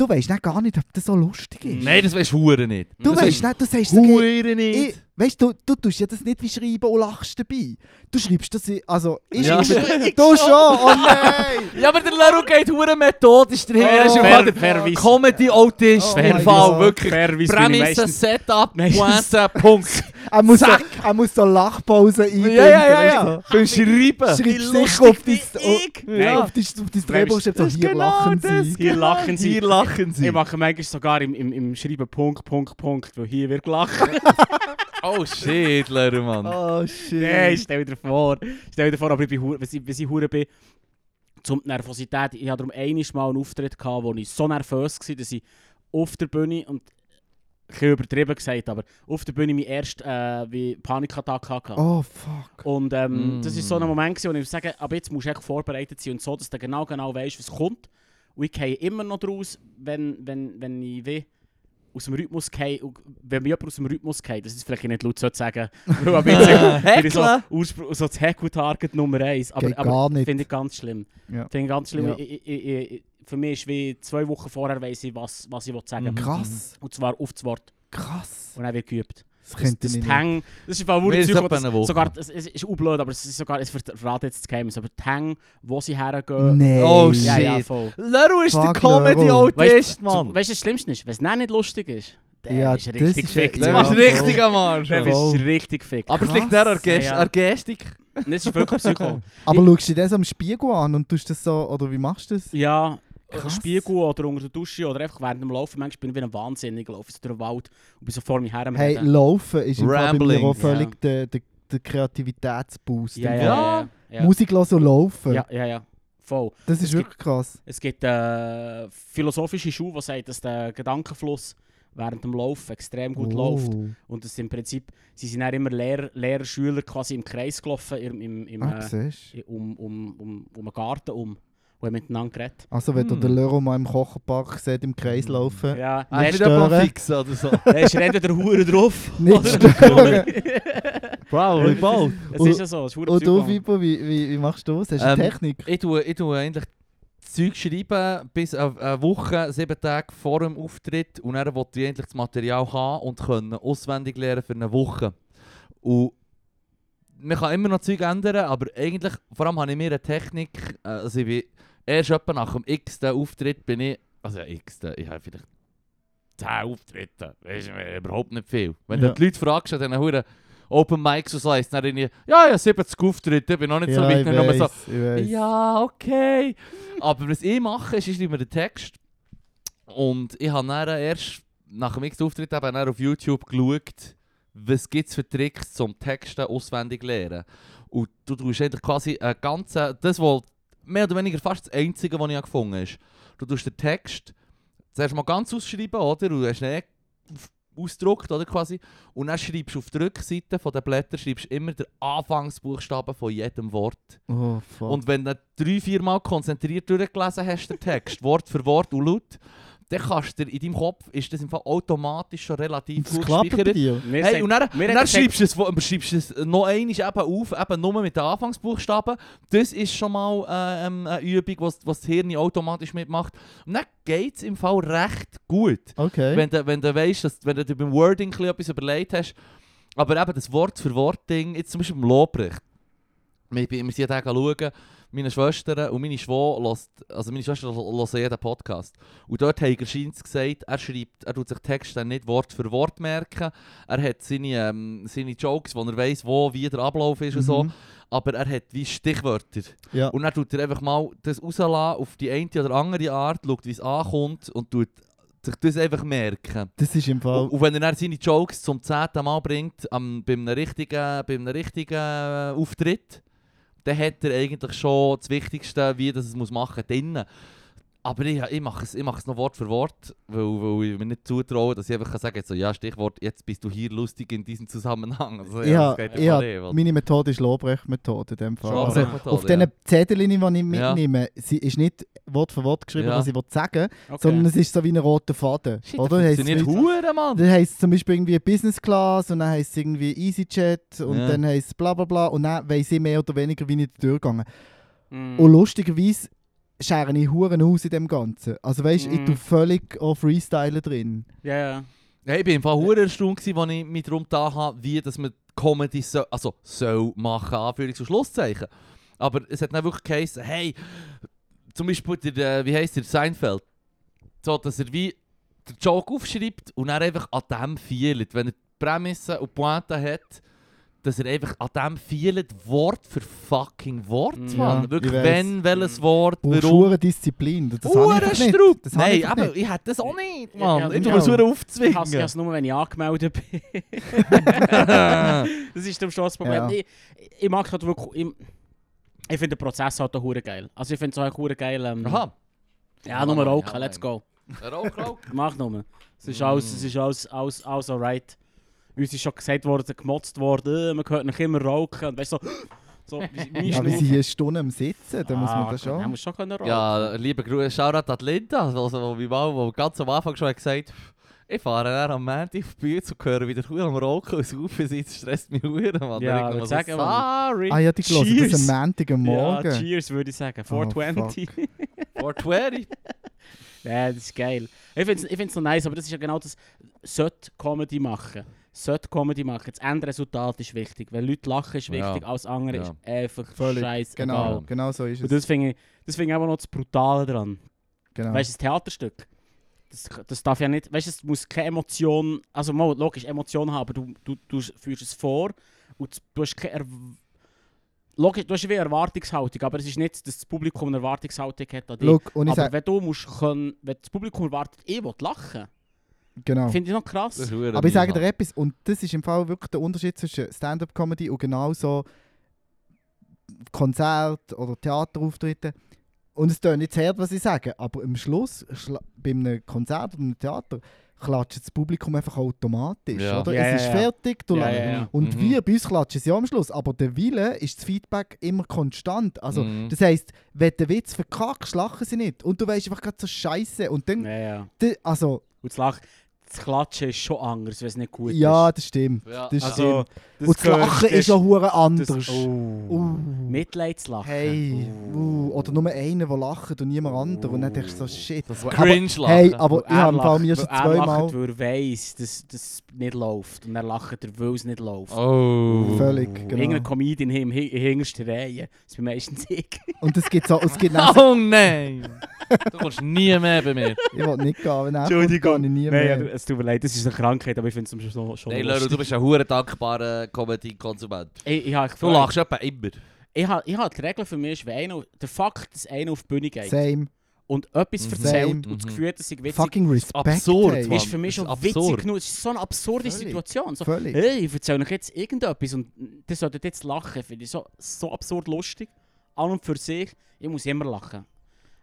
Speaker 3: du weisst dann gar nicht, ob das so lustig ist.
Speaker 2: Nein, das weißt du hure nicht.
Speaker 3: Du
Speaker 2: das
Speaker 3: weisst nicht, du sagst so, okay,
Speaker 2: Hure
Speaker 3: ich,
Speaker 2: nicht.
Speaker 3: weißt, du, du tust ja das nicht wie schreiben und lachst dabei. Du schreibst das, in- also ich
Speaker 2: Ja.
Speaker 3: schreibe, du schon, oh nein!
Speaker 2: Ja, aber der Laro geht hure methodisch daher. Er ist
Speaker 1: fair,
Speaker 2: im
Speaker 1: fair,
Speaker 2: Fall
Speaker 1: fair
Speaker 2: der
Speaker 1: weiss-
Speaker 2: Comedy-Autist.
Speaker 3: Oh
Speaker 2: Im
Speaker 3: mein
Speaker 2: Fall,
Speaker 3: Gott.
Speaker 2: wirklich.
Speaker 1: fair, wie es meine
Speaker 2: Prämisse,
Speaker 1: meisten...
Speaker 2: Setup,
Speaker 1: Meistens-
Speaker 2: Pointe, Punkt.
Speaker 3: Er muss, so, er muss so Lachpausen einbinden.
Speaker 2: Ja, ja, ja, ja.
Speaker 3: weißt
Speaker 2: Beim
Speaker 3: du?
Speaker 2: Schreiben.
Speaker 3: Schreib
Speaker 1: Wie
Speaker 3: sicher auf dein,
Speaker 1: lustig bin
Speaker 3: oh,
Speaker 1: ich?
Speaker 3: ja,
Speaker 1: Nein.
Speaker 3: auf dein, auf dein
Speaker 1: Nein,
Speaker 3: Drehbuch, schreib so,
Speaker 2: das ist
Speaker 3: hier
Speaker 2: genau
Speaker 3: lachen
Speaker 2: das.
Speaker 3: sie.
Speaker 1: Hier
Speaker 2: Genau,
Speaker 1: lachen sie.
Speaker 2: hier lachen sie.
Speaker 1: Ich mache manchmal sogar im, im, im Schreiben Punkt, Punkt, Punkt, weil hier wird gelacht.
Speaker 2: Oh shit, Laro, Mann.
Speaker 3: Oh shit.
Speaker 1: Nein, stell dir vor. Stell dir vor, aber ich bin, hu- wenn ich, wenn ich hure bin, zum die Nervosität. Ich hatte darum einiges Mal einen Auftritt, gehabt, wo ich so nervös war, dass ich auf der Bühne, und ein bisschen übertrieben gesagt, aber auf der Bühne meine erste äh, wie Panikattacke hatte.
Speaker 3: Oh fuck.
Speaker 1: Und ähm,
Speaker 2: Mm.
Speaker 1: das war so ein Moment, gewesen, wo ich sage, ab jetzt musst du echt vorbereitet sein und so, dass du genau genau weißt, was kommt. Und ich gehe immer noch draus, wenn, wenn, wenn ich will, aus dem Rhythmus gehe, und wenn mir jemand aus dem Rhythmus geht, das ist vielleicht nicht laut so zu sagen, weil ab jetzt bin ich so,
Speaker 2: Heckler.
Speaker 1: Urspr- so das Heckle-Target Nummer 1, aber,
Speaker 3: Geht
Speaker 1: aber
Speaker 3: gar nicht.
Speaker 1: finde ich ganz schlimm.
Speaker 3: Ja.
Speaker 1: Finde ich ganz schlimm.
Speaker 3: Ja.
Speaker 1: Ich, ich, ich, ich, für mich ist wie zwei Wochen vorher weiss ich, was, was ich will sagen
Speaker 2: Mhm.
Speaker 3: Krass,
Speaker 1: Und zwar auf das Wort.
Speaker 3: Oh, krass.
Speaker 1: Und dann wird geübt.
Speaker 3: Das
Speaker 1: Das,
Speaker 3: könnte
Speaker 1: das
Speaker 3: ich nicht.
Speaker 1: Tang, das ist ein
Speaker 2: Mir ist
Speaker 1: Wurzel,
Speaker 2: etwa eine Woche.
Speaker 1: sogar, es, es ist unblöd, aber es ist sogar, es verrate jetzt das Geheimnis, aber die Hänge, wo sie hergehen,
Speaker 3: Nein.
Speaker 2: Oh,
Speaker 1: ja, ja, Dus
Speaker 2: shit.
Speaker 1: voll.
Speaker 2: Laro ist der
Speaker 3: Fuck, Laro.
Speaker 2: Comedy-Autist,
Speaker 1: Mann.
Speaker 2: Mann.
Speaker 1: Weißt du, das Schlimmste ist, wenn es dann nicht lustig ist, der
Speaker 3: Ja,
Speaker 1: ist
Speaker 3: das
Speaker 1: richtig
Speaker 3: ist ja-
Speaker 1: gefickt.
Speaker 3: der
Speaker 2: Du bist
Speaker 1: Mann.
Speaker 3: Ja,
Speaker 2: richtig
Speaker 3: voll.
Speaker 2: am Arsch.
Speaker 1: Der
Speaker 2: Mann.
Speaker 1: ist richtig gefickt.
Speaker 2: Aber es liegt nicht
Speaker 3: Krass.
Speaker 2: an Gest-
Speaker 1: Ja, ja.
Speaker 2: an Gestik.
Speaker 1: Das ist wirklich Psycho.
Speaker 3: Aber schaust du dir das am Spiegel an und tust das so, oder wie machst du das?
Speaker 1: Ja,
Speaker 3: Krass.
Speaker 1: Spiegel oder unter der Dusche oder einfach während dem Laufen. Manchmal bin ich wie ein Wahnsinniger, laufe so durch den Wald und bin so vor mir her am
Speaker 3: Hey,
Speaker 1: Reden.
Speaker 3: Laufen ist im Fall bei mir
Speaker 2: Rambling.
Speaker 3: auch völlig der, der, der Kreativitätsboost.
Speaker 1: ja,
Speaker 3: im
Speaker 1: ja,
Speaker 3: Fall.
Speaker 1: ja, ja, ja.
Speaker 3: Musik hören und laufen,
Speaker 1: ja, ja, ja. Voll.
Speaker 3: das ist
Speaker 1: Es gibt-
Speaker 3: wirklich krass.
Speaker 1: Es gibt äh, philosophische Schuhe, die sagen, dass der Gedankenfluss während dem Laufen extrem gut läuft.
Speaker 3: Oh,
Speaker 1: Und das im Prinzip, sie sind dann immer Lehr Lehrer, Schüler quasi im Kreis gelaufen, im, im, im,
Speaker 3: Ah,
Speaker 1: äh,
Speaker 3: siehst du.
Speaker 1: um, um, um, um einen Garten um, und haben miteinander geredet.
Speaker 3: Also wenn du
Speaker 2: Hm.
Speaker 3: den Lero mal im Kocherpark sieht, im Kreis laufen,
Speaker 1: Ja,
Speaker 2: Ah,
Speaker 1: dann
Speaker 2: ist
Speaker 1: ist-
Speaker 2: nicht etwa
Speaker 3: stören.
Speaker 2: fix oder so.
Speaker 1: dann ist entweder der Hure drauf.
Speaker 3: nicht
Speaker 1: oder-
Speaker 3: stören.
Speaker 2: Probably both.
Speaker 1: Es ist ja so, es ist verdammt
Speaker 3: und Oh, du,
Speaker 1: Psycho.
Speaker 3: Vipo, wie, wie, wie machst du das? Hast du eine
Speaker 2: Ähm,
Speaker 3: Technik?
Speaker 2: Ich tue, ich tue eigentlich Zeug schreiben bis auf eine Woche, sieben Tage vor dem Auftritt und dann wollte ich endlich das Material haben und können auswendig lernen für eine Woche. Und man kann immer noch Zeug ändern, aber eigentlich, vor allem habe ich mir eine Technik, äh, also ich bin erst etwa nach dem x Auftritt bin ich, also x ich habe vielleicht 10 Auftritte, weißt du, überhaupt nicht viel. Wenn
Speaker 3: Ja.
Speaker 2: du die Leute fragst an diesen Huren Open Mics und so, heisst dann irgendwie, ja, ja, 70 Auftritte, ich bin noch nicht so weit,
Speaker 3: ich
Speaker 2: nur so,
Speaker 3: weiss, ich weiss.
Speaker 2: ja, okay. Aber was ich mache, ist, ich schreibe den Text. Und ich habe dann erst nach dem X-Auftritt eben dann auf YouTube geschaut, was gibt es für Tricks zum Texten auswendig lernen. Und du tust eigentlich quasi einen ganzen, das wohl mehr oder weniger fast das Einzige, was ich gefunden habe. ist. Du tust den Text zuerst mal ganz ausschreiben, oder? Und du hast ihn eh ausgedruckt, oder quasi. Und dann schreibst du auf der Rückseite von den Blättern schreibst du immer den Anfangsbuchstaben von jedem Wort.
Speaker 3: Oh, fuck.
Speaker 2: Und wenn du drei, vier Mal konzentriert durchgelesen hast, den Text, Wort für Wort und laut, dann kannst du dir in deinem Kopf, ist das im Fall automatisch schon relativ
Speaker 3: Und das
Speaker 2: gut
Speaker 3: klappt bei
Speaker 2: gespeichert.
Speaker 3: dir?
Speaker 1: Wir
Speaker 2: Hey,
Speaker 1: sagen-
Speaker 2: und dann,
Speaker 1: mir
Speaker 2: und
Speaker 1: hat
Speaker 2: dann
Speaker 1: gesagt-
Speaker 2: schreibst du es, wo- schreibst du es noch einmal eben auf, eben nur mit den Anfangsbuchstaben. Das ist schon mal äh, ähm, eine Übung, was, was das Hirn automatisch mitmacht. Und dann geht es im Fall recht gut.
Speaker 3: Okay.
Speaker 2: Wenn du, wenn du weißt, dass, wenn du dir beim Wording ein bisschen etwas überlegt hast, aber eben das Wort für Wort Ding, jetzt zum Beispiel im Lobrecht. Wir, bin- wir sind jeden Tag schauen. Meine Schwestern und meine Schwester hört, also meine Schwester hört jeden Podcast. Und dort hat Gerschins gesagt, er schreibt, er tut sich Texte nicht Wort für Wort merken. Er hat seine, ähm, seine Jokes, wo er weiß, wo, wie der Ablauf ist und so.
Speaker 3: Mhm.
Speaker 2: Aber er hat wie Stichwörter.
Speaker 3: Ja.
Speaker 2: Und dann tut er einfach mal das rauslassen auf die eine oder andere Art, schaut, wie es ankommt und tut sich das einfach merken.
Speaker 3: Das ist im Fall.
Speaker 2: Und, und wenn er dann seine Jokes zum zehnten Mal bringt, am, bei, einem richtigen, bei einem richtigen äh, Auftritt, dann hat er eigentlich schon das Wichtigste, wie das es muss machen muss. Aber ich, ich mache es, ich mache es noch Wort für Wort, weil, weil ich mir nicht zutraue, dass ich einfach kann sagen kann, so, ja, Stichwort, jetzt bist du hier lustig in diesem Zusammenhang. Also,
Speaker 3: Ja,
Speaker 2: das geht
Speaker 3: ja,
Speaker 2: einfach nicht, weil-
Speaker 3: Meine Methode ist Lobrecht-Methode in dem Fall.
Speaker 1: Schon, aber-
Speaker 3: Also,
Speaker 2: Sprachmethode,
Speaker 3: auf
Speaker 2: oh. ja.
Speaker 3: diesen Zetteln, die ich
Speaker 2: Ja.
Speaker 3: mitnehme, sie ist nicht Wort für Wort geschrieben,
Speaker 2: Ja.
Speaker 3: was ich will sagen
Speaker 1: Okay.
Speaker 3: sondern es ist so wie ein roter Faden.
Speaker 2: Shit,
Speaker 3: oder?
Speaker 2: das
Speaker 3: Heisst
Speaker 2: funktioniert
Speaker 3: mit-
Speaker 2: Huren, Mann!
Speaker 3: Dann heisst es zum Beispiel irgendwie Business Class und dann heisst es irgendwie EasyJet und
Speaker 2: Ja.
Speaker 3: dann heisst es bla bla bla und dann weiss ich mehr oder weniger, wie ich da durchgegangen
Speaker 2: Mhm.
Speaker 1: Mm.
Speaker 3: Und lustigerweise schere ich Huren aus in dem Ganzen. Also weißt du, ich
Speaker 1: Mhm.
Speaker 3: tue völlig auf Freestyle drin.
Speaker 1: Ja, ja.
Speaker 2: Ja, ich bin im Fall hure erstaunt, gewesen, als ich mich darum da habe, wie dass man Comedy so, also soll machen, Anführungs- und Schlusszeichen. Aber es hat dann wirklich geheißen, hey, zum Beispiel der, äh, wie heißt der, Seinfeld, so, dass er wie den Joke aufschreibt und dann einfach an dem feilt. Wenn er Prämisse und Pointe hat, dass er einfach an dem feilt, Wort für fucking Wort,
Speaker 1: Mhm.
Speaker 2: Mann.
Speaker 3: Ja,
Speaker 2: Wirklich,
Speaker 3: ich weiss.
Speaker 2: wenn, welches Wort,
Speaker 3: Brauchst
Speaker 2: warum.
Speaker 3: Huren Disziplin. Das habe ich einfach nicht.
Speaker 2: Uhrenstraub!
Speaker 3: Das habe
Speaker 2: Nein,
Speaker 3: ich einfach
Speaker 2: aber ich hätte das auch nicht, Mann.
Speaker 1: Ja,
Speaker 2: ich
Speaker 1: ja.
Speaker 2: tue es hure
Speaker 1: Ich hasse
Speaker 2: aufzwingen.
Speaker 1: es nur, wenn ich angemeldet bin. das ist am Schluss das Problem.
Speaker 3: Ja.
Speaker 1: Ich, ich mag halt wirklich. Ich, ich finde den Prozess halt auch hure geil. Also ich finde es auch hure geil. Ähm,
Speaker 2: Aha.
Speaker 1: Ja, nur
Speaker 2: Ja,
Speaker 1: rauchen,
Speaker 2: nein.
Speaker 1: let's go.
Speaker 2: Rauch, rauch.
Speaker 1: Mach nur. Es ist alles, es ist alles, alles, alles alright. Uns ist schon gesagt worden, gemotzt worden, äh, man hört nicht immer rauchen. Und weißt du, so, so wie
Speaker 3: Ja, wir sind hier Stunden am Sitzen, da muss
Speaker 2: Ah,
Speaker 3: man das schon.
Speaker 1: Man muss schon können rauchen.
Speaker 2: Ja, liebe Grüße, Shoutout an die Linda, also, die mal, die ganz am Anfang schon hat gesagt ich fahre dann am Montag auf die Bühne und höre wieder cool am Rauchen und saufen sein, das stresst mich hure, Mann.
Speaker 1: Ja,
Speaker 2: Dann denk ich mir
Speaker 1: sag
Speaker 2: so,
Speaker 1: mal.
Speaker 2: sorry.
Speaker 3: Ah ja, die gehört
Speaker 1: Cheers.
Speaker 3: das am Montag am Morgen. Oh,
Speaker 1: Ja, cheers würde ich sagen. 420.
Speaker 2: For 20.
Speaker 1: Ja, das ist geil. Ich finde es ich find's noch nice, aber das ist ja genau das. Sollte Comedy machen. Sollte Comedy machen. Das Endresultat ist wichtig. Wenn Leute lachen, ist
Speaker 2: Ja.
Speaker 1: wichtig. Alles andere
Speaker 2: Ja.
Speaker 1: ist einfach
Speaker 3: Völlig.
Speaker 1: scheiße.
Speaker 3: Genau,
Speaker 2: Ja.
Speaker 3: genau so ist
Speaker 1: Und
Speaker 3: es.
Speaker 1: das finde ich, das find ich aber noch das Brutale daran.
Speaker 3: Genau.
Speaker 1: Weißt du, das Theaterstück, das, das darf ja nicht. Weißt du, es muss keine Emotion. Also, mal, logisch, Emotion haben, aber du, du, du führst es vor und du hast keine. Erw- Logisch, du hast wie eine Erwartungshaltung, aber es ist nicht, dass das Publikum eine Erwartungshaltung hat an dich.
Speaker 3: Look, und ich
Speaker 1: Aber
Speaker 3: sage,
Speaker 1: wenn du musst können, wenn das Publikum erwartet, ich will lachen,
Speaker 3: genau.
Speaker 1: finde ich noch
Speaker 2: Das ist
Speaker 1: krass.
Speaker 2: hure
Speaker 3: Aber ich sage
Speaker 2: mies,
Speaker 3: dir etwas, und das ist im Fall wirklich der Unterschied zwischen Stand-up-Comedy und genau so Konzert oder Theaterauftritten. Und es tönt jetzt hart, was ich sage, aber am Schluss, schla- bei einem Konzert oder einem Theater, klatscht das Publikum einfach automatisch.
Speaker 2: Ja.
Speaker 3: Oder?
Speaker 1: Ja,
Speaker 3: es
Speaker 1: ja,
Speaker 3: ist
Speaker 1: ja.
Speaker 3: fertig, du
Speaker 1: Ja,
Speaker 3: lachst.
Speaker 1: ja, ja.
Speaker 3: Und
Speaker 2: Mhm.
Speaker 3: wir, bei uns klatschen sie am Schluss, aber der Wille ist das Feedback immer konstant. Also, dus-
Speaker 2: Mhm.
Speaker 3: Das heisst, wenn der Witz verkackst, lachen sie nicht. Und du weißt einfach gerade so Scheiße. Und dann,
Speaker 1: Ja, ja.
Speaker 3: de- also,
Speaker 1: Und das Lachen, das Klatschen ist schon anders, wenn es nicht gut
Speaker 3: ja,
Speaker 1: ist.
Speaker 3: das stimmt.
Speaker 2: Ja,
Speaker 3: das
Speaker 1: also,
Speaker 3: stimmt. Und das Lachen ist auch hure anders.
Speaker 1: anders.
Speaker 3: Uh.
Speaker 1: Mitleidslachen.
Speaker 3: Hey, uh. oder nur einer, der lacht und niemand anderer. Und dann denkst du so, shit.
Speaker 2: Das
Speaker 3: Aber-
Speaker 2: Cringe-Lachen.
Speaker 3: Hey, aber ich
Speaker 1: er
Speaker 3: habe im Fall
Speaker 1: lacht,
Speaker 3: mir schon
Speaker 1: weil er
Speaker 3: zweimal...
Speaker 1: lacht, weil er weiss, dass das nicht läuft. Und er lacht, er, weil es nicht läuft.
Speaker 2: Oh.
Speaker 3: Völlig,
Speaker 1: Irgendeine
Speaker 3: genau.
Speaker 1: Comedian im hi- in hintersten Reihe. Das ist bei meistens ich.
Speaker 3: Und es gibt so... Es gibt dann so
Speaker 2: Oh nein! du kommst nie mehr bei mir.
Speaker 3: ich will nicht gehen, wenn er kommt, gehe ich nie
Speaker 1: Nein,
Speaker 3: mehr.
Speaker 1: ja, du- es tut mir leid, das ist eine Krankheit, aber ich finde es schon,
Speaker 3: Oh,
Speaker 1: schon
Speaker 2: Nein, Leru, du bist ein hure dankbarer Comedy-Konsument.
Speaker 1: Ich, ich, habe-
Speaker 2: Du lachst etwa immer.
Speaker 1: Ich habe ich ha die Regel für mich, ist, wenn einer, der Fakt, dass einer auf die Bühne geht
Speaker 3: Same.
Speaker 1: und etwas
Speaker 2: Mhm.
Speaker 1: erzählt
Speaker 3: Same.
Speaker 1: und das
Speaker 2: Mhm.
Speaker 1: Gefühl, dass ich witzig
Speaker 3: Fucking Respekt.
Speaker 2: absurd,
Speaker 3: ey.
Speaker 2: Mann.
Speaker 1: ist für mich
Speaker 2: Das
Speaker 1: schon
Speaker 2: ist
Speaker 1: witzig
Speaker 2: absurd.
Speaker 1: genug. Es ist so eine absurde
Speaker 3: Völlig.
Speaker 1: Situation. So,
Speaker 3: Völlig.
Speaker 1: hey, ich erzähle euch jetzt irgendetwas und ihr solltet jetzt lachen. Finde ich so, so absurd lustig. An und für sich, ich muss immer lachen.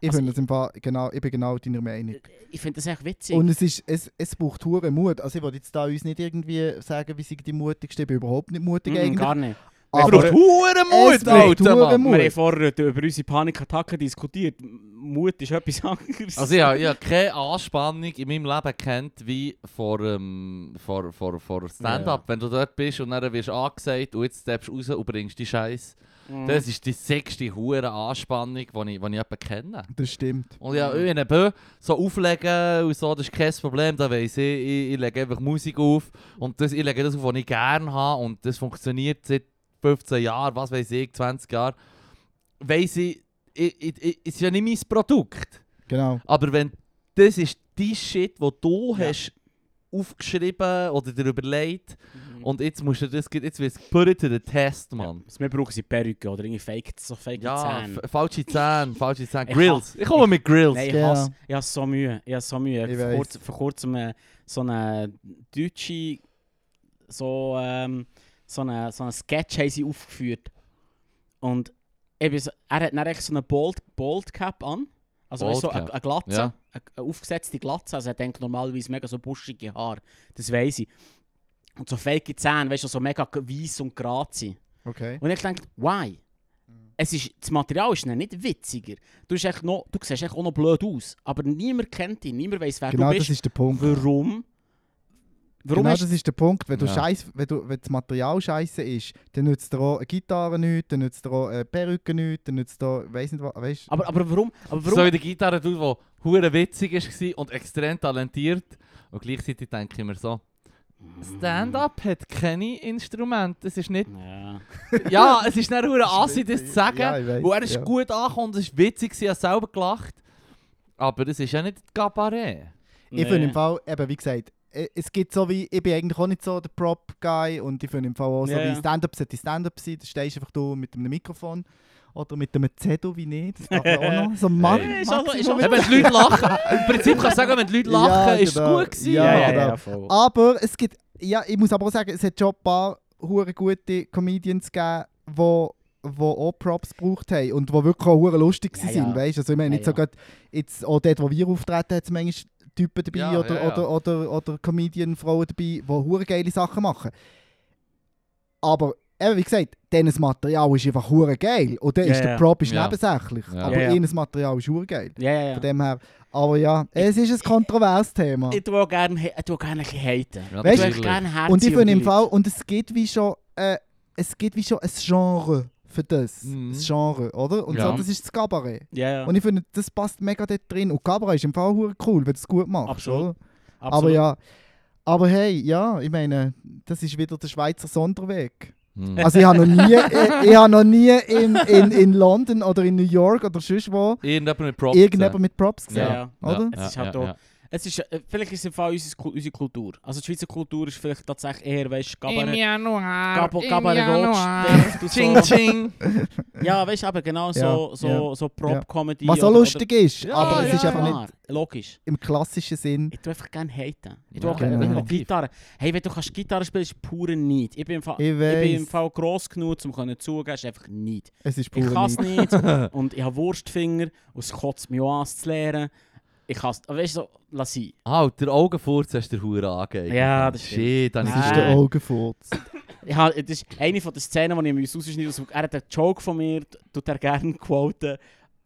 Speaker 3: Ich,
Speaker 1: Also
Speaker 3: bin
Speaker 1: ich-
Speaker 3: das im Fall, genau, ich bin genau deiner Meinung.
Speaker 1: Ich finde das echt witzig. Mm,
Speaker 3: Und es, ist, es, es braucht hure Mut. Also ich will jetzt da uns nicht irgendwie sagen, wie sie die mutigsten. Ich bin überhaupt nicht mutig
Speaker 1: Mhm,
Speaker 3: eigentlich.
Speaker 1: gar nicht.
Speaker 3: Ah,
Speaker 2: Es braucht
Speaker 3: Aber
Speaker 2: hure
Speaker 3: es
Speaker 2: Mut,
Speaker 3: braucht
Speaker 2: Alter,
Speaker 3: hure
Speaker 2: Mann.
Speaker 1: Wir haben
Speaker 3: Mut.
Speaker 1: vorher über unsere Panikattacken diskutiert. M- Mut ist etwas anderes.
Speaker 2: Also ich habe, ich habe keine Anspannung in meinem Leben kennt wie vor, ähm, vor, vor, vor Stand-Up. Wenn du dort bist und dann wirst du angesagt und jetzt steppst du raus und bringst die Scheiße.
Speaker 1: Mhm.
Speaker 2: Das ist die sechste hure Anspannung, die ich, die ich jemanden kenne.
Speaker 3: Das stimmt.
Speaker 2: Und ja, in einem Bö, so auflegen und so, das ist kein Problem, da weiss ich, ich, ich lege einfach Musik auf und das, ich lege das auf, was ich gerne habe und das funktioniert seit 15 Jahren, was weiß ich, 20 Jahren, weiss ich, ich, ich, ich, es ist ja nicht mein Produkt.
Speaker 3: Genau.
Speaker 2: Aber wenn das ist die Shit, wo du
Speaker 1: Ja.
Speaker 2: hast aufgeschrieben oder dir überlegt und jetzt musst du das, jetzt wirst du put it to the test, Oh, Mann.
Speaker 1: Was also wir brauchen sind Perücken oder irgendwie Fake, so fake
Speaker 2: Ja,
Speaker 1: Zähne.
Speaker 2: f- falsche Zähne, falsche Zähne.
Speaker 1: Ich
Speaker 2: Grills. Ich komme mit Grills.
Speaker 1: Nein, ich
Speaker 3: Ja.
Speaker 1: hasse, ich hasse so Mühe. Ich hasse so Mühe.
Speaker 3: Ich
Speaker 1: Ich vor,
Speaker 3: weiss.
Speaker 1: kurz, vor kurzem äh, so eine deutsche, so, ähm, so eine, so eine Sketch haben sie aufgeführt. Und ich bin so, er hat dann echt so eine Bold, Bold Cap an. Also
Speaker 2: Bald
Speaker 1: weißt du, so eine,
Speaker 2: Cap,
Speaker 1: eine Glatze,
Speaker 2: ja.
Speaker 1: eine, eine aufgesetzte Glatze. Also er denkt normalerweise mega so buschige Haare. Das weiß ich. Und so fake Zähne, weißt du, so mega weiss und gerade sind.
Speaker 3: Okay.
Speaker 1: Und ich denke, why?
Speaker 3: Mhm.
Speaker 1: Es ist, das Material ist dann nicht witziger. Du, bist echt noch, du siehst echt auch noch blöd aus. Aber niemand kennt dich, niemand weiß, wer
Speaker 3: Genau
Speaker 1: du
Speaker 3: das
Speaker 1: bist.
Speaker 3: ist der Punkt.
Speaker 1: Warum? Warum
Speaker 3: genau
Speaker 1: hast
Speaker 3: das ist der Punkt. Wenn, du
Speaker 2: Ja.
Speaker 3: scheiß, wenn, du, wenn das Material scheiße ist, dann nützt dir auch eine Gitarre nichts, dann nützt dir auch eine Perücke nichts, dann nützt dir auch, weiss nicht was, weißt
Speaker 1: aber, aber warum? Aber
Speaker 2: So
Speaker 1: warum?
Speaker 2: in der Gitarre, die hure witzig war und extrem talentiert. Und gleichzeitig denke ich mir so, Stand-up hat keine Instrumente. Es ist nicht...
Speaker 1: Ja.
Speaker 2: Ja, es ist nicht hure assi, das zu sagen.
Speaker 3: Ja, ich weiss,
Speaker 2: Wo er ist
Speaker 3: ja.
Speaker 2: gut angekommen, es ist witzig, sie hat selber gelacht. Aber es ist ja nicht Gabaret.
Speaker 3: Ich finde im Fall, eben wie gesagt, e- es gibt so wie, ich bin eigentlich auch nicht so der Prop-Guy und ich finde im Fall auch so
Speaker 1: Ja, ja.
Speaker 3: wie Stand-Up sollte Stand-Up sein, da stehst du einfach du mit einem Mikrofon oder mit einem Zettel wie nicht, das darf man auch noch, so ein Mann.
Speaker 1: Hey. Ist auch- ist auch-
Speaker 2: Eben, wenn die Leute lachen, im Prinzip kann ich sagen, wenn die Leute
Speaker 3: Ja,
Speaker 2: lachen, ist es
Speaker 3: genau.
Speaker 2: gut gewesen.
Speaker 1: ja, ja,
Speaker 3: Ja,
Speaker 1: ja,
Speaker 3: aber-
Speaker 1: voll.
Speaker 3: Aber es gibt, ja, ich muss aber auch sagen, es hat schon ein paar hure gute Comedians gegeben, wo wo auch Props gebraucht haben und wo wirklich auch hure lustig
Speaker 1: Ja,
Speaker 3: waren.
Speaker 1: ja.
Speaker 3: sind, weißt? Also ich meine
Speaker 1: Ja,
Speaker 3: jetzt so
Speaker 1: ja.
Speaker 3: grad jetzt auch dort, wo wir auftreten, hat es manchmal Typen dabei
Speaker 2: Ja,
Speaker 3: oder,
Speaker 2: ja, ja.
Speaker 3: oder oder oder Comedian Frauen dabei, wo hure geile Sachen machen. Aber eben, wie gesagt, dieses Material ist einfach hure geil und dann
Speaker 1: Ja,
Speaker 3: ist der
Speaker 1: ja.
Speaker 3: Prop ist
Speaker 2: Ja.
Speaker 3: nebensächlich,
Speaker 2: Ja.
Speaker 3: aber
Speaker 1: Ja, ja.
Speaker 3: ihres Material ist hure geil.
Speaker 1: Ja, ja,
Speaker 3: Von
Speaker 1: ja.
Speaker 3: dem her, aber ja, es ist ein kontroverses Thema.
Speaker 1: Ich tue auch gerne he- ich tue auch gerne ein bisschen haten.
Speaker 2: Ja,
Speaker 1: Ich tue
Speaker 3: Weißt du,
Speaker 1: echt
Speaker 2: natürlich.
Speaker 1: gerne Herzen
Speaker 3: Und ich
Speaker 1: auf die
Speaker 3: finde im
Speaker 1: Leute.
Speaker 3: Fall, und es gibt wie schon, äh, es gibt wie schon ein Genre für das.
Speaker 2: Mhm.
Speaker 3: Das Genre, oder? Und
Speaker 2: Ja.
Speaker 3: so, das ist das Gabaret.
Speaker 1: Ja, ja.
Speaker 3: Und ich finde, das passt mega dort drin. Und Gabaret ist im Fall hure cool, wenn du es gut machst,
Speaker 1: Absolut.
Speaker 3: oder? Aber
Speaker 1: Absolut.
Speaker 3: ja. Aber hey, ja, ich meine, das ist wieder der Schweizer Sonderweg.
Speaker 1: Mhm.
Speaker 2: Hm.
Speaker 3: Also ich habe noch nie, ich, ich habe noch nie in, in, in London oder in New York oder sonst wo
Speaker 2: Irgendjemand mit Props.
Speaker 3: irgendjemand mit Props gesehen,
Speaker 1: Ja, ja.
Speaker 3: oder?
Speaker 1: Es ist halt auch- Es ist, äh, vielleicht ist es im Fall unsere, Kul- unsere Kultur. Also die Schweizer Kultur ist vielleicht tatsächlich eher, weißt du,
Speaker 4: Im
Speaker 1: Gabaret,
Speaker 4: Januar.
Speaker 1: Gabo,
Speaker 4: im
Speaker 1: Gabaret
Speaker 4: Januar.
Speaker 1: Rothstedt und so.
Speaker 2: Ching, ching.
Speaker 1: Ja, weißt du, aber genau so,
Speaker 3: Ja,
Speaker 1: so,
Speaker 3: ja.
Speaker 1: so Prop-Comedy.
Speaker 3: Was auch
Speaker 1: oder-
Speaker 3: lustig ist,
Speaker 2: Ja,
Speaker 1: oder-
Speaker 3: aber es
Speaker 2: ja,
Speaker 3: ist einfach
Speaker 1: klar,
Speaker 3: nicht
Speaker 1: Logisch.
Speaker 3: im klassischen Sinn.
Speaker 1: Ich tue einfach gerne haten. Ich tue
Speaker 2: Ja,
Speaker 1: auch
Speaker 3: genau.
Speaker 1: ich will Gitarre. Hey, wenn du kannst Gitarre spielen ist pure Neid. Ich bin im Fall,
Speaker 3: Ich
Speaker 1: ich bin im
Speaker 3: weiss.
Speaker 1: Fall gross genug, um können zugeben, ist einfach Neid.
Speaker 3: Es ist
Speaker 1: Ich
Speaker 3: pure
Speaker 1: kann es
Speaker 3: Neid.
Speaker 1: nicht und ich habe Wurstfinger und es kotzt mich auch an, es zu lernen. Ich kann es, weißt du, so, lass sein.
Speaker 2: Ah, der Augenfurz hast du Hure angeeignet.
Speaker 1: Ja, das stimmt.
Speaker 2: Shit, dann
Speaker 3: Das
Speaker 1: Nein.
Speaker 3: ist der Augenfurz.
Speaker 1: Ich habe, das ist eine von den Szenen, die ich mir rausschneide. aus dem- Er hat einen Joke von mir, tut er gerne quoten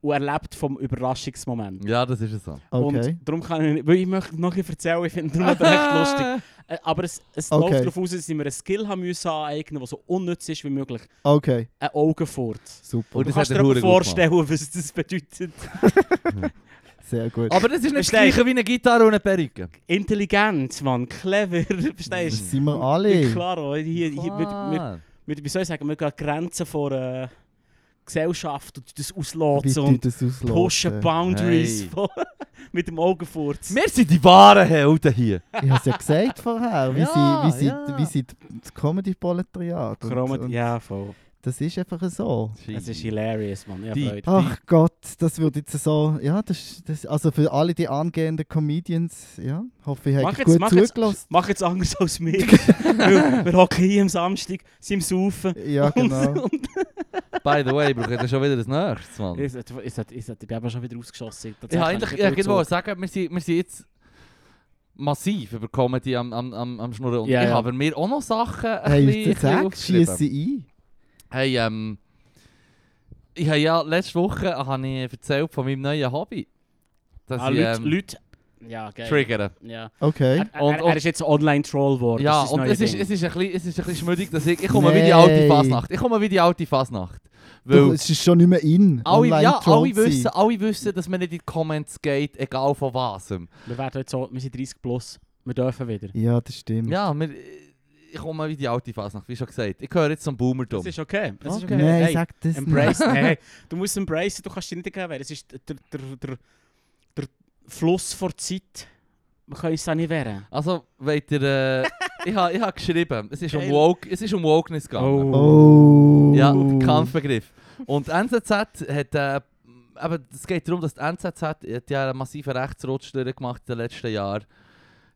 Speaker 1: und er lebt vom Überraschungsmoment.
Speaker 2: Ja, das ist es so.
Speaker 3: Okay.
Speaker 1: Und darum kann ich, weil ich möchte noch ein bisschen erzählen, ich finde darum echt lustig. Äh, Aber es, es
Speaker 3: Okay.
Speaker 1: läuft darauf aus, dass ich mir einen Skill haben müssen aneignen, der so unnütz ist wie möglich.
Speaker 3: Okay,
Speaker 1: Ein Augenfort.
Speaker 3: super.
Speaker 2: Und
Speaker 1: Du
Speaker 2: das
Speaker 1: kannst
Speaker 2: hat
Speaker 1: dir
Speaker 2: er
Speaker 1: aber
Speaker 2: hure gut
Speaker 1: vorstellen, was das bedeutet.
Speaker 3: Sehr gut.
Speaker 2: Aber das ist nicht das
Speaker 1: Verstehe.
Speaker 2: gleiche wie eine Gitarre und eine Perücke.
Speaker 1: Intelligent, Mann. Clever. Verstehst
Speaker 2: Mm.
Speaker 3: sind wir
Speaker 1: du?
Speaker 3: alle.
Speaker 1: Klar, hier, hier, wir, wir,
Speaker 2: Klar.
Speaker 1: wir, wie soll ich sagen, wir gehen Grenzen vor äh, Gesellschaft und das
Speaker 3: Wie
Speaker 1: auslassen
Speaker 3: du
Speaker 1: und
Speaker 3: das auslösen.
Speaker 1: pushen Boundaries
Speaker 2: Hey.
Speaker 1: von, mit dem Augenfurz.
Speaker 2: Wir sind die wahren Helden hier.
Speaker 3: Ich habe es ja gesagt vorher, wie
Speaker 2: Ja,
Speaker 3: sie, wie sie,
Speaker 2: ja.
Speaker 3: wie sie das Comedy-Proletariat. und-
Speaker 1: Chromat-
Speaker 3: und
Speaker 1: Ja, voll.
Speaker 3: Das ist einfach so.
Speaker 1: Es ist hilarious, Mann. Ich hab
Speaker 2: Die-
Speaker 1: Freude.
Speaker 3: Ach Gott, das wird jetzt so. Ja, das, das also für alle die angehenden Comedians, ja, hoffe ich
Speaker 1: Mach
Speaker 3: habe
Speaker 1: jetzt-
Speaker 3: gut
Speaker 1: mach jetzt-
Speaker 3: zugelassen.
Speaker 1: Mach jetzt anders als mir. Weil wir hocken hier am Samstag, sind im Saufen.
Speaker 3: Ja, genau.
Speaker 1: Und, und
Speaker 2: By the way, braucht ihr schon wieder das Nächstes, Mann.
Speaker 1: ich, ich, ich, ich, ich bin aber schon wieder ausgeschossen.
Speaker 2: Ich wollte eigentlich ich wollte mal sagen, wir sind, wir sind jetzt massiv über Comedy am, am, am, am Schnurren. Und
Speaker 1: Ja,
Speaker 2: ich
Speaker 1: ja.
Speaker 2: habe mir auch noch Sachen ein
Speaker 3: Hey,
Speaker 2: bisschen-
Speaker 3: jetzt
Speaker 2: ein bisschen
Speaker 3: sag,
Speaker 2: aufgeschrieben.
Speaker 3: schieß sie
Speaker 2: Hey, ähm... Ich habe ja letzte Woche habe ich erzählt von meinem neuen Hobby. Dass
Speaker 1: Ah,
Speaker 2: ich,
Speaker 1: Leute,
Speaker 2: ähm,
Speaker 1: Leute. Ja, geil.
Speaker 2: triggere.
Speaker 1: Ja.
Speaker 3: ein.
Speaker 1: Er,
Speaker 3: Okay.
Speaker 1: er,
Speaker 2: Und-
Speaker 1: er,
Speaker 2: und-
Speaker 1: ist jetzt Online-Troll geworden.
Speaker 2: Ja,
Speaker 1: Oh, das ist
Speaker 2: und es ist,
Speaker 1: Ding.
Speaker 2: es, ist ein bisschen, es ist ein bisschen schmüdig, dass ich... Ich komme wie die alte
Speaker 3: Nein.
Speaker 2: Fasnacht. Ich komme wie die alte Fasnacht.
Speaker 3: Du,
Speaker 2: Weil...
Speaker 3: es ist schon nicht mehr in.
Speaker 2: Alle,
Speaker 3: online
Speaker 2: ja,
Speaker 3: Troll
Speaker 2: alle
Speaker 3: zu sein.
Speaker 2: wissen, alle wissen, dass man nicht in die Comments geht, egal von was.
Speaker 1: Wir werden jetzt so, wir sind 30 plus. Wir dürfen wieder.
Speaker 3: Ja, das stimmt.
Speaker 2: Ja, wir, ich komme wie die alte Fasnacht, wie schon gesagt. Ich gehöre jetzt zum Boomertum.
Speaker 1: Das ist okay. Das ist
Speaker 2: Okay.
Speaker 1: okay.
Speaker 3: Nein,
Speaker 1: Hey,
Speaker 3: sag das nicht.
Speaker 1: embrace, hey, du musst embracen, du kannst dich nicht dagegen wehren. Es ist der, der, der, der Fluss vor Zeit. Man kann uns da nicht wehren.
Speaker 2: Also, wollt ihr... Äh, ich habe ich ha geschrieben, es ist, um
Speaker 1: Geil.
Speaker 2: Woke, es ist um Wokeness gegangen.
Speaker 3: Oh.
Speaker 2: Ja, Kampfbegriff. Und die NZZ hat... Äh, aber es geht darum, dass die NZZ hat ja einen massiven Rechtsrutsch gemacht in den letzten Jahren.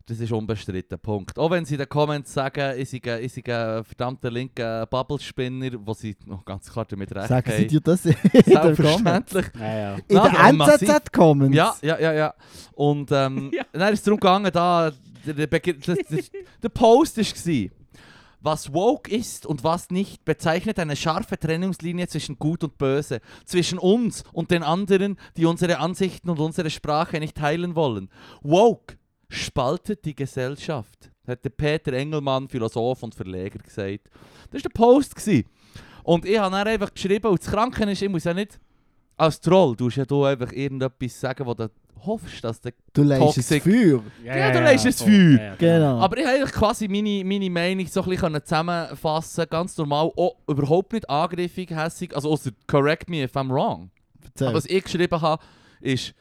Speaker 2: Das ist unbestritten, Punkt. Auch wenn sie in den Comments sagen, ich sei ein- ich sei ein verdammter linker Bubblespinner, wo sie noch ganz klar damit recht
Speaker 3: Sagen sie
Speaker 2: haben.
Speaker 3: dir das in der Comment?
Speaker 2: Selbstverständlich.
Speaker 1: Ja, ja.
Speaker 3: In
Speaker 2: Nein,
Speaker 3: der
Speaker 2: aber massiv.
Speaker 3: NZZ-Comments?
Speaker 2: Ja, ja, ja, ja. Und ähm,
Speaker 1: Ja.
Speaker 2: dann ist es darum gegangen, da der, der, Begr- das- das- der Post war, was woke ist und was nicht, bezeichnet eine scharfe Trennungslinie zwischen Gut und Böse, zwischen uns und den anderen, die unsere Ansichten und unsere Sprache nicht teilen wollen. Woke spaltet die Gesellschaft, hat der Peter Engelmann, Philosoph und Verleger, gesagt. Das war der Post. Gewesen. Und ich habe dann einfach geschrieben, und das Kranke ist, ich muss ja nicht als Troll, du musst ja du einfach irgendetwas sagen, wo du hoffst, dass der...
Speaker 3: Du leist es
Speaker 2: Toxic.
Speaker 3: Feuer.
Speaker 1: Ja,
Speaker 2: Ja, du lässt es
Speaker 1: voll.
Speaker 2: Feuer.
Speaker 1: Ja, ja,
Speaker 3: Genau.
Speaker 2: Aber ich habe eigentlich quasi meine, meine Meinung so ein bisschen zusammenfassen können, ganz normal, auch überhaupt nicht angriffig, hässig, also ausser correct me if I'm wrong.
Speaker 3: Erzähl.
Speaker 2: Aber was ich geschrieben habe, ist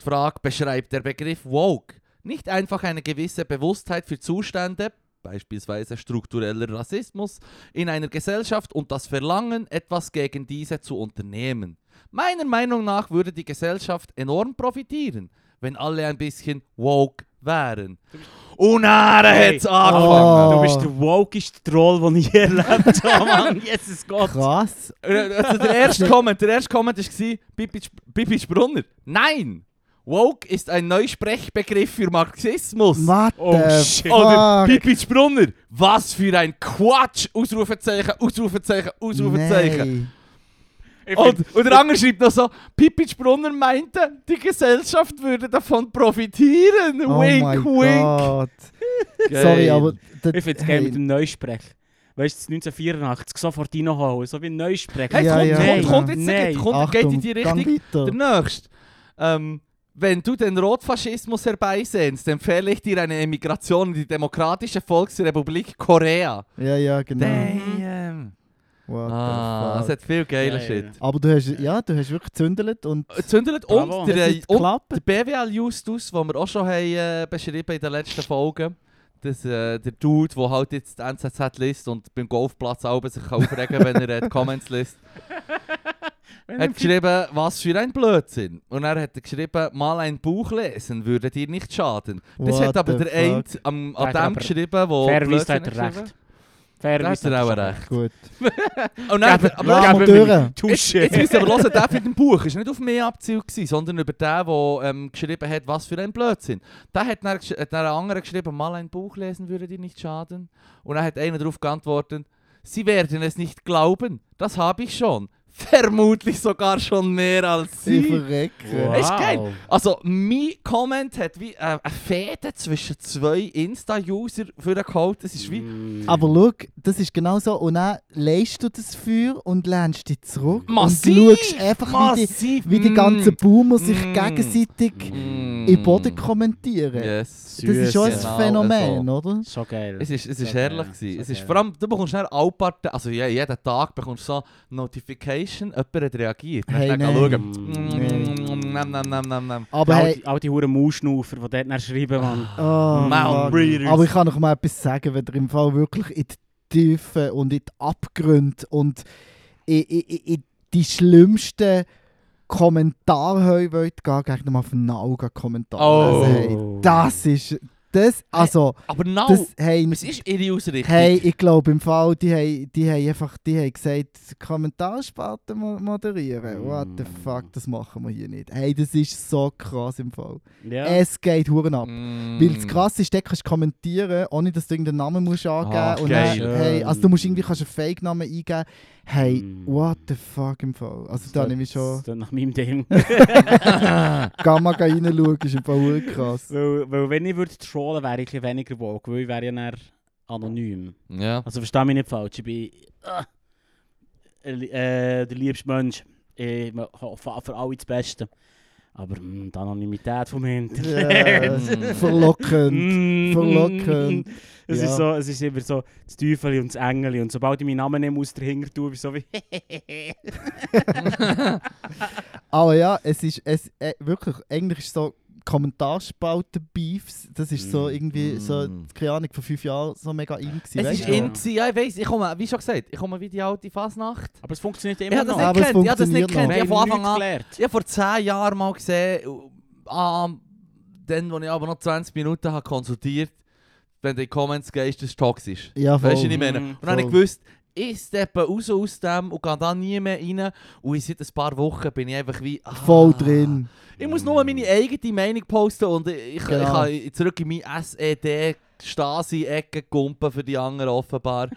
Speaker 2: die Frage, beschreibt der Begriff woke nicht einfach eine gewisse Bewusstheit für Zustände, beispielsweise struktureller Rassismus, in einer Gesellschaft und das Verlangen, etwas gegen diese zu unternehmen. Meiner Meinung nach würde die Gesellschaft enorm profitieren, wenn alle ein bisschen woke wären. Und dann
Speaker 1: Hey.
Speaker 2: hat's angefangen.
Speaker 3: Oh.
Speaker 1: Du bist der wokeste Troll, den ich je erlebt habe, Mann. Jesus Gott.
Speaker 3: Krass.
Speaker 2: Äh, Also der erste Comment, der erste Comment war Bibi, Sp- Bibi Brunner. Nein! Woke ist ein Neusprechbegriff für Marxismus.
Speaker 3: What
Speaker 1: Oh,
Speaker 3: the
Speaker 1: shit.
Speaker 2: Oder
Speaker 3: fuck?
Speaker 2: Bibi Brunner. Was für ein Quatsch! Ausrufezeichen, Ausrufezeichen, Ausrufezeichen.
Speaker 3: Nein.
Speaker 1: Ich find-
Speaker 2: Und, und der andere schreibt noch so, Bibi Brunner meinte, die Gesellschaft würde davon profitieren.
Speaker 3: Oh
Speaker 2: wink,
Speaker 3: mein
Speaker 2: wink.
Speaker 3: Gott. Sorry, aber... das-
Speaker 1: Ich finde es geil mit dem Neusprech. Weißt du, 1984 sofort reinholen, so wie ein Neusprech.
Speaker 2: Hey,
Speaker 3: Ja,
Speaker 2: kommt,
Speaker 3: ja.
Speaker 2: kommt, kommt,
Speaker 1: Nein.
Speaker 2: jetzt sagt- kommt, geht in die
Speaker 3: Achtung,
Speaker 2: Richtung.
Speaker 3: gang
Speaker 2: Der
Speaker 3: weiter.
Speaker 2: nächste. Ähm, wenn du den Rotfaschismus herbeisehnst, empfehle ich dir eine Emigration in die Demokratische Volksrepublik Korea.
Speaker 3: Ja, ja, genau.
Speaker 2: Damn.
Speaker 3: What
Speaker 2: Ah, es
Speaker 3: the fuck.
Speaker 2: hat viel geiler
Speaker 1: Ja, ja,
Speaker 2: Shit.
Speaker 1: ja.
Speaker 3: Aber du hast, ja, du hast wirklich gezündelt und...
Speaker 2: Äh, Zündelt
Speaker 1: Bravo.
Speaker 2: und der,
Speaker 3: Das
Speaker 2: äh,
Speaker 3: hat
Speaker 2: und
Speaker 3: geklappt.
Speaker 2: der BWL Justus, den wir auch schon haben, äh, beschrieben in den letzten Folgen. Das, äh, der Dude, der halt jetzt die NZZ liest und beim Golfplatz selber sich kann aufregen wenn er äh, die Comments liest. hat geschrieben, was für ein Blödsinn. Und er hat er geschrieben, mal ein Buch lesen würde dir nicht schaden. Das
Speaker 3: What
Speaker 2: hat aber
Speaker 3: the
Speaker 2: der
Speaker 3: fuck?
Speaker 2: eine am,
Speaker 1: Da
Speaker 2: an
Speaker 1: hat er
Speaker 2: dem
Speaker 1: aber-
Speaker 2: geschrieben, wo
Speaker 1: Fairerweise
Speaker 2: Blödsinn
Speaker 1: hat er
Speaker 2: geschrieben.
Speaker 1: recht. Fairerweise
Speaker 2: Da hat er auch
Speaker 1: schon
Speaker 2: recht.
Speaker 3: Gut.
Speaker 2: Und dann,
Speaker 1: Geben-
Speaker 2: aber
Speaker 3: Lass mal
Speaker 1: geben wir
Speaker 3: durch.
Speaker 1: nicht.
Speaker 2: jetzt,
Speaker 1: Tusche.
Speaker 2: jetzt müsst ihr aber hören, der mit dem Buch ist nicht auf mich abzielt, gewesen, sondern über den, der ähm, geschrieben hat, was für ein Blödsinn. Der hat dann, gesch- hat dann einen anderen geschrieben, mal ein Buch lesen würde dir nicht schaden. Und dann hat einer darauf geantwortet, sie werden es nicht glauben, das habe ich schon. Vermutlich sogar schon mehr als
Speaker 3: Sie
Speaker 2: sie.
Speaker 3: verrecken.
Speaker 1: Wow.
Speaker 2: Ist geil. Also, mein Comment hat wie äh, eine Fehde zwischen zwei Insta-User für den Code. Das ist wie
Speaker 1: Mm.
Speaker 3: Mhm. Aber schau, das ist genau so. Und dann leist du das Feuer und lehnst dich zurück. Und
Speaker 2: massiv.
Speaker 3: schaust einfach, wie die,
Speaker 2: massiv.
Speaker 3: wie die ganzen Boomer sich
Speaker 2: Mm.
Speaker 3: gegenseitig
Speaker 2: Mm.
Speaker 3: in den Boden kommentieren.
Speaker 2: Yes.
Speaker 3: Das ist schon ein
Speaker 1: Süß,
Speaker 2: genau,
Speaker 3: Phänomen, oder?
Speaker 1: So geil.
Speaker 2: Es ist, es ist
Speaker 1: So
Speaker 2: herrlich.
Speaker 1: geil,
Speaker 2: gewesen.
Speaker 1: so
Speaker 2: es ist,
Speaker 1: geil.
Speaker 2: vor allem, du bekommst dann alle paar Ta- also je- jeden Tag bekommst du so Notification, jemand hat reagiert. Dann
Speaker 3: Hey,
Speaker 2: hast du dann
Speaker 3: nein.
Speaker 2: schauen.
Speaker 3: Nee.
Speaker 2: Mm, nam, nam, nam, nam, nam.
Speaker 3: Aber
Speaker 1: all,
Speaker 3: hey,
Speaker 1: die, all die huren Mausschnaufer, die dort dann schreiben, Mann.
Speaker 3: oh,
Speaker 2: Mount
Speaker 3: fuck.
Speaker 2: Breeders.
Speaker 3: aber ich kann noch mal etwas sagen, wenn ihr im Fall wirklich in die Tiefe und in die Abgründe und in, in, in, in die schlimmsten Kommentare wollt, geh gleich nochmal auf den Augen Kommentar.
Speaker 2: Oh.
Speaker 3: Hey, das ist, das, also,
Speaker 2: Aber now,
Speaker 3: das, hey,
Speaker 2: Äh, oh, es ist ihre Ausrichtung.
Speaker 3: Hey, ich glaube im Fall, die haben, die haben einfach die haben gesagt, Kommentarspalten mo- moderieren. What the
Speaker 1: Mm.
Speaker 3: fuck, das machen wir hier nicht. Hey, das ist so krass im Fall.
Speaker 1: Ja.
Speaker 3: Es geht Huren ab.
Speaker 2: Mm.
Speaker 3: Weil das krass ist, da kannst du kommentieren, ohne dass du irgendeinen Namen musst angeben
Speaker 2: Ah,
Speaker 3: und
Speaker 2: geil.
Speaker 3: Dann, hey, also du musst irgendwie kannst einen Fake-Namen eingeben. Hey,
Speaker 1: Mm.
Speaker 3: what the fuck im Fall. Also da nehme ich schon...
Speaker 1: Das klingt nach meinem Ding.
Speaker 3: Gamma reinschauen, ist im Fall hure krass.
Speaker 1: weil, weil wenn ich würde trollen, wäre ich ein bisschen weniger woke, weil ich wäre ja dann anonym.
Speaker 2: Ja.
Speaker 1: Also versteh mich nicht falsch, ich bin ah, äh, äh, der liebste Mensch. Ich hoffe für alle das Beste. Aber mm, die Anonymität vom Internet.
Speaker 3: Ja, verlockend.
Speaker 1: Mm.
Speaker 3: verlockend.
Speaker 1: Es,
Speaker 3: Ja.
Speaker 1: ist so, es ist immer so das Teufel und das Engel. Und sobald ich meinen Namen nehme, aus der Hinger tue, bin ich so wie.
Speaker 3: Aber ja, es ist es, äh, wirklich, eigentlich ist so Kommentarspalte-Beefs, das ist so
Speaker 1: Mm.
Speaker 3: irgendwie, so,
Speaker 2: Mm.
Speaker 3: keine Ahnung, vor fünf Jahren so mega in. Gewesen,
Speaker 2: Es
Speaker 3: weißt
Speaker 2: ist
Speaker 3: du?
Speaker 1: ja.
Speaker 2: in, gewesen. ja, ich weiss, ich komme, wie schon gesagt, ich komme wie die alte Fasnacht.
Speaker 1: Aber es funktioniert
Speaker 2: Ich
Speaker 1: immer
Speaker 2: habe das
Speaker 1: noch.
Speaker 2: nicht
Speaker 3: Genau. Aber es
Speaker 2: gekannt, ich habe das nicht
Speaker 3: funktioniert
Speaker 2: gekannt.
Speaker 3: noch.
Speaker 2: Ich
Speaker 1: Wir
Speaker 2: habe
Speaker 1: haben
Speaker 2: von
Speaker 1: nichts
Speaker 2: Anfang an
Speaker 1: gelernt.
Speaker 2: Ich habe vor 10 Jahren mal gesehen, ah, dann, als ich aber noch 20 Minuten habe konsultiert wenn du in die Comments gehst, das ist toxisch.
Speaker 3: Ja, voll.
Speaker 2: Weißt du, was ich meine?
Speaker 1: Mhm,
Speaker 2: Und dann habe ich
Speaker 3: voll.
Speaker 2: gewusst, ich steppe raus aus dem und gehe da nie mehr rein. Und in seit ein paar Wochen bin ich einfach wie. ah,
Speaker 3: Voll drin.
Speaker 2: Ich muss nur meine eigene Meinung posten und ich, ich,
Speaker 3: Genau.
Speaker 2: ich kann zurück in meine SED. Stasi-Ecke kumpen für die anderen offenbar.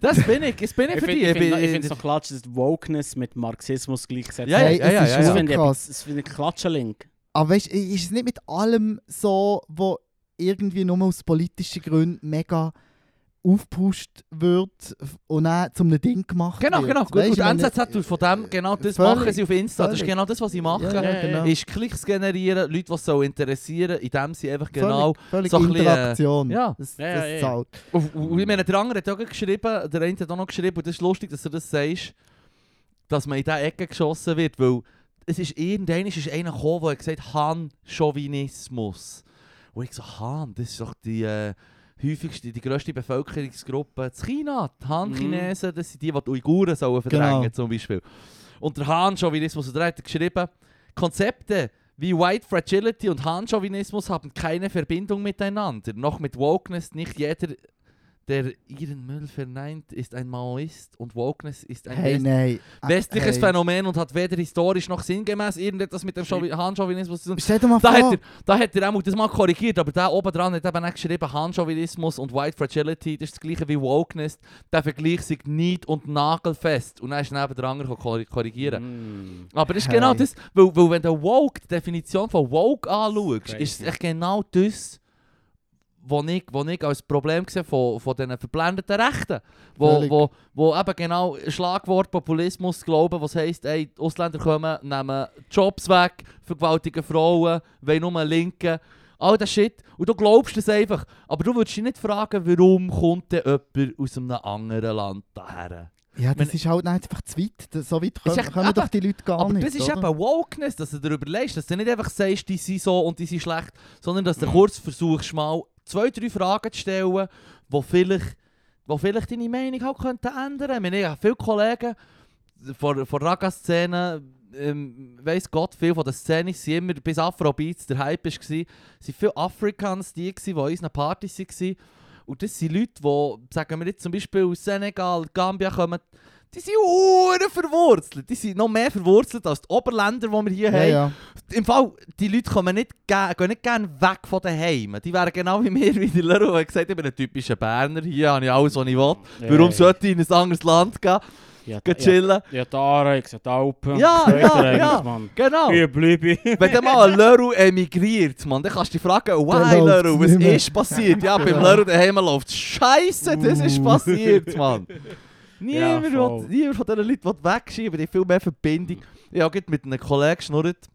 Speaker 2: Das bin ich, das bin ich
Speaker 1: Ich
Speaker 2: für
Speaker 1: finde
Speaker 2: die.
Speaker 1: ich
Speaker 2: bin-
Speaker 1: find, ich find so klatsch, dass Wokeness mit Marxismus gleichgesetzt
Speaker 2: Ah. Ja, ja,
Speaker 3: Hey,
Speaker 2: ja,
Speaker 3: es
Speaker 2: ja,
Speaker 3: ist
Speaker 1: Das
Speaker 2: ja, ja.
Speaker 3: so
Speaker 1: finde ich,
Speaker 3: krass.
Speaker 1: das finde ich Klatschelink.
Speaker 3: Aber weißt du, ist es nicht mit allem so, wo irgendwie nur aus politischen Gründen mega aufgepusht wird und dann zum einem Ding gemacht
Speaker 2: Genau,
Speaker 3: wird?
Speaker 2: genau. Gut.
Speaker 3: Weißt
Speaker 2: und
Speaker 3: du, ich meine, äh,
Speaker 2: NZZ tut von dem genau das
Speaker 3: völlig,
Speaker 2: machen sie auf Insta. Das ist
Speaker 3: völlig.
Speaker 2: genau das, was sie machen.
Speaker 3: Ja, ja, genau.
Speaker 2: Ist Klicks generieren, Leute, die es so interessieren, indem sie einfach genau.
Speaker 3: völlig, völlig
Speaker 2: so ein bisschen, äh,
Speaker 3: Interaktion.
Speaker 2: ja.
Speaker 3: Das,
Speaker 1: Ja, ja,
Speaker 3: das
Speaker 1: ja.
Speaker 3: zahlt.
Speaker 2: Und, und ich meine, der andere hat auch geschrieben, der eine hat auch noch geschrieben, und das ist lustig, dass du das sagst, dass man in diese Ecke geschossen wird, weil es ist irgendein ist einer gekommen, der hat gesagt Han Chauvinismus. Und ich so, Han, das ist doch die äh, häufigste, die grösste Bevölkerungsgruppe in China. Die
Speaker 1: Mhm.
Speaker 2: Han-Chinesen, das sind die, die die Uiguren sollen verdrängen zum Beispiel. Und der Han-Chauvinismus, und der hat geschrieben, Konzepte wie White Fragility und Han-Chauvinismus haben keine Verbindung miteinander. Noch mit Wokeness nicht jeder, der ihren Müll verneint, ist ein Maoist und Wokeness ist ein
Speaker 3: Hey,
Speaker 2: West-
Speaker 3: nein. Ah,
Speaker 2: westliches
Speaker 3: hey.
Speaker 2: Phänomen und hat weder historisch noch sinngemäß irgendetwas mit dem Chauvi- Han-Chauvinismus zu tun.
Speaker 3: Stell dir mal
Speaker 2: Da
Speaker 3: vor,
Speaker 2: hat, er, da hat er auch das mal korrigiert, aber da oben dran hat eben auch geschrieben, Han-Chauvinismus und White Fragility, das ist das gleiche wie Wokeness, der Vergleich sind nicht und nagelfest. Und dann ist neben der andere korri- korrigieren.
Speaker 1: Mm.
Speaker 2: Aber das ist
Speaker 3: Hey.
Speaker 2: genau das, weil, weil wenn du woke, die Definition von woke anschaust,
Speaker 1: Crazy.
Speaker 2: ist es echt genau das, was ich, was ich als Problem sehe von, von diesen verblendeten Rechten. Wo,
Speaker 3: Völlig.
Speaker 2: wo, wo eben genau Schlagwort Populismus glauben, was heisst, ey, die Ausländer kommen, nehmen Jobs weg, vergewaltigen Frauen, wollen nur Linken, all das Shit. Und du glaubst es einfach. Aber du würdest dich nicht fragen, warum kommt denn jemand aus einem anderen Land daher?
Speaker 3: Ja, das
Speaker 2: meine-
Speaker 3: ist halt einfach zu weit. Das- So weit
Speaker 2: echt-
Speaker 3: können, können doch die Leute gar
Speaker 2: Aber
Speaker 3: nicht.
Speaker 2: das ist
Speaker 3: oder?
Speaker 2: eben Wokeness, dass du darüber lässt, dass du nicht einfach sagst, die sind so und die sind schlecht, sondern dass du kurz versuchst, mal zwei, drei Fragen zu stellen, die vielleicht, wo vielleicht deine Meinung halt könnten ändern könnten. Ich meine, ich habe viele Kollegen von, von Raga-Szene, ähm, weiss Gott, viele von den Szenen sind immer, bis Afrobeats der Hype war, es waren viele Afrikaner, die, gewesen, die an unseren Partys waren. Und das sind Leute, die, sagen wir jetzt zum Beispiel aus Senegal, Gambia kommen, die sind hure verwurzelt. Die sind noch mehr verwurzelt als die Oberländer, die wir hier
Speaker 3: Ja,
Speaker 2: haben.
Speaker 3: ja.
Speaker 2: Im Fall, die Leute kommen nicht, ge- gehen nicht gerne weg von daheim. Die wären genau wie mir, wie der Leroy hat gesagt, ich bin ein typischer Berner, hier habe ich alles, was ich will. Warum sollte ich in ein anderes Land gehen,
Speaker 1: Ja,
Speaker 2: gehen
Speaker 1: ja,
Speaker 2: chillen?
Speaker 1: ja, da, ich sehe die Alpen.
Speaker 2: Ja,
Speaker 1: Kräuter
Speaker 2: ja,
Speaker 1: eigentlich,
Speaker 2: ja. Oh.
Speaker 1: Mann.
Speaker 2: Genau.
Speaker 1: Hier bleibe ich.
Speaker 2: Wenn dann mal ein Leroy emigriert, man, dann kannst du dich fragen, why
Speaker 3: Dann läuft's
Speaker 2: Leroy, was
Speaker 3: nicht mehr.
Speaker 2: ist passiert? Ja, beim
Speaker 3: Genau.
Speaker 2: Leroy daheim läuft Scheiße, das ist
Speaker 3: Uh.
Speaker 2: passiert, Mann.
Speaker 1: Ja,
Speaker 2: Niemand,
Speaker 1: voll.
Speaker 2: will, niemand von diesen Leuten will wegschieben, die haben viel mehr Verbindung. Ich habe gerade mit einem Kollegen geschnurrt,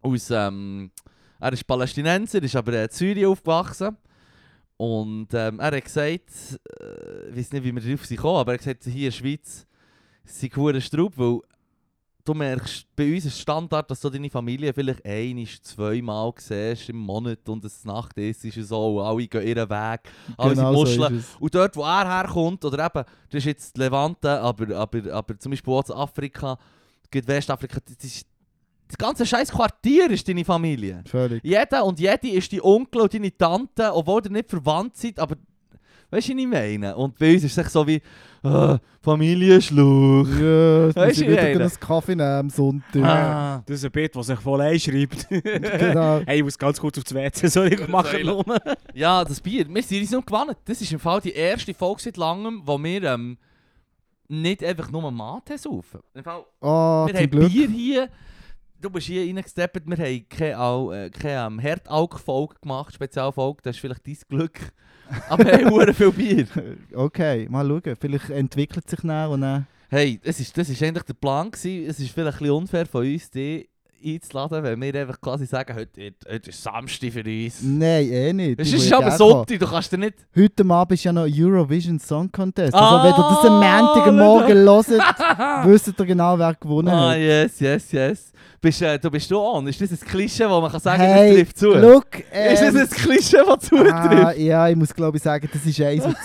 Speaker 2: aus, ähm, er ist Palästinenser, ist aber in Syrien aufgewachsen. Und ähm, er hat gesagt, äh, ich weiß nicht, wie wir drauf sind gekommen, aber er hat gesagt, hier in der Schweiz sind hure Straub, weil du merkst, bei uns ist Standard, dass du deine Familie vielleicht ein, zweimal siehst im Monat und es Nacht ist, ist so, und alle gehen ihren Weg, alle sind
Speaker 3: Genau so
Speaker 2: Muscheln.
Speaker 3: ist es.
Speaker 2: Und dort, wo er herkommt, oder eben, das ist jetzt die Levante, aber, aber, aber zum Beispiel auch in Afrika, geht Westafrika, das, ist, das ganze scheiß Quartier ist deine Familie.
Speaker 3: Völlig.
Speaker 2: Jeder und jede ist dein Onkel und deine Tante, obwohl ihr nicht verwandt seid, aber weißt du, was ich meine? Und bei uns ist es echt so wie ah, Familienschluch.
Speaker 3: Ja, jetzt
Speaker 2: Weißt
Speaker 3: muss
Speaker 2: du,
Speaker 3: ich wieder
Speaker 2: wie einer?
Speaker 3: einen Kaffee nehmen am Sonntag.
Speaker 2: Ah.
Speaker 1: Das ist ein Bild, das sich voll einschreibt.
Speaker 3: Genau.
Speaker 1: hey, ich muss ganz kurz aufs WC, sorry, ich mache nur.
Speaker 2: Ja, das Bier. Wir sind uns nicht gewandt. Das ist im Fall die erste Folge seit langem, wo wir ähm, nicht einfach nur Mate saufen. Im Fall,
Speaker 3: Oh,
Speaker 2: wir
Speaker 3: zum
Speaker 2: haben
Speaker 3: Glück.
Speaker 2: Bier hier. Du bist hier reingesteppt. Wir haben keine, Al- äh, keine ähm, Herdalk-Folge gemacht, Spezialfolge. Das ist vielleicht dein Glück. Aber wir haben hure viel Bier.
Speaker 3: Okay, mal schauen. Vielleicht entwickelt sich dann und dann...
Speaker 2: Hey, das ist, das ist eigentlich der Plan gewesen. Es ist vielleicht ein bisschen unfair von uns, die einzuladen, wenn wir einfach quasi sagen, heute, heute ist Samstag für uns.
Speaker 3: Nein, eh nicht.
Speaker 2: Es
Speaker 3: Ich
Speaker 2: ist
Speaker 3: würde
Speaker 2: aber
Speaker 3: gerne
Speaker 2: Sonntag, du kannst dir nicht...
Speaker 3: kommen. Heute Abend ist ja noch Eurovision Song Contest.
Speaker 2: Ah,
Speaker 3: Also, wenn ihr das am Montag Morgen hört,
Speaker 2: ah,
Speaker 3: wisst ihr genau, wer gewonnen hat.
Speaker 2: yes, yes, yes. Bist, äh, du bist du on. Ist das ein Klischee, wo man kann sagen
Speaker 3: Hey,
Speaker 2: das trifft zu?
Speaker 3: Look,
Speaker 2: ist das
Speaker 3: ähm,
Speaker 2: ein Klischee, das zutrifft?
Speaker 3: ah, Ja, ich muss glaube ich sagen, das ist eins, was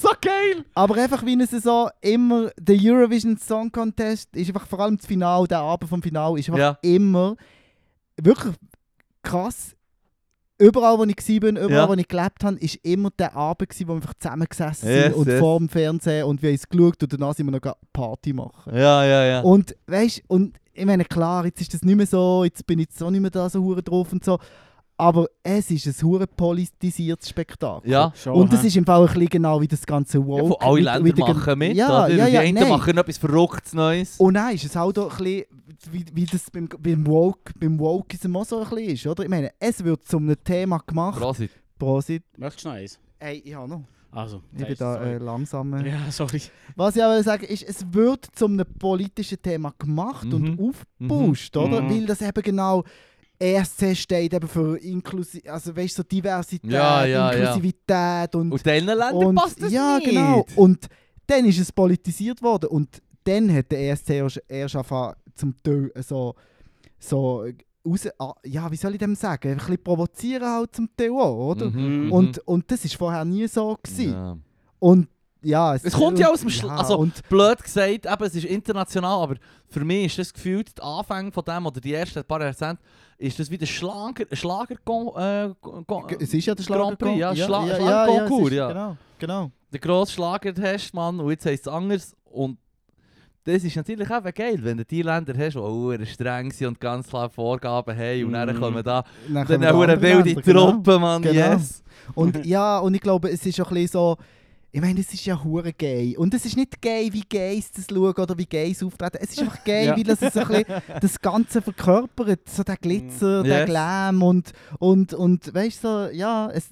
Speaker 2: so geil!
Speaker 3: Aber einfach wie es so immer, der Eurovision Song Contest ist einfach vor allem das Finale, der Abend vom Finale ist einfach
Speaker 2: Ja.
Speaker 3: immer wirklich krass. Überall, wo ich war, bin, überall,
Speaker 2: Ja.
Speaker 3: wo ich gelebt habe, ist immer der Abend, gewesen, wo wir einfach zusammengesessen sind
Speaker 2: Yes,
Speaker 3: und
Speaker 2: yes.
Speaker 3: vor dem Fernsehen und wir haben es geschaut und danach sind wir noch gleich Party machen.
Speaker 2: Ja, ja, ja.
Speaker 3: Und weißt und ich meine, klar, jetzt ist das nicht mehr so, jetzt bin ich so nicht mehr da so hure drauf und so. Aber es ist ein hure politisiertes Spektakel.
Speaker 2: ja.
Speaker 1: Schon,
Speaker 3: Und es
Speaker 1: hä?
Speaker 3: ist im Fall ein bisschen genau wie das ganze
Speaker 2: Ja,
Speaker 3: Woke.
Speaker 2: von alle
Speaker 3: oh, mit-
Speaker 2: Länder
Speaker 3: mit der Gen-
Speaker 2: machen mit.
Speaker 3: Ja,
Speaker 2: oder?
Speaker 3: ja,
Speaker 2: die
Speaker 3: ja,
Speaker 2: einen
Speaker 3: nein. Oh,
Speaker 2: machen etwas Verrücktes Neues.
Speaker 3: Und dann ist es halt auch ein bisschen, wie, wie das beim, beim Woke, beim Wokeism auch so ein bisschen ist, oder? Ich meine, es wird zu einem Thema gemacht.
Speaker 2: Prosit.
Speaker 3: Prosit.
Speaker 1: Möchtest du noch eins?
Speaker 3: Ey, ich habe noch.
Speaker 1: Also,
Speaker 3: Ich bin da äh,
Speaker 1: Ah, sorry.
Speaker 3: langsamer.
Speaker 1: Ja, sorry.
Speaker 3: Was ich aber sagen ist, es wird zu einem politischen Thema gemacht
Speaker 2: Mhm.
Speaker 3: und aufgepusht, oder?
Speaker 1: Mhm.
Speaker 3: Weil das eben genau ESC steht eben für Inklusi also weißt du, so Diversität,
Speaker 2: Ja, ja, ja.
Speaker 3: Inklusivität und
Speaker 2: Und diesen Ländern
Speaker 3: und,
Speaker 2: passt das
Speaker 3: ja,
Speaker 2: nicht.
Speaker 3: genau. Und dann ist es politisiert worden. Und dann hat der ESC erst- erst angefangen, zum Teil so, so raus, ah, ja, wie soll ich dem sagen? Ein bisschen provozieren halt zum Teil auch, oder?
Speaker 2: Mhm, mhm.
Speaker 3: Und, und das war vorher nie so. Gewesen.
Speaker 2: Ja.
Speaker 3: Und ja,
Speaker 2: Es kommt ja aus dem Schla-
Speaker 3: Schlag.
Speaker 2: also-
Speaker 3: und,
Speaker 2: Blöd gesagt, eben, es ist international, aber für mich ist das gefühlt der Anfang von dem, oder die ersten paar Jahrzehnte, ist das wieder Schlager... Schlager äh, Go-
Speaker 3: es ist ja der
Speaker 2: Grand Prix,
Speaker 3: Schlagerkon-
Speaker 2: ja, Schla-
Speaker 3: es
Speaker 2: Schlagerkonkurs,
Speaker 3: ist-
Speaker 2: ja.
Speaker 3: Genau, genau.
Speaker 2: der grosse Schlager hast, Mann, und jetzt heisst es anders. Und das ist natürlich eben geil, wenn du die Länder hast, die auch streng sind und ganz klar Vorgaben haben. Und dann
Speaker 1: Mhm.
Speaker 2: kommen da
Speaker 3: Dann
Speaker 2: dann
Speaker 3: kommen die
Speaker 2: eine
Speaker 3: anderen
Speaker 2: wilde
Speaker 3: Länder, genau.
Speaker 2: Truppe, Mann,
Speaker 3: Genau.
Speaker 2: yes.
Speaker 1: Mhm.
Speaker 3: Und ja, und ich glaube, es ist auch ein bisschen so. Ich meine, es ist ja hure gay. Und es ist nicht gay, wie Gays das schauen oder wie Gays auftreten. Es ist einfach gay,
Speaker 2: Ja.
Speaker 3: weil es so ein bisschen das Ganze verkörpert. So der Glitzer,
Speaker 1: Mm.
Speaker 3: der
Speaker 2: Yes.
Speaker 3: Glam und, und, und weißt du, so, ja, es,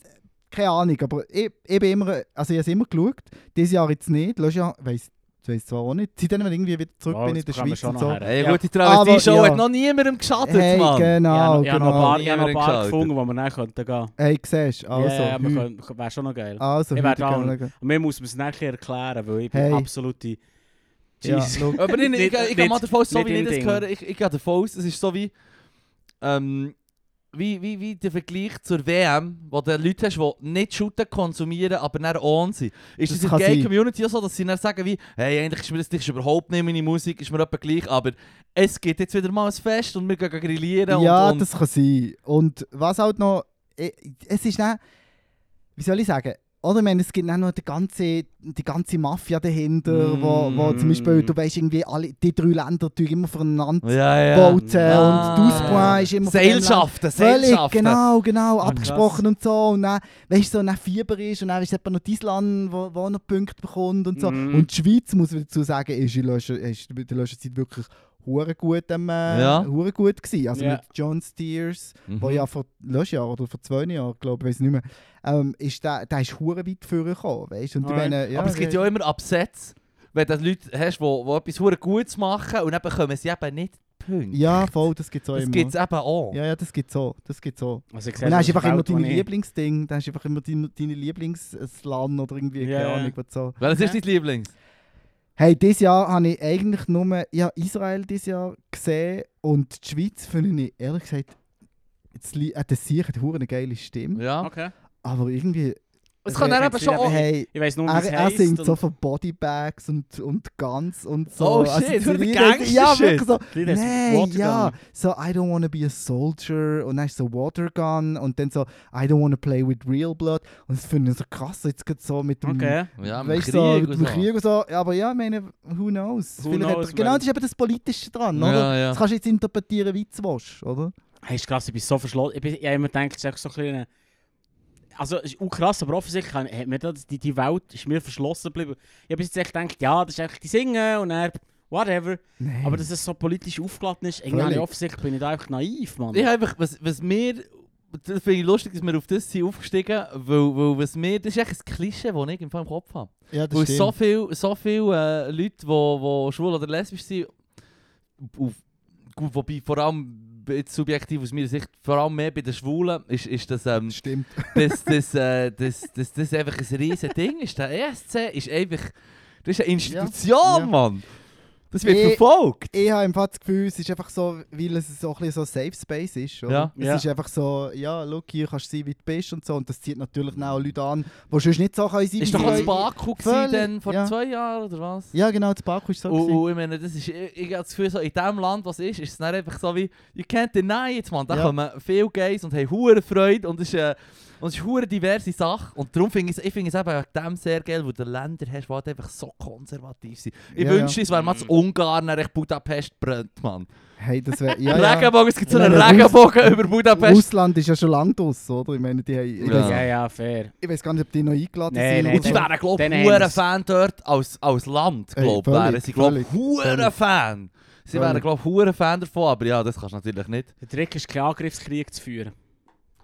Speaker 3: keine Ahnung. Aber ich, ich bin immer, also ich habe es immer geschaut. Dieses Jahr jetzt nicht. Letztes Jahr, weiss, weiss zwar auch nicht. Seitdem ich irgendwie wieder zurück
Speaker 1: Wow,
Speaker 3: bin in
Speaker 1: jetzt
Speaker 3: der
Speaker 1: kommen wir
Speaker 3: Schweiz
Speaker 1: schon
Speaker 3: und
Speaker 1: noch her.
Speaker 3: so.
Speaker 2: Hey,
Speaker 1: Ja.
Speaker 2: gute Travestie-Show
Speaker 3: Aber, ja.
Speaker 2: hat noch niemandem geschadet,
Speaker 3: Hey,
Speaker 2: Mann.
Speaker 3: genau,
Speaker 1: ich habe noch ein
Speaker 3: genau.
Speaker 1: paar, ich habe noch ein paar
Speaker 2: Niemand
Speaker 1: gefunden, wo wir dann könnten gehen.
Speaker 3: Hey, siehst du, also.
Speaker 1: ja, ja, wir
Speaker 3: hü-
Speaker 1: können, wäre schon noch geil.
Speaker 3: also,
Speaker 1: Ich
Speaker 3: hü-
Speaker 1: werde auch-
Speaker 3: gerne-
Speaker 1: Und mir muss man es nachher erklären, weil ich
Speaker 3: Hey.
Speaker 1: bin absolute...
Speaker 3: Ja,
Speaker 1: Jesus.
Speaker 3: schau.
Speaker 2: Aber ich, ich,
Speaker 1: Nicht-
Speaker 2: ich, ich gehe mal
Speaker 1: nicht-
Speaker 2: davon aus, so
Speaker 1: nicht
Speaker 2: wie ich
Speaker 1: im
Speaker 2: das
Speaker 1: Ding.
Speaker 2: höre, ich, ich gehe davon aus, es ist so wie, ähm, wie, wie, wie der Vergleich zur WM, wo du Leute hast, die nicht shooten, konsumieren, aber dann on sind. Ist
Speaker 3: Das
Speaker 2: es in der
Speaker 3: kann sein.
Speaker 2: Gay-Community auch so, dass sie dann sagen wie, hey, eigentlich ist mir das, das ist überhaupt nicht meine Musik, ist mir etwa gleich, aber es gibt jetzt wieder mal ein Fest und wir gehen grillieren
Speaker 3: Ja,
Speaker 2: und... und
Speaker 3: das kann sein. Und was halt noch. eh, Es ist dann. Wie soll ich sagen? Oder ich meine, es gibt dann noch die ganze, die ganze Mafia dahinter, wo, wo
Speaker 2: Mm.
Speaker 3: zum Beispiel, du weißt irgendwie, alle, die drei Länder tun immer voneinander
Speaker 2: ja, ja.
Speaker 3: voten
Speaker 2: Ah.
Speaker 3: und die Ausbau ist immer von dem Land-
Speaker 2: Seilschaften,
Speaker 3: Völlig,
Speaker 2: Seilschaften.
Speaker 3: genau,
Speaker 2: Oh,
Speaker 3: genau,
Speaker 1: Ah,
Speaker 3: abgesprochen und so. Und dann, weißt du, so, dann Fieber ist und dann ist jemand noch dein Land, wo, wo noch Punkte bekommt und so.
Speaker 1: Mhm.
Speaker 3: Und die Schweiz, muss ich dazu sagen, ist in letzter, ist in letzter Zeit wirklich hure gut, ähm, äh,
Speaker 2: Ja.
Speaker 3: hure gut gewesen. Also
Speaker 1: Ja.
Speaker 3: mit John Steers,
Speaker 2: Mhm.
Speaker 3: wo ja vor letztes Jahr oder vor zwei Jahren, glaube ich, weiß nicht mehr, ähm, ist der, der ist hure weit vorne gekommen, weißt du? Und ich
Speaker 1: Alright.
Speaker 3: meine, ja,
Speaker 2: Aber es gibt Ah, ja auch immer Absätze, wenn du Leute hast, die, die etwas hure Gutes machen und dann bekommen sie eben nicht die Punkte.
Speaker 3: ja, voll, das gibt es auch
Speaker 2: Das
Speaker 3: immer.
Speaker 2: gibt es eben auch.
Speaker 3: ja, ja, das gibt's auch, das gibt's auch.
Speaker 1: Also ich sehe,
Speaker 3: Und dann
Speaker 1: das
Speaker 3: hast du
Speaker 1: ist
Speaker 3: einfach immer
Speaker 1: Welt, wo
Speaker 3: deine
Speaker 1: ich-
Speaker 3: Lieblingsding, dann hast du einfach immer deine, deine Lieblingsslan oder irgendwie,
Speaker 1: Ja, ja.
Speaker 3: keine Ahnung, was so.
Speaker 2: Welches ist dein Lieblings?
Speaker 3: Hey, dieses Jahr habe ich eigentlich nur ja, Israel dieses Jahr gesehen und die Schweiz finde ich ehrlich gesagt, jetzt li- äh, der Sieg hat hure eine geile Stimme,
Speaker 2: Ja.
Speaker 1: Okay.
Speaker 3: aber irgendwie,
Speaker 2: Es
Speaker 1: Das
Speaker 2: kann dann
Speaker 1: wäre
Speaker 2: eben
Speaker 1: jetzt
Speaker 2: schon
Speaker 1: wieder-
Speaker 2: auch...
Speaker 3: hey,
Speaker 1: Ich weiss nur, wie
Speaker 3: er,
Speaker 1: um es
Speaker 3: er
Speaker 1: heisst.
Speaker 3: singt
Speaker 1: und-
Speaker 3: so von Bodybags und, und Guns und so. Also
Speaker 2: Oh shit,
Speaker 3: die
Speaker 2: so der
Speaker 3: Lieder- Ja,
Speaker 2: Gangster-Shit.
Speaker 3: wirklich so.
Speaker 1: Die Lieder sind
Speaker 3: Nein,
Speaker 1: Watergun.
Speaker 3: ja. So, I don't wanna be a soldier und dann ist so Watergun und dann so, I don't wanna play with real blood. Und das finde ich so krass, jetzt geht so mit dem...
Speaker 1: Okay.
Speaker 2: Ja, mit
Speaker 3: Weißt
Speaker 2: Krieg
Speaker 3: du, so,
Speaker 2: und
Speaker 3: mit dem Krieg und so. Aber ja, ich meine, who knows?
Speaker 1: Who
Speaker 3: Vielleicht hat
Speaker 1: knows,
Speaker 3: er- genau,
Speaker 1: weil-
Speaker 3: das ist eben das Politische dran,
Speaker 2: Ja,
Speaker 3: oder?
Speaker 2: ja.
Speaker 3: Das kannst du jetzt interpretieren, wie du willst, oder?
Speaker 1: Hey, ist krass, ich bin so verschlossen. Ich, bin, ich habe immer gedacht, es ist echt so ein kleiner... Also, es ist auch krass, aber offensichtlich kann- hat mir das, die, die Welt ist mir verschlossen geblieben. Ich habe bis jetzt echt gedacht, ja, das ist eigentlich die Singen und dann... Whatever.
Speaker 3: Nein.
Speaker 1: Aber dass es so dus politisch aufgeladen ist, irgendwie habe ich
Speaker 3: Völlig.
Speaker 1: offensichtlich bin ich da einfach naiv, Mann.
Speaker 2: Ich habe einfach, was, was mir, das finde ich lustig, dass wir auf das sind aufgestiegen, weil, weil was mir, das ist echt ein Klischee, das ich im Fall im Kopf habe.
Speaker 3: ja,
Speaker 2: Weil
Speaker 3: das
Speaker 2: es
Speaker 3: stimmt.
Speaker 2: so viele so viel, äh, Leute, die wo, wo schwul oder lesbisch sind, auf gut, wobei vor allem jetzt subjektiv aus meiner Sicht, vor allem mehr bei den Schwulen, ist, ist das, ähm,
Speaker 3: Stimmt.
Speaker 2: das, das, äh, das, das, das einfach ein riesen Ding ist. Der ESC ist einfach, das ist eine Institution,
Speaker 3: Ja.
Speaker 2: Mann. Das wird
Speaker 3: Ich-
Speaker 2: verfolgt.
Speaker 3: Ich habe im Fall das Gefühl, es ist einfach so, weil es so ein bisschen so ein Safe Space ist. Oder?
Speaker 2: Ja.
Speaker 3: Es
Speaker 1: Ja.
Speaker 3: ist einfach so, ja, schau, hier kannst du sein, wie du bist und so. Und das zieht natürlich dann auch Leute an, die sonst nicht so können sein
Speaker 2: Ist
Speaker 3: wie
Speaker 2: doch auch das
Speaker 3: sie-
Speaker 2: Baku
Speaker 3: völlig-
Speaker 2: dann vor
Speaker 3: ja.
Speaker 2: zwei Jahren oder was?
Speaker 3: Ja, genau, das Baku ist so.
Speaker 2: Und,
Speaker 3: gewesen.
Speaker 2: und ich meine, das ist, ich, ich habe das Gefühl, so in dem Land, was ist, ist es dann einfach so wie, you can't deny it, man. Da
Speaker 3: Ja.
Speaker 2: kommen viele Gays und haben hure Freude und es ist, äh, und es ist hure diverse Sache. Und darum finde ich es- ich finde es eben wegen dem sehr geil, wo du Länder hast, die halt einfach so konservativ sind. Ich
Speaker 3: Ja,
Speaker 2: wünschte, es wäre mal zu Ungarn recht Budapest brennt, man.
Speaker 3: Hey, das wär, ja, ja.
Speaker 2: Regenbogen, es gibt so
Speaker 3: Ich
Speaker 2: einen
Speaker 3: meine,
Speaker 2: Regenbogen über Budapest.
Speaker 3: Russland ist ja schon lange draussen, oder? Ich meine, die haben, ich,
Speaker 2: Ja.
Speaker 3: weiss-
Speaker 1: Ja, ja, fair.
Speaker 3: ich weiß gar nicht, ob die noch eingeladen
Speaker 1: Nee,
Speaker 3: sind.
Speaker 1: nee, dus-
Speaker 3: oder
Speaker 2: Und
Speaker 1: die
Speaker 2: sie
Speaker 3: so.
Speaker 1: waren
Speaker 2: wären, glaube ich,
Speaker 1: Dann
Speaker 2: hure
Speaker 1: haben's-
Speaker 2: Fan dort als, als Land,
Speaker 3: Ey,
Speaker 2: glaube ich.
Speaker 3: völlig,
Speaker 2: Wären sie, glaube ich,
Speaker 3: völlig,
Speaker 2: hure
Speaker 3: völlig.
Speaker 2: Fan. Sie wären,
Speaker 3: Völlig.
Speaker 2: glaube ich, hure Fan davon, aber ja, das kannst du natürlich nicht.
Speaker 1: Der Trick ist, keinen Angriffskrieg zu führen.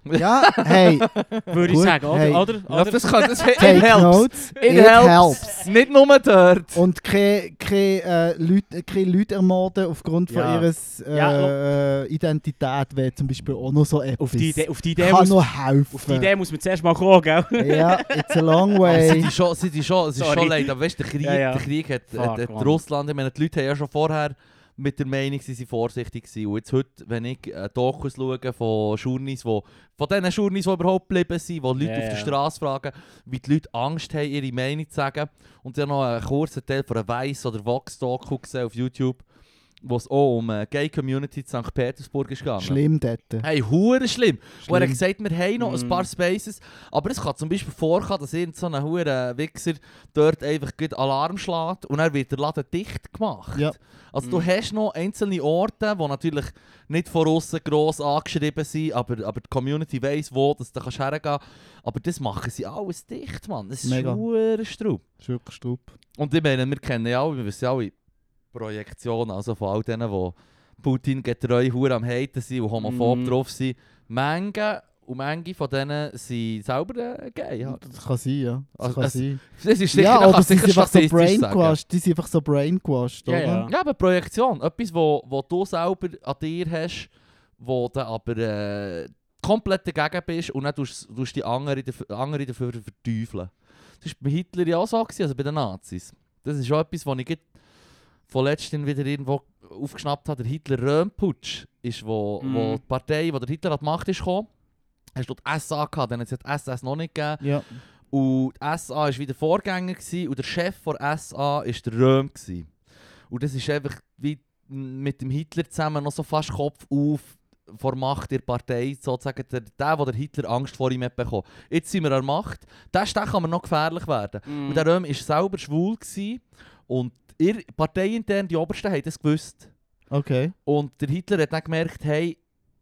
Speaker 3: Ja, hey,
Speaker 1: Würde ich
Speaker 3: Gut,
Speaker 1: sagen, oder?
Speaker 3: hey.
Speaker 1: oder?
Speaker 2: Ja,
Speaker 1: oder?
Speaker 2: das kann, das it
Speaker 3: take
Speaker 2: helps.
Speaker 3: notes.
Speaker 2: It,
Speaker 3: It
Speaker 2: helps.
Speaker 3: helps.
Speaker 2: Nicht nur dort.
Speaker 3: Und keine, keine, äh, Leute, keine Leute ermorden aufgrund
Speaker 1: Ja.
Speaker 3: von ihres äh,
Speaker 1: Ja,
Speaker 3: äh, Identität wäre zum Beispiel auch noch so etwas.
Speaker 1: Auf die Idee, auf die Idee,
Speaker 3: kann
Speaker 1: muss,
Speaker 3: noch helfen.
Speaker 1: auf die Idee muss man zuerst mal kommen, gell?
Speaker 3: ja, it's a long
Speaker 2: Sind
Speaker 3: way.
Speaker 2: die schon, sind die schon, es ist
Speaker 1: Sorry.
Speaker 2: schon leid, aber weißt du, der Krieg,
Speaker 1: Ja, ja.
Speaker 2: Der Krieg hat,
Speaker 1: Fuck,
Speaker 2: hat, hat
Speaker 1: Mann.
Speaker 2: Russland, ich meine, die Leute haben ja schon vorher mit der Meinung, sie sind vorsichtig gewesen. Und jetzt heute, wenn ich äh, Dokus schaue von Journeys, wo, von diesen Journeys, die überhaupt geblieben sind, wo Leute
Speaker 1: Ja,
Speaker 2: auf der
Speaker 1: ja.
Speaker 2: Straße fragen, wie die Leute Angst haben, ihre Meinung zu sagen. Und sie haben noch einen kurzen Teil von einer Weiss- oder Vox-Doku gesehen auf YouTube, wo es auch um äh, Gay-Community in St. Petersburg ist gegangen.
Speaker 3: Schlimm dort.
Speaker 2: Hey, hure schlimm. Wo er
Speaker 3: Schlimm. Mm.
Speaker 2: hat gesagt, wir haben noch ein paar Spaces, aber es kann zum Beispiel vorkommen, dass irgend so ein hure Wichser dort einfach gut Alarm schlägt und dann wird der Laden dicht gemacht.
Speaker 3: Ja.
Speaker 2: Also du hast noch einzelne Orte, die natürlich nicht von außen gross angeschrieben sind, aber, aber die Community weiss, wo dass du da kannst hergehen kannst. Aber das machen sie alles dicht, Mann. Das ist
Speaker 3: Mega.
Speaker 2: hure Strub.
Speaker 3: Ist wirklich strupp.
Speaker 2: Und ich meine, wir kennen ja alle, wir wissen ja alle Projektionen, also von all denen, die Putin getreu hure am Haten sind und homophob
Speaker 1: Mhm.
Speaker 2: drauf sind. Menge und Menge von denen sind selber äh, gay. Ja.
Speaker 3: Das kann sein, ja. Das
Speaker 2: Also,
Speaker 3: kann
Speaker 2: es-
Speaker 3: sein.
Speaker 2: Das ist sicher,
Speaker 3: Ja,
Speaker 2: kann
Speaker 3: aber sie
Speaker 2: sicher
Speaker 3: sind einfach so
Speaker 2: statistisch sagen.
Speaker 3: brainwashed. Die sind einfach so brainwashed,
Speaker 1: Ja,
Speaker 3: oder?
Speaker 1: ja.
Speaker 2: Ja, aber Projektion. Etwas, wo, wo du selber an dir hast, wo du aber äh, komplett dagegen bist und dann tust tust die anderen dafür, andere dafür verteufeln. Das war bei Hitler ja auch so, gewesen, also bei den Nazis. Das ist auch etwas, was ich gerade von letztem wieder irgendwo aufgeschnappt habe. Der Hitler-Röhm-Putsch ist, wo, wo
Speaker 1: Mhm.
Speaker 2: die Partei, wo der Hitler an die Macht ist gekommen, hast du die SA gehabt, dann hat es die SS noch nicht gegeben.
Speaker 3: Ja.
Speaker 2: Und die SA war wieder Vorgänger gewesen, und der Chef der SA war der Röhm. Gewesen. Und das ist einfach wie mit dem Hitler zusammen noch so fast Kopf auf vor Macht der Partei, sozusagen der, der, wo der Hitler Angst vor ihm hat bekommen. Jetzt sind wir an der Macht, der, der kann man noch gefährlich werden.
Speaker 1: Mhm.
Speaker 2: Und der Röhm war selber schwul gewesen, und ihr parteiintern, die Obersten, haben das gewusst.
Speaker 3: Okay.
Speaker 2: Und der Hitler hat dann gemerkt, hey,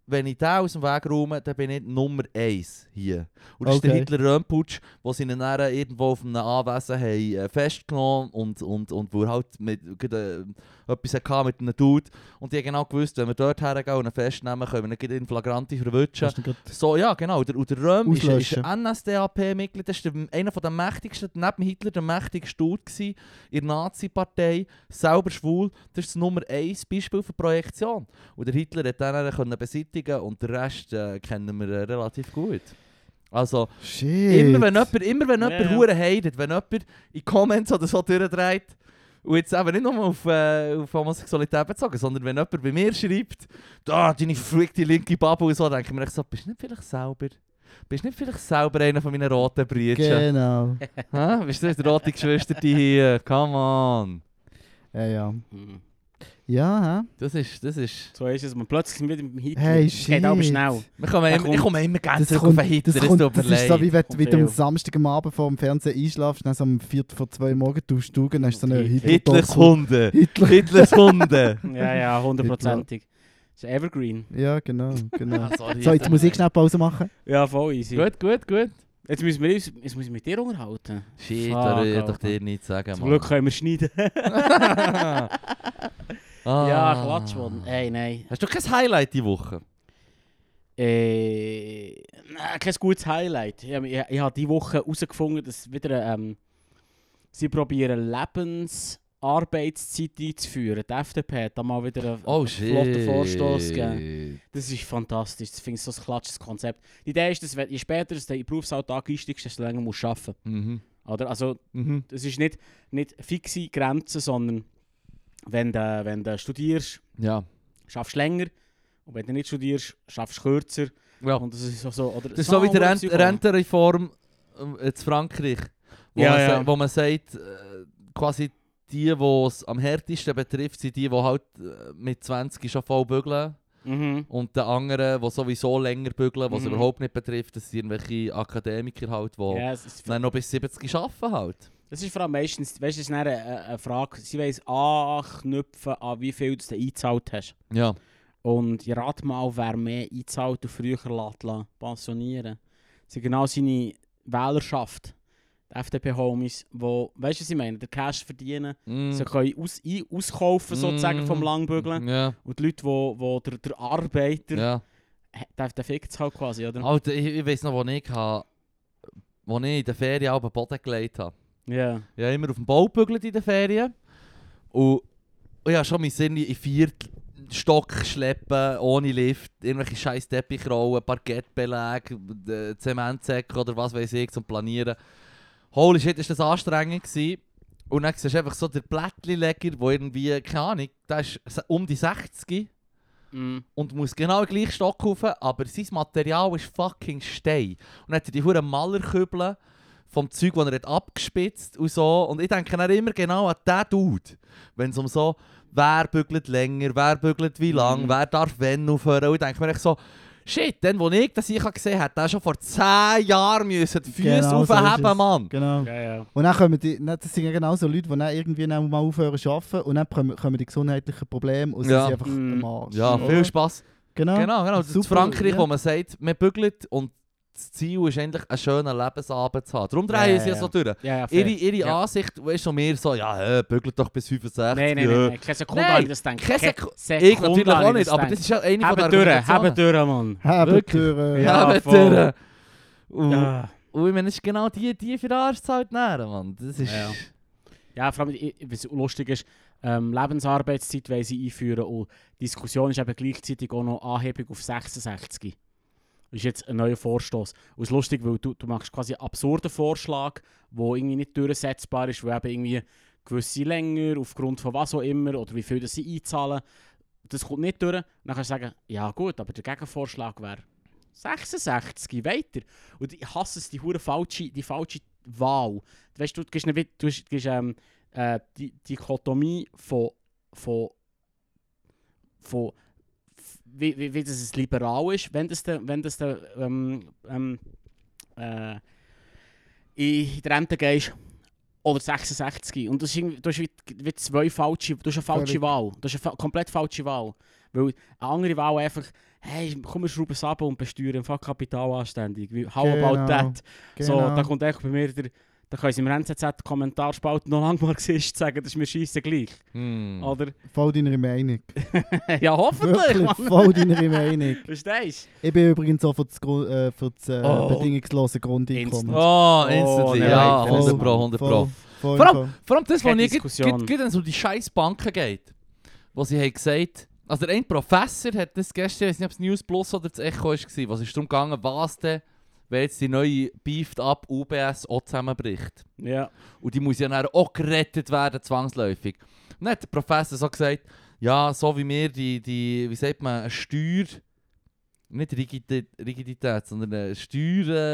Speaker 2: wenn ich den aus dem Weg räume, dann bin ich Nummer 1 hier. Und das
Speaker 3: Okay.
Speaker 2: ist der Hitler-Röhmputsch, wo sie ihn dann irgendwo auf einem Anwesen haben, äh, festgenommen und, und, und wo er halt mit, gerade, äh, etwas hatte mit einem Dude. Und die haben genau gewusst, wenn wir dort hergehen und ihn festnehmen, können wir ihn gerade in Flagranti verwutschen.
Speaker 3: Hast du grad-
Speaker 2: So, ja, genau. Der, und der Röhm ist, ist
Speaker 3: Auslöschen.
Speaker 2: ein NSDAP-Mitglied. Das war der- einer der mächtigsten, neben Hitler der mächtigste Dude gewesen in der Nazi-Partei. Selber schwul. Das ist das Nummer 1 Beispiel für Projektion. Und der Hitler hat den dann können beseitigen und den Rest äh, kennen wir äh, relativ gut. Also,
Speaker 3: Shit.
Speaker 2: immer wenn jemand, immer wenn
Speaker 1: Ja,
Speaker 2: jemand
Speaker 1: ja.
Speaker 2: Huren hatet, wenn jemand in die Comments oder so durchdreht, und jetzt eben nicht nur auf, äh, auf Homosexualität bezogen, sondern wenn jemand bei mir schreibt, da, deine verrückte linke Bubble und so, denke ich mir echt so, bist du nicht vielleicht selber, bist du nicht vielleicht selber einer von meinen roten Brüdern?
Speaker 3: Genau.
Speaker 2: Hä? Bist du nicht die rote Geschwister die hier? Come on!
Speaker 3: Ja, ja.
Speaker 1: Mhm.
Speaker 3: Ja, hä?
Speaker 2: Das ist, das ist...
Speaker 1: So ist es. Und plötzlich sind wir wieder im Hitler.
Speaker 3: Hey,
Speaker 1: Es geht aber
Speaker 3: shit.
Speaker 1: schnell.
Speaker 2: Wir kommen
Speaker 1: Ja,
Speaker 2: immer,
Speaker 1: komm.
Speaker 2: ich komme immer gerne
Speaker 3: Das
Speaker 2: zurück
Speaker 3: kommt-
Speaker 2: auf den Hitler,
Speaker 3: Das,
Speaker 2: es
Speaker 3: kommt,
Speaker 2: tut mir
Speaker 3: das ist so,
Speaker 2: leid.
Speaker 3: wie wenn du
Speaker 1: Kommt
Speaker 3: wieder
Speaker 1: viel.
Speaker 3: am Samstag am Abend vor dem Fernsehen einschlafst, dann so um Viertel vor zwei Uhr morgens tust du dann hast du so eine
Speaker 1: Hitler-
Speaker 2: Hitlers
Speaker 3: Doku.
Speaker 2: Hunde!
Speaker 3: Hitler.
Speaker 2: Hitlers Hunde!
Speaker 1: Ja, ja, hundertprozentig. Das ist Evergreen.
Speaker 3: Ja, genau, genau.
Speaker 2: Ah, sorry,
Speaker 3: So, jetzt muss ich schnell Pause machen.
Speaker 1: Ja, voll easy.
Speaker 2: Gut, gut, gut.
Speaker 1: Jetzt müssen wir uns jetzt müssen wir mit dir unterhalten.
Speaker 2: Shit,
Speaker 1: Fuck,
Speaker 2: da will ich
Speaker 1: Alter.
Speaker 2: doch dir nichts sagen,
Speaker 1: Zum
Speaker 2: Mann.
Speaker 1: Glück können wir schneiden.
Speaker 2: Ah.
Speaker 1: Ja, Klatsch, Mann. Ey, nein.
Speaker 2: Hast du kein Highlight die Woche?
Speaker 1: Äh, nein, kein gutes Highlight. Ich, ich, dus ehm, ich habe diese Woche herausgefunden, dass wieder ähm, sie probieren Lebensart Arbeitszeit einzuführen. Die FDP hat da mal wieder einen
Speaker 2: Oh
Speaker 1: einen flotten
Speaker 2: shit.
Speaker 1: Vorstoß gegeben. Das ist fantastisch. Das finde ich so ein klatsches Konzept. Die Idee ist, dass wenn- je später du in den Berufsalltag einsteigst, desto länger musst du arbeiten.
Speaker 2: Mhm.
Speaker 1: Oder? Also,
Speaker 2: Mhm.
Speaker 1: das ist nicht, nicht fixe Grenzen, sondern wenn du, wenn du studierst,
Speaker 2: Ja.
Speaker 1: schaffst du länger. Und wenn du nicht studierst, schaffst du kürzer.
Speaker 2: ja.
Speaker 1: Und das ist so, so oder
Speaker 2: Das ist so wie die Rent
Speaker 1: Rente
Speaker 2: Rentenreform äh, in Frankreich, wo,
Speaker 1: Ja,
Speaker 2: man, sa-
Speaker 1: ja.
Speaker 2: wo man sagt, äh, quasi die, die es am härtesten betrifft, sind die, die halt äh, mit 20 schon voll bügeln.
Speaker 1: Mhm.
Speaker 2: Und die anderen, die sowieso länger bügeln, was
Speaker 1: Mhm.
Speaker 2: überhaupt nicht betrifft, das sind irgendwelche Akademiker halt, die
Speaker 1: Ja, es ist,
Speaker 2: dann noch bis 70 arbeiten halt.
Speaker 1: das ist vor allem meistens, weißt du, es ist dann eine, eine Frage, sie weiss anknüpfen, an wie viel du eingezahlt hast.
Speaker 2: Ja.
Speaker 1: Und ich rate mal, wer mehr einzahlt und früher lässt, lässt pensionieren. Das sind genau seine Wählerschaft, die FDP-Homies, wo, weißt du, was ich meine, den Cash verdienen,
Speaker 2: Mm.
Speaker 1: sie können aus, ein, auskaufen sozusagen
Speaker 2: Mm.
Speaker 1: vom Langbügeln.
Speaker 2: Ja.
Speaker 1: Und die Leute, wo, wo der, der Arbeiter,
Speaker 2: ja. Ah.
Speaker 1: der, der fickt es halt quasi, oder?
Speaker 2: Alter, ich, ich weiß noch, wo ich, ha, wo ich in der Ferien auf den Boden gelegt habe.
Speaker 1: Ja.
Speaker 2: Ich habe immer auf dem Bau gebügelt in den Ferien. Und, und ich habe schon meinen Sinn in vier Stock schleppen, ohne Lift, irgendwelche scheiß Teppichrollen, Parkettbeläge, äh, Zementsäcke oder was weiß ich, zum Planieren. Holy shit, ist das anstrengend gewesen. Und dann siehst du einfach so den Blättchenleger, der irgendwie, keine Ahnung, der ist se- um die 60
Speaker 1: Mm.
Speaker 2: und muss genau gleich Stock rauf, aber sein Material ist fucking Stein. Und dann hat er die huren Malerkübel vom Zeug, das er hat abgespitzt und so. Und ich denke dann immer genau an diesen Dude. Wenn es um so, wer bügelt länger, wer bügelt wie lang,
Speaker 1: Mhm.
Speaker 2: wer darf wann aufhören. Und ich denke mir echt so, shit, dann wo ich das ich gesehen habe, der schon vor 10 Jahren müssen die Füße
Speaker 3: Genau so ist
Speaker 2: aufheben,
Speaker 3: es.
Speaker 2: Mann.
Speaker 3: Genau.
Speaker 1: Ja, ja.
Speaker 3: Und dann kommen die, dann- das sind ja genau so Leute, die dann irgendwie dann mal aufhören zu arbeiten und dann kommen, kommen die gesundheitlichen Probleme und sie
Speaker 2: Ja.
Speaker 3: sind einfach
Speaker 1: Mhm.
Speaker 3: am Arsch.
Speaker 2: Ja,
Speaker 3: oder?
Speaker 2: viel Spass.
Speaker 3: Genau.
Speaker 2: Genau, genau.
Speaker 3: Super,
Speaker 2: Super, Frankreich,
Speaker 3: ja.
Speaker 2: wo man sagt, man bügelt und das Ziel ist endlich, einen schönen Lebensabend zu haben. Darum drehen
Speaker 1: Ja,
Speaker 2: sie ja
Speaker 1: ja,
Speaker 2: so durch.
Speaker 1: Ja, ja, fair.
Speaker 2: Ihre, ihre
Speaker 1: Ja.
Speaker 2: Ansicht, weißt du, mir so, ja, hä, bügelt doch bis 65.
Speaker 1: Nein, nein,
Speaker 2: ja.
Speaker 1: nein, nein. Keine Sekunde
Speaker 2: Nein,
Speaker 1: habe ich das denkt.
Speaker 2: keine Seku- Ich natürlich auch nicht, aber das ist ja eine von
Speaker 1: Haben Türen, haben Türen, Mann.
Speaker 3: Haben
Speaker 2: Wirklich?
Speaker 3: Türen.
Speaker 1: Ja,
Speaker 2: Ja,
Speaker 1: voll.
Speaker 2: bitte. Und,
Speaker 1: Ja.
Speaker 2: und ich meine, es ist genau die, die für den Arsch zahlt näher, Mann. Das ist...
Speaker 1: Ja. ja, vor allem, ich- ich- was lustig ist, ähm, Lebensarbeitszeit wollen sie einführen und die Diskussion ist eben gleichzeitig auch noch Anhebung auf 66. Das ist jetzt ein neuer Vorstoß. Und es ist lustig, weil du, du machst quasi einen absurden Vorschlag, der irgendwie nicht durchsetzbar ist, weil eben irgendwie gewisse länger, aufgrund von was auch immer, oder wie viel das sie einzahlen. Das kommt nicht durch. Dann kannst du sagen, ja gut, aber der Gegenvorschlag wäre 66 weiter. Und ich hasse es, die hure falsche, die falsche Wahl. Weißt du, du gehst, nicht, du gehst, gehst ähm, äh, die die Dichotomie von, von, von f- wie, wie, wie das es liberal ist, wenn das der, wenn das der, ähm, ähm, äh, in die Rente gehst oder 66 und das ist irgendwie, du hast wie, wie zwei falsche, du hast eine falsche
Speaker 3: Völlig.
Speaker 1: Wahl, du hast eine fa- komplett falsche Wahl, weil eine andere Wahl einfach, hey, komm, wir schrauben es ab und besteuern einfach Kapital anständig, Wie- how
Speaker 3: Genau.
Speaker 1: about that? So,
Speaker 3: Genau.
Speaker 1: da kommt echt bei mir der, da können sie im NZZ Kommentarspalte noch lange Marxist sagen, das ist mir scheisse gleich,
Speaker 2: Hm.
Speaker 1: oder?
Speaker 3: Voll deiner Meinung.
Speaker 1: ja, hoffentlich,
Speaker 3: Wirklich,
Speaker 1: Mann.
Speaker 3: voll deiner Meinung.
Speaker 1: Verstehst
Speaker 3: Ich bin übrigens auch für das, Gru- äh, für das äh,
Speaker 2: Oh.
Speaker 3: bedingungslose Grundeinkommen.
Speaker 2: Oh, instantly.
Speaker 1: nein,
Speaker 2: ja,
Speaker 1: nein,
Speaker 2: 100 Pro, 100 Pro.
Speaker 3: Voll, voll,
Speaker 2: Vor allem-
Speaker 3: voll.
Speaker 2: Vor allem das, was
Speaker 1: Keine
Speaker 2: ich
Speaker 1: Diskussion.
Speaker 2: gerade dann so die scheiß Banken geht, wo sie haben gesagt, also der ein Professor hat das gestern, ich weiß nicht, ob es News Plus oder das Echo war, was ist darum gegangen, was denn, wenn jetzt die neue Beefed Up UBS auch zusammenbricht.
Speaker 1: du? Ja.
Speaker 2: Und die muss ja dann auch gerettet werden, zwangsläufig. Und dann hat der Professor so gesagt, ja, so wie wir die, die wie sagt man, eine Steuer, nicht Rigidität, Rigidität sondern eine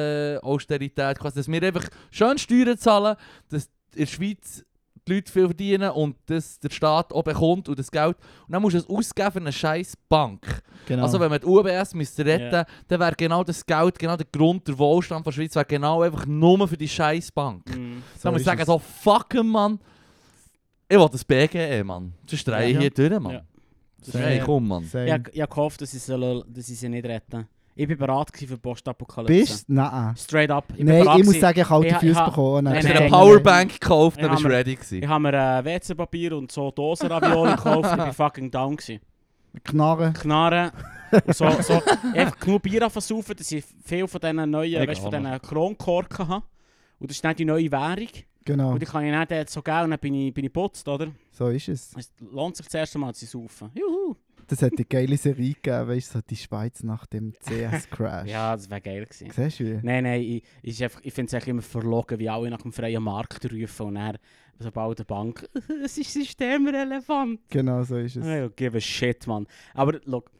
Speaker 2: Steuerausternität, quasi, dass wir einfach schön Steuern zahlen, dass in der Schweiz die Leute viel verdienen und dass der Staat auch bekommt und das Geld. Und dann musst du es ausgeben für eine scheiß Bank.
Speaker 3: Genau.
Speaker 2: Also wenn man die UBS müsste retten dann wäre genau das Geld, genau der Grund, der Wohlstand von der Schweiz, wäre genau einfach nur für die scheiß Bank.
Speaker 1: Mhm.
Speaker 3: so
Speaker 2: Dann muss ich
Speaker 3: ist
Speaker 2: sagen,
Speaker 3: es.
Speaker 2: so, fuck him, Mann. Ich will das BGE, Mann. Sonst drehe ich
Speaker 3: Ja.
Speaker 2: hier durch, Mann.
Speaker 1: Ja.
Speaker 2: Sonst- Hey, komm, Mann.
Speaker 3: Same.
Speaker 1: Ich, hab- ich hab gehofft, dass ich, sie, dass ich sie nicht retten Ich bin bereit gewesen für die Postapokalypse.
Speaker 3: Bist du? Nein.
Speaker 1: Straight up. Ich
Speaker 3: Nein, ich muss
Speaker 1: gewesen.
Speaker 3: sagen, ich habe
Speaker 1: Ich
Speaker 3: die
Speaker 1: ha-
Speaker 3: Füße
Speaker 1: ha-
Speaker 3: bekommen. Oh,
Speaker 1: Nein,
Speaker 2: Hast du
Speaker 1: nein,
Speaker 2: eine
Speaker 1: nein,
Speaker 2: Powerbank gekauft,
Speaker 1: Ich
Speaker 2: dann bist du
Speaker 1: habe mir-
Speaker 2: ready
Speaker 1: ich
Speaker 2: gewesen.
Speaker 1: habe mir äh, WC-Papier und so Dosenravioli gekauft, ich bin fucking down gewesen.
Speaker 3: Knarren.
Speaker 1: Knarren. Und so, so. Ich hab einfach genug Bier versaufen, dass ich viel von diesen neuen,
Speaker 2: Egal,
Speaker 1: weißt, von diesen
Speaker 2: Mann.
Speaker 1: Kronkorken habe. Und das ist dann die neue Währung.
Speaker 3: Genau,
Speaker 1: Und ich kann ich nicht dort so gell, und dann bin ich, bin ich putzt, oder?
Speaker 3: so ist es.
Speaker 1: Es lohnt sich das erste Mal zu saufen. Juhu!
Speaker 3: Das hat eine geile Serie gegeben, weißt du, so die Schweiz nach dem CS-Crash.
Speaker 1: Ja, das wäre geil gewesen.
Speaker 3: Siehst du, wie?
Speaker 1: Nein, nein, ich, ich, ist einfach- ich finde es eigentlich immer verlogen, wie alle nach dem freien Markt rufen und dann, sobald der Bank, es ist systemrelevant.
Speaker 3: Genau, so ist es.
Speaker 1: I don't give a shit, Mann. Aber look,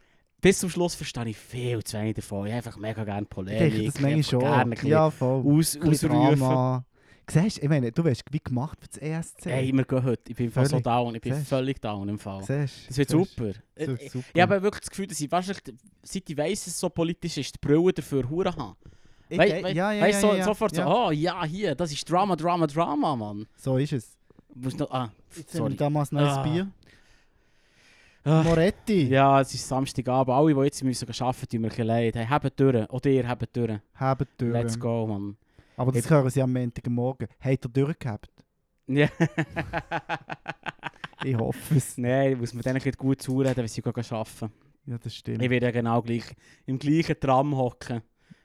Speaker 1: bis zum Schluss verstehe ich viel zu wenig davon. Ich habe einfach mega gerne
Speaker 3: Ich
Speaker 1: Polemik.
Speaker 3: denke, das
Speaker 1: einfach
Speaker 3: manchmal
Speaker 1: gerne ein
Speaker 3: schon.
Speaker 1: bisschen
Speaker 3: Ja, voll.
Speaker 1: aus,
Speaker 3: Ein bisschen
Speaker 1: ausrufen.
Speaker 3: Drama. Siehst du, ich meine, du wirst wie gemacht für das E ESC.
Speaker 1: Hey, wir gehen heute. Ich bin im Fall so
Speaker 3: Völlig.
Speaker 1: down. Ich bin
Speaker 3: Siehst du?
Speaker 1: völlig down im Fall.
Speaker 3: Siehst du?
Speaker 1: Das wird
Speaker 3: Siehst
Speaker 1: super.
Speaker 3: du?
Speaker 1: Äh,
Speaker 3: Das wird super.
Speaker 1: Ich habe wirklich das Gefühl, dass ich wahrscheinlich, seit ich weiss, dass es so politisch ist, die Brille dafür Huren haben.
Speaker 3: Ich
Speaker 1: Wei-
Speaker 3: ge-
Speaker 1: wei-
Speaker 3: eh, ja, ja,
Speaker 1: weißt
Speaker 3: ja,
Speaker 1: du, so,
Speaker 3: ja,
Speaker 1: sofort
Speaker 3: ja.
Speaker 1: so, oh ja, hier, das ist Drama, Drama, Drama, Mann.
Speaker 3: So ist es.
Speaker 1: Muss noch, ah,
Speaker 3: Jetzt haben
Speaker 1: sorry.
Speaker 3: wir damals noch
Speaker 1: Ah.
Speaker 3: ein Bier.
Speaker 1: Ah.
Speaker 3: Moretti.
Speaker 1: Ja, es ist Samstagabend. Alle, die jetzt müssen gehen arbeiten, tun mir ein bisschen leid. Hey, habt durch. Oder ihr habt durch.
Speaker 3: Haben durch.
Speaker 1: Let's go, Mann.
Speaker 3: Aber das
Speaker 1: Ich-
Speaker 3: hören sie am Montagmorgen. Habt ihr durchgehabt?
Speaker 1: Ja.
Speaker 3: Ich hoffe es.
Speaker 1: Nein, muss man denen ein bisschen gut zureden, wenn sie gehen arbeiten.
Speaker 3: Ja, das stimmt.
Speaker 1: Ich werde ja genau gleich im gleichen Tram hocken.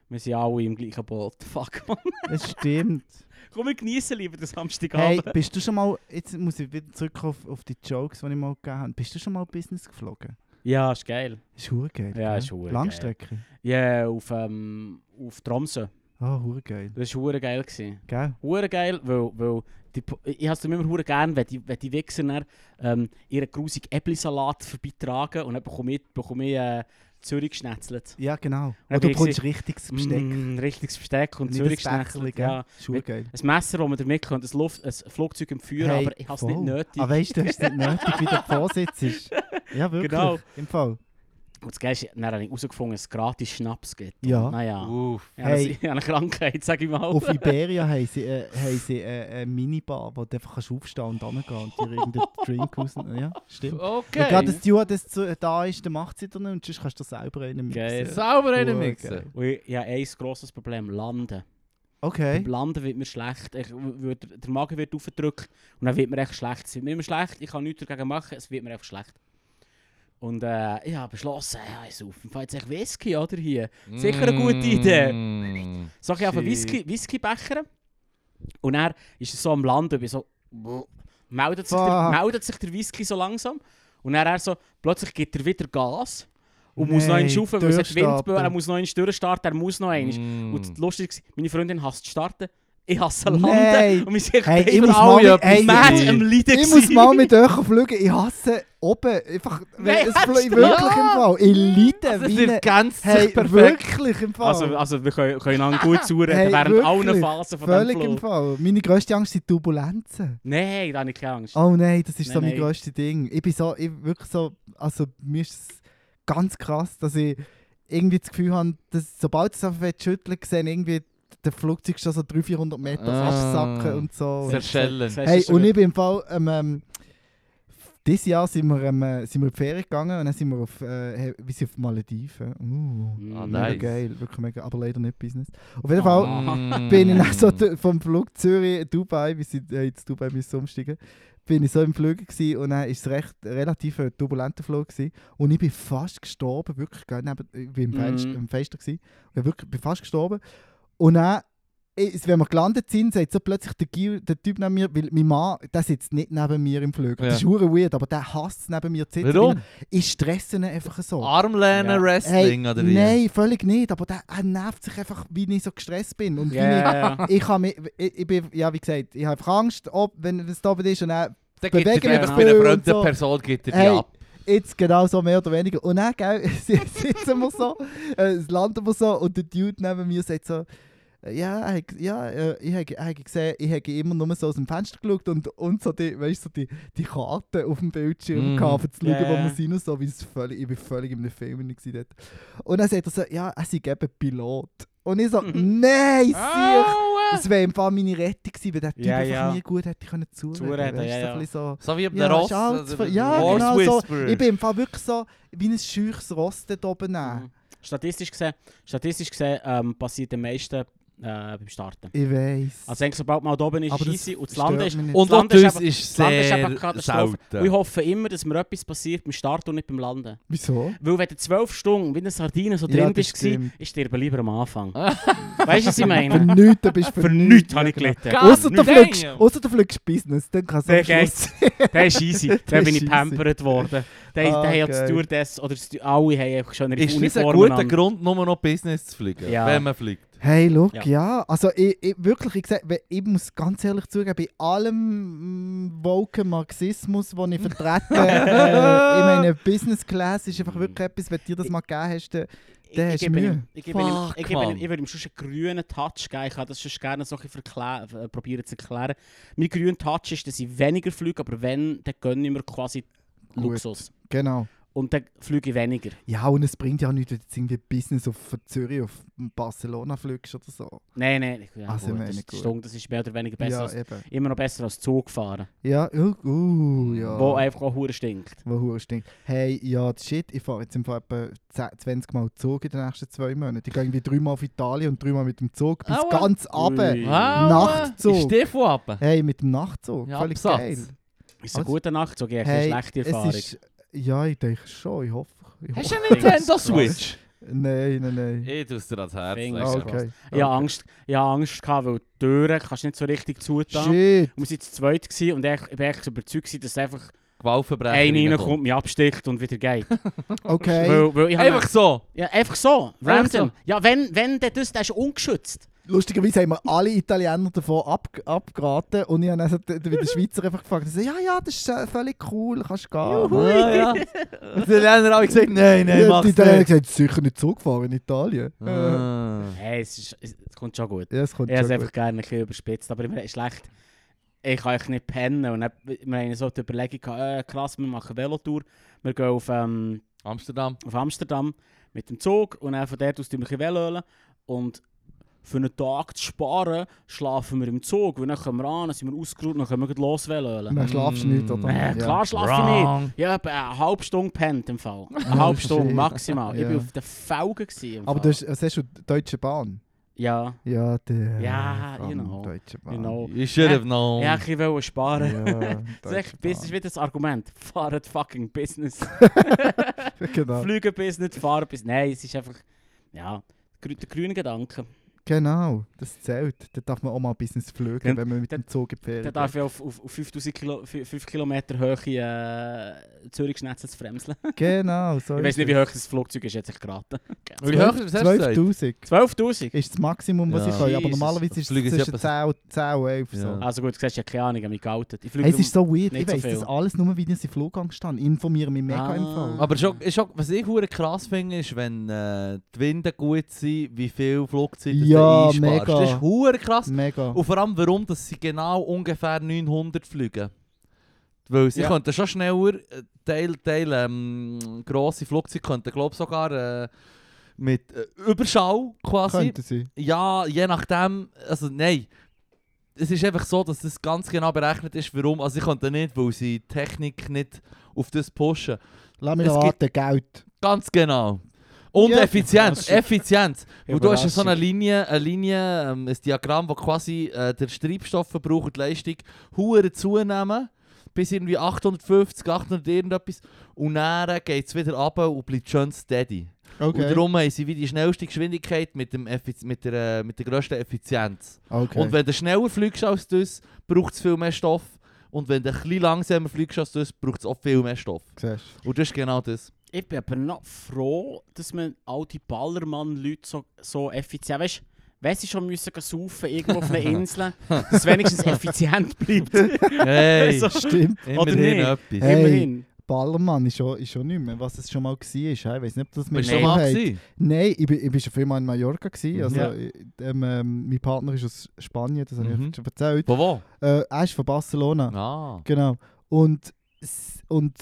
Speaker 1: Wir sind alle im gleichen Boot. Fuck, Mann.
Speaker 3: Das stimmt.
Speaker 1: Komm, wir genießen lieber den Samstagabend.
Speaker 3: hey, bist du schon mal... Jetzt muss ich wieder zurück auf, auf die Jokes, die ich mal gegeben habe. Bist du schon mal Business geflogen?
Speaker 1: Ja, ist geil.
Speaker 3: Ist hure geil.
Speaker 1: Ja,
Speaker 3: gell?
Speaker 1: ist hure
Speaker 3: Langstrecke.
Speaker 1: Ja, auf, ähm, auf Tromsø.
Speaker 3: Ah, hure geil.
Speaker 1: Das war hure geil. Gewesen.
Speaker 3: Gell?
Speaker 1: Hure geil, weil, weil die, Po- ich habe es immer hure gern, wenn die, wenn die Wichser dann, ähm, ihren grusigen Äpfelsalat vorbeitragen und dann bekomme ich, bekomme ich äh, Zürich geschnetzelt.
Speaker 3: Ja, genau.
Speaker 1: Ja,
Speaker 3: Und du
Speaker 1: bin ich
Speaker 3: bekommst richtiges Besteck.
Speaker 1: Mm, richtiges Besteck und
Speaker 3: Nicht
Speaker 1: Zürich
Speaker 3: ein Päckchen,
Speaker 1: geschnetzelt.
Speaker 3: gell?
Speaker 1: Ja.
Speaker 3: Ist hure geil.
Speaker 1: Ein Messer, das man damit kann, ein, Luft, ein Flugzeug im Feuer,
Speaker 3: Hey,
Speaker 1: aber ich habe es nicht
Speaker 3: voll.
Speaker 1: nötig.
Speaker 3: Ah, weißt du, du hast nicht nötig, wie der Vorsitz ist. Ja, wirklich.
Speaker 1: Genau.
Speaker 3: Im Fall.
Speaker 1: Und das Geilste, dann habe ich herausgefunden, dass es gratis Schnaps gibt.
Speaker 3: Ja.
Speaker 1: Naja,
Speaker 2: Uff.
Speaker 1: ich, habe eine-
Speaker 3: Hey.
Speaker 1: ich habe eine Krankheit, sage ich mal.
Speaker 3: Auf Iberia haben sie, äh, haben sie äh, eine Minibar, wo du einfach kannst aufstehen und hingehen und dir irgendeinen Drink raus... Ja, stimmt. Wenn gerade
Speaker 2: Okay.
Speaker 3: das Steward das zu, da ist, dann macht sie dann nicht und sonst kannst du dir selber einen mixen.
Speaker 1: Geil.
Speaker 2: Sauber einen
Speaker 3: Hure
Speaker 2: mixen.
Speaker 3: geil.
Speaker 1: Und ich, ich habe ein grosses Problem, Landen.
Speaker 3: Okay.
Speaker 1: Beim Landen wird mir schlecht, ich, wird, der Magen wird aufgedrückt und dann wird mir echt schlecht. Es wird mir immer schlecht, ich kann nichts dagegen machen, es wird mir einfach schlecht. Und äh, ich habe beschlossen, ja, ich saufe im Fall jetzt echt Whisky, oder, hier. Sicher eine gute Idee.
Speaker 2: Mm.
Speaker 1: So ich einfach
Speaker 2: Shit.
Speaker 1: Whisky, Whiskybecher und er ist es so am Land, ich bin so... Meldet sich, der,
Speaker 3: Fuck.
Speaker 1: meldet sich der Whisky so langsam und dann er so, plötzlich gibt er wieder Gas und muss noch
Speaker 3: Nein,
Speaker 1: einen schaufen, weil es hat
Speaker 3: durchstarten.
Speaker 1: Windböen, er muss noch einen durchstarten, er muss noch einen.
Speaker 2: Mm.
Speaker 1: Und lustig war, meine Freundin hasst starten, ich hasse landen.
Speaker 3: Nein.
Speaker 1: Und wir sind
Speaker 3: Hey,
Speaker 1: echt
Speaker 3: ich muss
Speaker 1: immer
Speaker 3: mal
Speaker 1: alle
Speaker 3: mit, hey,
Speaker 1: mad am
Speaker 3: ich,
Speaker 1: Leiden
Speaker 3: ich muss
Speaker 1: gewesen.
Speaker 3: mal mit euch fliegen. Ich hasse oben. Einfach,
Speaker 1: Nein,
Speaker 3: es
Speaker 1: hast
Speaker 3: flie-
Speaker 1: du-
Speaker 3: wirklich im Fall. Ich leide
Speaker 2: Das
Speaker 3: wie eine...
Speaker 2: wird ganz
Speaker 3: Hey,
Speaker 2: perfekt.
Speaker 3: wirklich im Fall.
Speaker 1: Also, also wir können, können einander gut zureden
Speaker 3: Hey,
Speaker 1: während allen
Speaker 3: wirklich,
Speaker 1: Phasen von
Speaker 3: Völlig
Speaker 1: diesem
Speaker 3: im
Speaker 1: Flow.
Speaker 3: Fall. Meine grösste Angst sind Turbulenzen.
Speaker 1: Nein, da habe ich keine Angst.
Speaker 3: Oh nein, das ist
Speaker 1: Nein,
Speaker 3: so mein
Speaker 1: nein.
Speaker 3: grösstes Ding. Ich bin so, ich wirklich so, also mir ist es ganz krass, dass ich irgendwie das Gefühl habe, dass sobald ich es einfach schütteln sehe ich irgendwie der Flugzeug schon so 300, 400 Meter
Speaker 2: Ah.
Speaker 3: absacken und so.
Speaker 2: Sehr Zerschellen.
Speaker 1: Das hast du
Speaker 3: Hey,
Speaker 1: so
Speaker 3: und
Speaker 1: gut-
Speaker 3: ich bin im Fall, ähm, ähm, dieses Jahr sind wir, ähm, äh, sind wir in die Ferien gegangen und dann sind wir auf, äh, wir sind auf Malediven. Uh,
Speaker 1: Mm.
Speaker 2: Ah,
Speaker 3: mega
Speaker 2: nice.
Speaker 3: geil, wirklich mega, aber leider nicht Business. Auf jeden Fall,
Speaker 1: Mm.
Speaker 3: bin ich dann so d- vom Flug Zürich Dubai, wir sind äh, jetzt Dubai bis umsteigen, bin ich so im Flüger gsi und dann ist es recht relativ ein turbulenter Flug gsi und ich bin fast gestorben, wirklich gell, neben, ich bin
Speaker 2: Mm.
Speaker 3: im, Fenster,
Speaker 1: Mhm.
Speaker 3: im Fenster gsi, ich wirklich bin fast gestorben und dann ich, wenn wir gelandet sind, sagt so plötzlich der, Gio, der Typ neben mir, weil mein Mann, der sitzt nicht neben mir im Flug.
Speaker 2: Ja.
Speaker 3: Das ist hure weird, aber der hasst es, neben mir zu sitzen.
Speaker 2: Warum?
Speaker 3: weil er- Ich stresse ihn einfach so.
Speaker 1: Ja.
Speaker 2: Armlehnen Wrestling
Speaker 3: Hey,
Speaker 2: oder wie?
Speaker 3: nein, völlig nicht, aber der, er nervt sich einfach, wie ich so gestresst bin und wie
Speaker 1: Ja,
Speaker 3: ich
Speaker 1: ja, ja.
Speaker 3: ich kann mich, ich, ich bin, ja wie gesagt, ich habe einfach Angst, ob, wenn es da oben ist und dann,
Speaker 2: Dann gibt er
Speaker 3: Bewegen
Speaker 2: dir einfach
Speaker 1: wir
Speaker 2: bei einer
Speaker 3: und
Speaker 2: fremden
Speaker 3: so.
Speaker 2: Person gibt er die
Speaker 3: Hey.
Speaker 2: ab.
Speaker 3: jetzt genau so mehr oder weniger. Und dann, gell, sitzen wir so, äh, landen wir so und der Dude neben mir sagt so, ja, ich, ja, äh, ich habe hab gesehen, ich habe immer nur so aus dem Fenster geschaut und, und so die, weißt, so die, die Karte auf dem Bildschirm
Speaker 2: Mm.
Speaker 3: mm. gehabt, um zu schauen,
Speaker 1: Mhm. Ja, ja.
Speaker 3: wo wir sind und so, weil es völlig, ich bin völlig in einem Film drin gewesen dort. Und dann sagt er so, ja, er sei eben Pilot. Und ich so,
Speaker 1: Mhm.
Speaker 3: nein, sicher.
Speaker 2: Aua.
Speaker 3: Das wäre im Fall meine Rettung gewesen, weil der Typ
Speaker 1: Ja,
Speaker 3: einfach
Speaker 1: ja.
Speaker 3: nie gut hätte können zuhören.
Speaker 1: Zuhören,
Speaker 3: Weißt du,
Speaker 1: ja,
Speaker 3: so ein
Speaker 1: ja.
Speaker 3: bisschen so,
Speaker 2: So wie auf einem
Speaker 3: ja,
Speaker 2: Ross.
Speaker 3: ist alt
Speaker 2: also
Speaker 3: zu-
Speaker 2: der
Speaker 3: ja,
Speaker 2: Horse
Speaker 3: genau so.
Speaker 2: Whisperer.
Speaker 3: Ich bin im Fall wirklich so wie ein scheuches Ross dort oben.
Speaker 1: Mhm. Statistisch gesehen, statistisch gesehen ähm, passiert den meisten äh, beim Starten.
Speaker 3: Ich weiss.
Speaker 1: Also eigentlich, sobald man halt oben ist,
Speaker 3: Aber das
Speaker 1: ist easy. Und das Land
Speaker 3: stört
Speaker 1: ist...
Speaker 3: mich nicht.
Speaker 2: Und
Speaker 1: das
Speaker 2: auch
Speaker 1: Land ist
Speaker 2: das
Speaker 1: eben-
Speaker 2: ist
Speaker 1: Das Land ist
Speaker 2: sehr
Speaker 1: einfach eine Katastrophe. Und ich
Speaker 2: selten.
Speaker 1: hoffe immer, dass mir etwas passiert beim Start und nicht beim Landen.
Speaker 3: Wieso?
Speaker 1: Weil wenn du zwölf Stunden wie eine Sardine so
Speaker 3: Ja,
Speaker 1: drin
Speaker 3: das
Speaker 1: bist,
Speaker 3: stimmt.
Speaker 1: ich stirbe lieber am Anfang. weißt du, was ich
Speaker 3: Für
Speaker 1: meine?
Speaker 3: nichts, dann bist du
Speaker 1: Für nichts habe ich gelitten.
Speaker 4: Gar
Speaker 3: Ausser du
Speaker 4: Damn.
Speaker 3: fliegst, ausser du fliegst Business, dann kannst du
Speaker 1: Der geht's. Der ist easy.
Speaker 3: Der
Speaker 1: Der
Speaker 3: ist
Speaker 1: bin ich
Speaker 3: easy.
Speaker 1: pampert worden. Der,
Speaker 3: Ah,
Speaker 1: der hat
Speaker 3: geil.
Speaker 1: das Stewardess oder das, alle haben einfach schon ihre
Speaker 2: Ist das ein
Speaker 1: Uniformen
Speaker 2: guter
Speaker 1: an.
Speaker 2: Grund, nur noch Business zu fliegen,
Speaker 1: Ja.
Speaker 2: wenn man fliegt?
Speaker 3: Hey, look, ja.
Speaker 1: Ja.
Speaker 3: Also, ich, ich, wirklich, ich, sag, we- ich muss ganz ehrlich zugeben, bei allem mm, woken Marxismus, den ich vertrete, äh, ich meine, Business Class ist einfach wirklich
Speaker 1: Mhm.
Speaker 3: etwas, wenn dir das mal gegeben hast, dann,
Speaker 1: Ich,
Speaker 3: Der
Speaker 1: ich
Speaker 3: ist
Speaker 1: gebe
Speaker 3: Mühe.
Speaker 1: ihm- ich gebe ihm-
Speaker 2: Fuck,
Speaker 1: ich gebe ihm-
Speaker 2: Mann.
Speaker 1: ich würde ihm schon einen grünen Touch geben. Ich kann das schon gerne so ein bisschen verklä- äh, probieren zu erklären. Mein grüner Touch ist, dass ich weniger fliege, aber wenn, dann gönne ich mir quasi
Speaker 3: Gut.
Speaker 1: Luxus.
Speaker 3: genau.
Speaker 1: Und dann fliege ich weniger.
Speaker 3: Ja, und es bringt ja auch nichts, wenn du jetzt irgendwie Business auf von Zürich auf Barcelona fliegst oder so.
Speaker 1: Nein, nein. Ja,
Speaker 3: Also,
Speaker 1: gut,
Speaker 3: meine
Speaker 1: das, ist
Speaker 3: gut.
Speaker 1: Stunde, das ist mehr oder weniger besser. als,
Speaker 3: ja, eben.
Speaker 1: immer noch besser als Zug fahren,
Speaker 3: Ja, uh, uh, ja.
Speaker 1: wo einfach auch hure stinkt.
Speaker 3: Wo hure stinkt. Hey, ja, shit, ich fahre jetzt im Fall etwa 10, 20 Mal Zug in den nächsten zwei Monaten. Ich gehe irgendwie dreimal auf Italien und dreimal mit dem Zug bis
Speaker 4: Aua.
Speaker 3: ganz runter.
Speaker 1: Ui.
Speaker 3: Nachtzug.
Speaker 4: Ist der von ab?
Speaker 3: Hey, mit dem Nachtzug.
Speaker 4: Ja,
Speaker 3: Völlig
Speaker 4: Absatz.
Speaker 3: geil.
Speaker 1: Ist ein
Speaker 3: Also-
Speaker 1: guter Nachtzug, ich habe
Speaker 3: Hey,
Speaker 1: eine schlechte Erfahrung.
Speaker 3: Es ist, ja, ich denke schon, ich hoffe. Ich
Speaker 4: Hast
Speaker 3: hoffe.
Speaker 4: du einen Nintendo
Speaker 1: Fingers crossed.
Speaker 4: Switch?
Speaker 3: Nein, nein, nein.
Speaker 2: Ich tue es dir ans Herz.
Speaker 1: Fingers
Speaker 3: Ah,
Speaker 2: legen.
Speaker 3: okay.
Speaker 1: Ich hatte Angst, ich hatte Angst gehabt, weil die Türen kannst du nicht so richtig zutun. Und
Speaker 3: Shit.
Speaker 1: wir waren zu zweit gewesen und ich, ich bin echt überzeugt, gewesen, dass einfach
Speaker 2: Gewaltverbrechen.
Speaker 1: einer
Speaker 2: reinkommt.
Speaker 1: reinkommt, mich absticht und wieder geht.
Speaker 3: Okay.
Speaker 1: Weil, weil ich habe-
Speaker 2: Einfach so.
Speaker 1: ja, einfach so,
Speaker 4: Einfach so.
Speaker 1: random. Ja, wenn, wenn der das, der ist ungeschützt.
Speaker 3: Lustigerweise haben wir alle Italiener davon ab, abgeraten und ich habe dann so den, den den Schweizer einfach gefragt. Ich so, ja, ja, das ist äh, völlig cool, kannst gehen.
Speaker 2: Ah, ja. Und die Länder haben gesagt, nein, nein,
Speaker 3: ja,
Speaker 2: mach's
Speaker 3: die Italiener haben
Speaker 2: nicht.
Speaker 3: gesagt, sicher nicht Zug fahren in Italien. Ja,
Speaker 2: Ah.
Speaker 1: Hey, es, ist, es, es kommt schon gut.
Speaker 3: es kommt
Speaker 1: Ich habe es
Speaker 3: schon
Speaker 1: einfach
Speaker 3: gut.
Speaker 1: gerne ein bisschen überspitzt, aber immer schlecht. Ich kann echt nicht pennen. Und dann, wir haben so die Überlegung, gehabt, äh, krass, wir machen Velotour. Wir gehen auf, ähm,
Speaker 2: Amsterdam.
Speaker 1: auf Amsterdam mit dem Zug und dann von dort aus tun wir ein bisschen Velo holen. Und für einen Tag zu sparen, schlafen wir im Zug. Weil dann kommen wir an, dann sind wir ausgeruht, dann können wir gleich los Velo holen.
Speaker 3: Dann schlafst du nicht, oder?
Speaker 1: Äh, klar schlafe ich nicht. Ja, etwa eine halbe Stunde pennt im Fall. Eine halbe Stunde
Speaker 3: shit.
Speaker 1: maximal. Ich
Speaker 3: Ja.
Speaker 1: war auf den Felgen. gewesen im
Speaker 3: Aber
Speaker 1: Fall.
Speaker 3: du hast, was hast du Deutsche Bahn?
Speaker 1: Ja,
Speaker 3: Ja, der.
Speaker 1: Ja,
Speaker 3: Bahn,
Speaker 1: you know.
Speaker 3: Deutsche Bahn.
Speaker 1: genau.
Speaker 2: Ich should have known.
Speaker 1: Oh. Ja, ich wollte sparen.
Speaker 3: Ja,
Speaker 1: Das ist echt Business, wieder das Argument. Fahren fucking Business.
Speaker 3: genau.
Speaker 1: Fliegen Business, fahren Business. Nein, es ist einfach, ja, grü- der grüne Gedanke.
Speaker 3: Genau, das zählt. Da darf man auch mal Business flügen,
Speaker 1: Dann-
Speaker 3: wenn man mit dem Zug in die
Speaker 1: Da
Speaker 3: Ferien
Speaker 1: darf ich auf, auf, auf 5000 Kilo, 5 Kilometer Hohe äh, Zürich-Schnetzen zu fremseln.
Speaker 3: geht. Genau, so
Speaker 1: Ich
Speaker 3: ist
Speaker 1: weiß nicht,
Speaker 3: es.
Speaker 1: wie hoch das Flugzeug ist, jetzt ich geraten.
Speaker 2: Wie hoch ist das erste?
Speaker 3: 12'000
Speaker 1: 12'000?
Speaker 3: ist das Maximum, was
Speaker 2: Ja.
Speaker 3: ich kann. Aber
Speaker 1: Jesus.
Speaker 3: normalerweise ist es
Speaker 2: Fliegen sie
Speaker 3: zwischen
Speaker 2: etwas-
Speaker 3: 10 und 10 und 11 so.
Speaker 2: Ja.
Speaker 1: Also gut, du siehst, ich habe keine Ahnung, ich habe mich geoutet. Ich fliege um-
Speaker 3: Hey, es ist so weird,
Speaker 1: nicht
Speaker 3: ich
Speaker 1: so
Speaker 3: weiss das
Speaker 1: viel.
Speaker 3: alles nur, wie ich im Flughaus stand. Informiere mich mega
Speaker 1: Ah.
Speaker 3: im Fall.
Speaker 2: Aber schon, ist schon, was ich hure krass finde, ist, wenn äh, die Winde gut sind, wie viel Flugzeiten
Speaker 3: Ja,
Speaker 2: du einsparst.
Speaker 3: mega.
Speaker 2: Das ist hure krass.
Speaker 3: Mega.
Speaker 2: Und vor allem, warum dass sie genau ungefähr 900 fliegen. Weil sie
Speaker 1: Ja.
Speaker 2: könnten schon schneller, äh, Teil, Teil ähm, grosse Flugzeuge könnten, glaube ich, sogar äh, mit äh, Überschall quasi.
Speaker 3: Könnte sein.
Speaker 2: Ja, je nachdem, also nein. Es ist einfach so, dass das ganz genau berechnet ist, warum. Also ich könnte nicht, weil sie die Technik nicht auf das pushen.
Speaker 3: Lass mich
Speaker 2: Es
Speaker 3: raten, Geld.
Speaker 2: Ganz genau. Und
Speaker 3: Ja.
Speaker 2: Effizienz, Effizienz. Weil du hast ja so eine
Speaker 1: Überraschung.
Speaker 2: Linie, eine Linie ähm, ein Diagramm, wo quasi äh, der Treibstoffverbrauch und die Leistung hure zunehmen, bis irgendwie 850, 800 irgendetwas. Und dann geht es wieder runter und bleibt schön steady. Und
Speaker 3: Okay.
Speaker 2: darum haben sie wie die schnellste Geschwindigkeit mit, dem Effiz mit, der, äh, mit der grössten Effizienz.
Speaker 3: okay.
Speaker 2: Und wenn du schneller fliegst als das, braucht es viel mehr Stoff. Und wenn du ein bisschen langsamer fliegst als das, braucht es auch viel mehr Stoff.
Speaker 3: Siehst
Speaker 2: Und das ist genau das.
Speaker 1: Ich bin aber noch froh, dass man all die Ballermann-Leute so, so effizient. Weißt du, wenn sie schon müssen gehen saufen irgendwo auf einer Insel, dass es wenigstens effizient bleibt.
Speaker 2: Hey,
Speaker 1: Also,
Speaker 3: du. Stimmt.
Speaker 2: immerhin
Speaker 1: nicht.
Speaker 2: etwas.
Speaker 3: Hey,
Speaker 1: Immerhin.
Speaker 3: Ballermann ist schon, ist schon nicht mehr, was es schon mal war. Ich weiß nicht, ob
Speaker 2: Bist
Speaker 3: das
Speaker 2: du
Speaker 1: Nee.
Speaker 2: schon
Speaker 3: schon
Speaker 2: mal
Speaker 3: hat.
Speaker 2: gewesen?
Speaker 3: Nein, ich bin, ich bin schon viel mal in Mallorca.
Speaker 2: Mhm.
Speaker 3: Gewesen. Also,
Speaker 1: Ja.
Speaker 3: ich- ähm, ähm, mein Partner ist aus Spanien, das habe
Speaker 2: Mhm.
Speaker 3: ich schon erzählt.
Speaker 2: Wo, wo?
Speaker 3: Äh, er ist von Barcelona.
Speaker 2: Ah.
Speaker 3: Genau. Und, s- und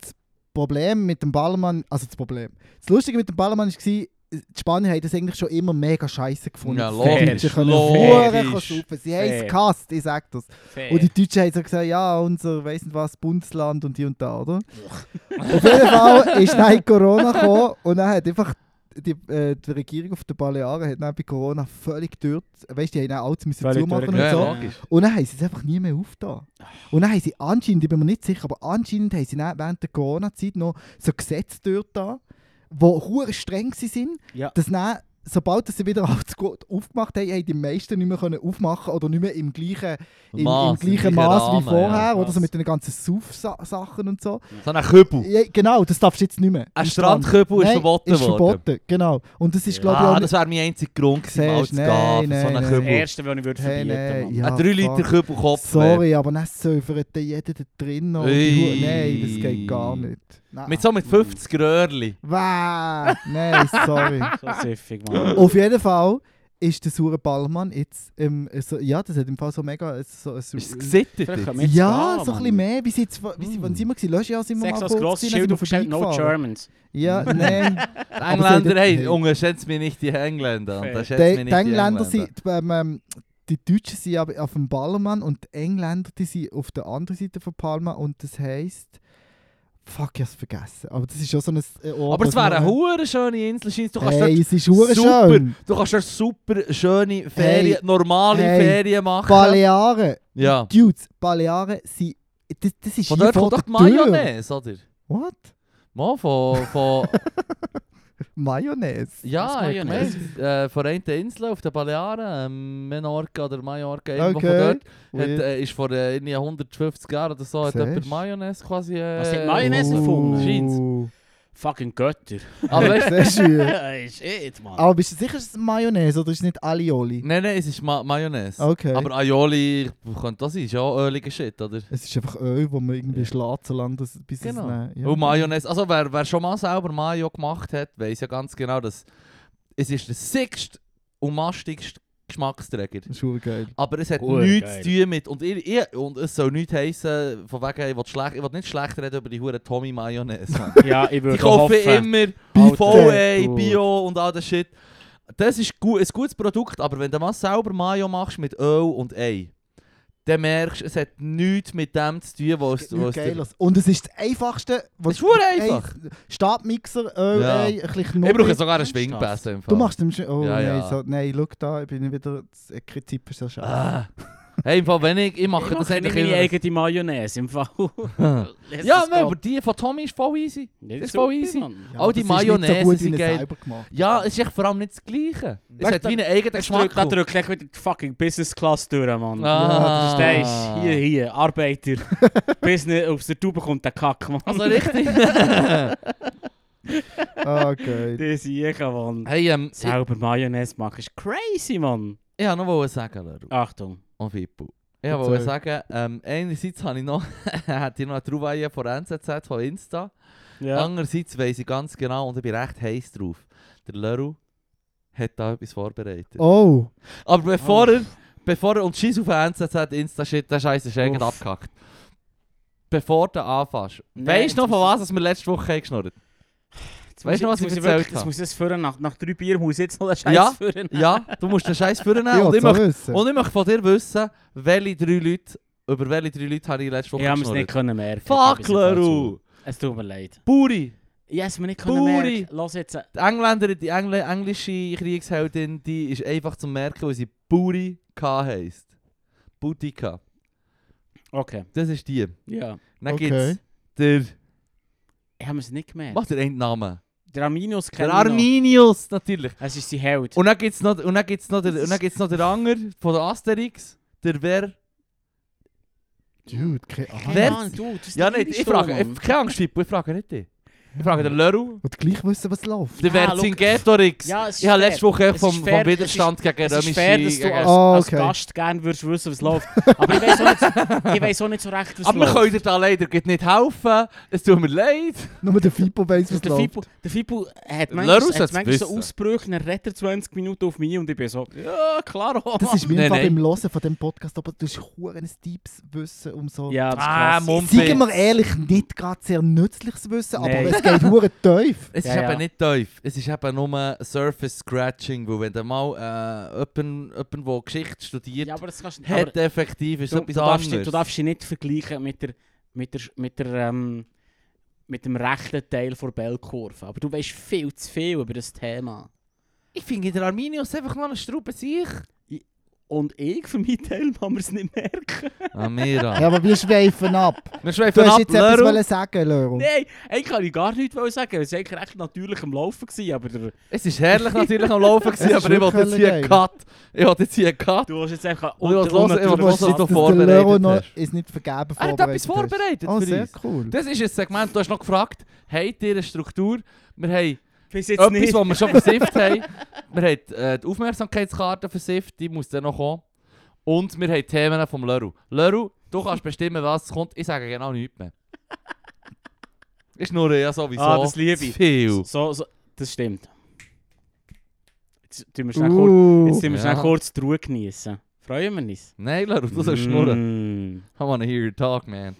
Speaker 3: das Problem mit dem Ballermann, also das Problem, das Lustige mit dem Ballermann war, äh, die Spanier haben das eigentlich schon immer mega scheiße gefunden.
Speaker 2: Ja,
Speaker 3: Die
Speaker 2: logisch,
Speaker 3: Deutschen können
Speaker 2: logisch.
Speaker 3: Huren kaufen. Sie haben es
Speaker 1: Fair.
Speaker 3: gehasst, ich sag das.
Speaker 1: Fair.
Speaker 3: Und die Deutschen haben so gesagt, ja, unser, weiss nicht was, Bundesland und die und da, oder? Auf jeden Fall ist dann Corona gekommen und dann hat einfach die, äh, die Regierung auf den Balearen hat dann bei Corona völlig durch. Weißt du, die haben dann alles müssen
Speaker 1: Völlig
Speaker 3: zumachen und
Speaker 1: durch-
Speaker 2: Ja,
Speaker 3: so.
Speaker 2: logisch.
Speaker 3: Und dann haben sie es einfach nie mehr aufgetan. Und dann haben sie anscheinend, ich bin mir nicht sicher, aber anscheinend haben sie dann während der Corona-Zeit noch so Gesetze dort da, die hure streng gewesen sind,
Speaker 1: Ja.
Speaker 3: dass dann, sobald sie wieder alles gut aufgemacht haben, haben die meisten nicht mehr können aufmachen oder nicht mehr im gleichen, im, im
Speaker 2: Mass, im
Speaker 3: gleichen
Speaker 2: gleichen
Speaker 3: Maß
Speaker 2: Rahmen,
Speaker 3: wie vorher.
Speaker 2: ja.
Speaker 3: oder so
Speaker 1: Krass.
Speaker 3: mit den ganzen Sauf-Sachen und so.
Speaker 2: So ein Kübel.
Speaker 3: Ja, genau, das darfst du jetzt nicht mehr.
Speaker 2: Ein
Speaker 3: Im Strand.
Speaker 2: Strandkübel ist
Speaker 3: Nein,
Speaker 2: verboten
Speaker 3: ist
Speaker 2: worden.
Speaker 3: verboten, genau. Und das ist, glaube ich,
Speaker 2: Ah,
Speaker 3: auch
Speaker 2: das wäre mein einziger Grund gewesen, mal
Speaker 3: Siehst,
Speaker 2: zu
Speaker 3: nein,
Speaker 2: gehen. für So
Speaker 3: nein,
Speaker 2: einen
Speaker 3: nein.
Speaker 1: Das
Speaker 2: Kübel.
Speaker 1: erste, was ich würde
Speaker 3: Hey,
Speaker 1: verbieten
Speaker 3: nein,
Speaker 1: Mann.
Speaker 3: ja,
Speaker 2: Ein 3
Speaker 3: ah, fuck.
Speaker 2: Liter Kübel Kopf.
Speaker 3: Sorry, aber dann säufert dann jeder da drin noch. und die
Speaker 2: Ui.
Speaker 3: Hu- Nein, das geht gar nicht. Nein.
Speaker 2: Mit so mit 50 Röhrli.
Speaker 3: Wäh. Nein, sorry.
Speaker 1: So siffig, Mann.
Speaker 3: Auf jeden Fall ist der Sure Ballmann jetzt... Ähm, so, ja, das hat im Fall so mega... äh, So, äh, so,
Speaker 2: Ist es gesittet?
Speaker 1: Vielleicht
Speaker 2: jetzt? Hm.
Speaker 1: können wir jetzt
Speaker 3: ja,
Speaker 1: gehen,
Speaker 3: so ein
Speaker 1: Mann.
Speaker 3: bisschen mehr. Wie sie jetzt... Wie sie, wann sind wir gewesen? Letztes Jahr sind wir
Speaker 1: Sechs
Speaker 3: mal
Speaker 1: als
Speaker 3: kurz
Speaker 1: grosses
Speaker 3: gewesen, dann sind
Speaker 1: Schild
Speaker 3: wir
Speaker 1: aufgestellt, no
Speaker 3: vorbeigefahren.
Speaker 1: Germans.
Speaker 3: Ja, nein.
Speaker 2: Die
Speaker 3: sie
Speaker 2: Engländer,
Speaker 3: haben-
Speaker 2: hey,
Speaker 3: hey.
Speaker 2: unterschätzt mich nicht die Engländer.
Speaker 1: Fair.
Speaker 2: Unterschätzt
Speaker 3: Die,
Speaker 2: mich
Speaker 3: die
Speaker 2: nicht die
Speaker 3: Engländer sind... Ähm, ähm, die Deutschen sind aber auf dem Ballermann und die Engländer die sind auf der anderen Seite von Palma und das heisst... Fuck, ich hab's vergessen. Aber das ist schon so ein äh, Ort...
Speaker 2: Aber es
Speaker 3: wo
Speaker 2: wäre eine
Speaker 3: man-
Speaker 2: hure schöne Insel, scheint's. Du kannst
Speaker 3: Hey,
Speaker 2: dort
Speaker 3: es ist hure
Speaker 2: super,
Speaker 3: schön.
Speaker 2: Du kannst dort super schöne Ferien,
Speaker 3: Hey,
Speaker 2: normale
Speaker 3: hey,
Speaker 2: Ferien machen.
Speaker 3: Balearen.
Speaker 2: Ja.
Speaker 3: Dudes, Balearen sind... Das, das ist
Speaker 2: Von
Speaker 3: hier
Speaker 2: dort
Speaker 3: vor
Speaker 2: kommt doch die
Speaker 3: der Tür.
Speaker 2: Mayonnaise, oder?
Speaker 3: What?
Speaker 2: Mal von, von
Speaker 3: Mayonnaise?
Speaker 1: Was
Speaker 2: ja, ich
Speaker 1: Mayonnaise?
Speaker 2: weiss, äh, von einer Insel auf den Balearen, ähm, Menorca oder Mallorca, irgendwo
Speaker 3: Okay.
Speaker 2: von dort, hat,
Speaker 3: Weird.
Speaker 2: äh, ist vor äh, irgendwie 150 Jahren oder so, hat
Speaker 3: Siehst.
Speaker 2: jemand Mayonnaise quasi... Äh,
Speaker 1: Was hat Mayonnaise
Speaker 3: Oh.
Speaker 1: erfunden?
Speaker 2: Scheint's.
Speaker 1: Fucking Götter.
Speaker 2: Aber weißt,
Speaker 3: Sehr schön.
Speaker 1: Shit, Mann.
Speaker 3: Aber bist du sicher, es ist Mayonnaise oder ist es nicht Alioli?
Speaker 2: nein, nein, es ist Ma Mayonnaise.
Speaker 3: Okay.
Speaker 2: Aber Aioli, könnte das sein, ist ja auch öliger Shit, oder?
Speaker 3: es ist einfach Öl, wo man irgendwie
Speaker 2: Ja.
Speaker 3: schlägt, solange das bis
Speaker 2: Genau.
Speaker 3: es... Nein,
Speaker 2: Und Mayonnaise, also wer, wer schon mal selber Mayo gemacht hat, weiß ja ganz genau, dass es ist der sickste und mastigste Geschmacksträger.
Speaker 3: Das ist hure geil.
Speaker 2: Aber es hat
Speaker 1: Hure
Speaker 2: nichts
Speaker 1: geil.
Speaker 2: zu tun mit. Und, ich, ich, und es soll nichts heissen, von wegen, ich will, schlecht, ich will nicht schlecht reden über die Hure Tommy Mayonnaise. Mann.
Speaker 1: Ja, ich
Speaker 2: die
Speaker 1: würde
Speaker 2: kaufe
Speaker 1: hoffen.
Speaker 2: immer
Speaker 1: Alter,
Speaker 2: BVA,
Speaker 1: du.
Speaker 2: Bio und all das Shit. Das ist gu ein gutes Produkt, aber wenn du mal selber Mayo machst mit Öl und Ei, dann merkst du, es hat nichts mit dem zu tun, was es.
Speaker 3: Hure
Speaker 2: was
Speaker 3: geil.
Speaker 2: dir-
Speaker 3: Und es ist das Einfachste...
Speaker 2: Das
Speaker 3: was-
Speaker 2: ist hure einfach.
Speaker 3: Ei, Stabmixer, Öl,
Speaker 2: Ja.
Speaker 3: Ei, ein bisschen
Speaker 2: Ich brauche
Speaker 3: Knubbel.
Speaker 2: sogar einen Schwingpässe im Fall.
Speaker 3: Du machst dem schon... Oh
Speaker 2: Ja,
Speaker 3: nein,
Speaker 2: ja.
Speaker 3: So, nein, schau da, ich bin wieder... das- äh, Kein Tipp ist so schade.
Speaker 2: Ah. Hey, im Fall, wenn ich, ich mache
Speaker 1: Ich
Speaker 2: das
Speaker 1: mache nicht
Speaker 2: eigentlich
Speaker 1: meine
Speaker 2: immer.
Speaker 1: eigene Mayonnaise im Fall. Let's
Speaker 2: Ja,
Speaker 1: go.
Speaker 2: nein, aber die von Tommy ist voll easy.
Speaker 1: Das
Speaker 2: ist
Speaker 1: super,
Speaker 2: voll easy.
Speaker 1: Mann.
Speaker 3: Ja,
Speaker 2: All
Speaker 3: aber
Speaker 2: die
Speaker 3: das ist nicht
Speaker 2: Mayonnaise
Speaker 3: so gut, wie
Speaker 2: sind
Speaker 3: er
Speaker 2: geil.
Speaker 3: selber gemacht.
Speaker 2: Ja, es ist echt vor allem nicht das Gleiche. Es
Speaker 1: Weißt
Speaker 2: hat
Speaker 1: du,
Speaker 2: wie einen eigenen
Speaker 1: Das drückt, das
Speaker 2: Geschmack.
Speaker 1: drückt gleich wieder die fucking Business Class durch, Mann.
Speaker 2: Ah.
Speaker 1: Verstehst du? Hier, hier, Arbeiter. Business, auf der Tube kommt der Kack, Mann.
Speaker 2: Also richtig.
Speaker 3: Ah, geil.
Speaker 1: Das ist Jäger, Mann.
Speaker 2: hey, ähm, ich,
Speaker 1: Selber Mayonnaise machen ist crazy, Mann.
Speaker 2: ich wollte noch was sagen, Leru,
Speaker 1: Achtung.
Speaker 2: und Fippo. Ich
Speaker 3: Bitte.
Speaker 2: wollte sagen, ähm, einerseits habe ich noch, hat ich noch eine Trouvaille von NZZ, von Insta.
Speaker 1: Ja.
Speaker 2: Andererseits weiss ich ganz genau, und ich bin recht heiß drauf, der Leru hat da etwas vorbereitet.
Speaker 3: Oh,
Speaker 2: Aber bevor
Speaker 1: Oh.
Speaker 2: er, bevor er, und scheiß auf den NZZ, Insta-Shit, der Scheiß ist eigentlich
Speaker 1: Uff.
Speaker 2: abgehackt. Bevor du anfängst,
Speaker 1: Nein,
Speaker 2: weißt du noch,
Speaker 1: jetzt
Speaker 2: von
Speaker 1: muss
Speaker 2: was was wir letzte Woche haben geschnurrt
Speaker 1: Jetzt
Speaker 2: weißt du noch,
Speaker 1: muss
Speaker 2: was
Speaker 1: jetzt
Speaker 2: ich
Speaker 1: muss
Speaker 2: erzählt
Speaker 1: wirklich-
Speaker 2: habe?
Speaker 1: Jetzt muss ich das führen. Nach, nach drei Bier muss ich jetzt noch den Scheiß
Speaker 2: Ja.
Speaker 1: führen.
Speaker 2: Ja, du musst den Scheiß vornehmen.
Speaker 3: ich
Speaker 2: und, ich
Speaker 3: wollte
Speaker 2: möchte,
Speaker 3: wissen.
Speaker 2: und ich möchte von dir wissen, welche drei Leute, über welche drei Leute habe ich letzte Woche
Speaker 1: Ich habe es nicht können merken.
Speaker 2: Fuck,
Speaker 1: Ich habe es im Fall
Speaker 2: Leru!
Speaker 1: zu. Es tut mir leid.
Speaker 2: Buri!
Speaker 1: Ich habe es mir nicht können
Speaker 2: Buri.
Speaker 1: merken. Lass jetzt. äh,
Speaker 2: Die Engländerin, die Engl englische Kriegsheldin, die ist einfach zu merken, weil sie Buri K heisst. Boutica.
Speaker 1: Okay.
Speaker 2: Das ist die.
Speaker 1: Ja.
Speaker 2: Dann
Speaker 3: Okay.
Speaker 2: gibt's der...
Speaker 1: Ich habe es nicht gemerkt.
Speaker 2: Mach den Endnamen.
Speaker 1: Der Arminius kennt
Speaker 2: Der Arminius, natürlich.
Speaker 1: Es ist sein Held.
Speaker 2: Und dann gibt's noch, und dann gibt's noch, der, und dann gibt's noch der Anger von der Asterix. Der wer...
Speaker 3: Dude, keine Ahnung.
Speaker 2: Wer-
Speaker 1: Mann, du, das ist
Speaker 2: Ja,
Speaker 1: deine
Speaker 2: nicht, ich
Speaker 1: Stimme,
Speaker 2: frage...
Speaker 1: Mann.
Speaker 2: Ich, keine Angst, Fippo, ich frage nicht dich. Ich frage den Leru.
Speaker 3: Und gleich wissen, was läuft.
Speaker 2: Der
Speaker 1: Ah,
Speaker 2: Vercingetorix.
Speaker 1: Ja, es ist
Speaker 2: ich habe
Speaker 1: fair.
Speaker 2: letzte Woche
Speaker 1: Es ist
Speaker 2: vom,
Speaker 1: fair,
Speaker 2: vom Widerstand gegen
Speaker 1: Es
Speaker 2: römische...
Speaker 1: ist fair, dass du
Speaker 2: gegen-
Speaker 1: als,
Speaker 3: Ah,
Speaker 1: als
Speaker 3: okay.
Speaker 1: Gast gerne würdest wissen, was läuft. Aber ich weiß auch, nicht- ich weiss auch nicht so recht, was
Speaker 2: Aber wir
Speaker 1: läuft.
Speaker 2: können dir da leider gerade nicht helfen. Es tut mir leid.
Speaker 3: Nur der Fippo weiss, was
Speaker 1: der
Speaker 3: läuft.
Speaker 1: Fipu, der Fipu hat
Speaker 2: Lass
Speaker 1: manchmal,
Speaker 2: uns
Speaker 1: hat
Speaker 2: jetzt
Speaker 1: manchmal so
Speaker 2: wissen.
Speaker 1: Ausbrüche, dann rettet er 20 Minuten auf mich und ich bin so, ja, klar. Oh,
Speaker 3: Das ist mir
Speaker 2: Nein,
Speaker 3: einfach
Speaker 2: nein.
Speaker 3: beim Hören von diesem Podcast, aber du hast ein deepes Wissen um so...
Speaker 1: ja, das ist
Speaker 2: Ah,
Speaker 1: krass.
Speaker 2: Mumpitz.
Speaker 3: Seien wir ehrlich, nicht gerade sehr nützliches Wissen,
Speaker 1: Nein.
Speaker 3: aber es geht hure tief.
Speaker 2: Es ist
Speaker 1: Ja,
Speaker 2: eben
Speaker 1: ja.
Speaker 2: nicht tief. Es ist eben nur eh, Surface Scratching. Weil wenn du mal äh, jemand, jemand, der Geschichte studiert
Speaker 1: Ja, aber das kannst aber
Speaker 2: hat, effektiv ist
Speaker 1: du,
Speaker 2: es
Speaker 1: du,
Speaker 2: etwas
Speaker 1: darfst, dich-
Speaker 2: anderes.
Speaker 1: du darfst dich nicht vergleichen mit der, mit der, mit der ähm, mit dem rechten Teil der Bellkurve. Aber du weißt viel zu viel über das Thema.
Speaker 2: Ich finde der Arminius einfach noch eine Struppe sich.
Speaker 1: Und ich für meinen Teil kann mir es nicht merken.
Speaker 2: Amira.
Speaker 3: Ja, aber wir schweifen ab.
Speaker 1: Dus
Speaker 2: Wir
Speaker 3: Du
Speaker 2: schweifen
Speaker 3: hast
Speaker 2: ab,
Speaker 3: jetzt etwas
Speaker 2: Lörl.
Speaker 3: wollen sagen, Lörl.
Speaker 1: Nein, eigentlich kann ich gar nichts sagen. Es war eigentlich recht natürlich am Laufen, gewesen, aber der,
Speaker 2: Es war herrlich natürlich am Laufen, gewesen,
Speaker 3: Es ist
Speaker 2: aber ich wollte jetzt hier einen
Speaker 3: wirklich
Speaker 2: Cut. Ich wollte jetzt hier einen Cut.
Speaker 1: du hast jetzt einfach...
Speaker 2: Und ich will
Speaker 1: und-
Speaker 2: hören,
Speaker 1: und-
Speaker 2: ich will
Speaker 1: und-
Speaker 2: hören, was du
Speaker 1: und-
Speaker 2: da
Speaker 3: Dass der
Speaker 2: vorbereitet
Speaker 3: Lörl noch
Speaker 2: hast.
Speaker 3: ist nicht vergeben
Speaker 2: Er hat etwas vorbereitet
Speaker 3: hast. Oh,
Speaker 2: für
Speaker 3: sehr
Speaker 2: uns.
Speaker 3: cool.
Speaker 2: Das ist ein Segment, du hast noch gefragt, habt ihr eine Struktur? Wir haben
Speaker 1: Bis jetzt
Speaker 2: etwas,
Speaker 1: nicht.
Speaker 2: was wir schon versifft haben. Wir haben äh, die Aufmerksamkeitskarte versifft, die muss dann noch kommen. Und wir haben die Themen vom Leru. Leru, du kannst bestimmen, was kommt. Ich sage genau nichts mehr. Ist nur ja sowieso
Speaker 1: Ah, das liebe
Speaker 2: zu
Speaker 1: ich.
Speaker 2: viel.
Speaker 1: So, so, das stimmt. Jetzt tun wir schnell kurz, jetzt
Speaker 3: Uh,
Speaker 1: tun wir
Speaker 2: Ja.
Speaker 1: schnell kurz die Ruhe genießen. Freuen wir uns.
Speaker 2: Nein, Leru, du sollst schnurren.
Speaker 1: Mm.
Speaker 2: I wanna hear you talk, man.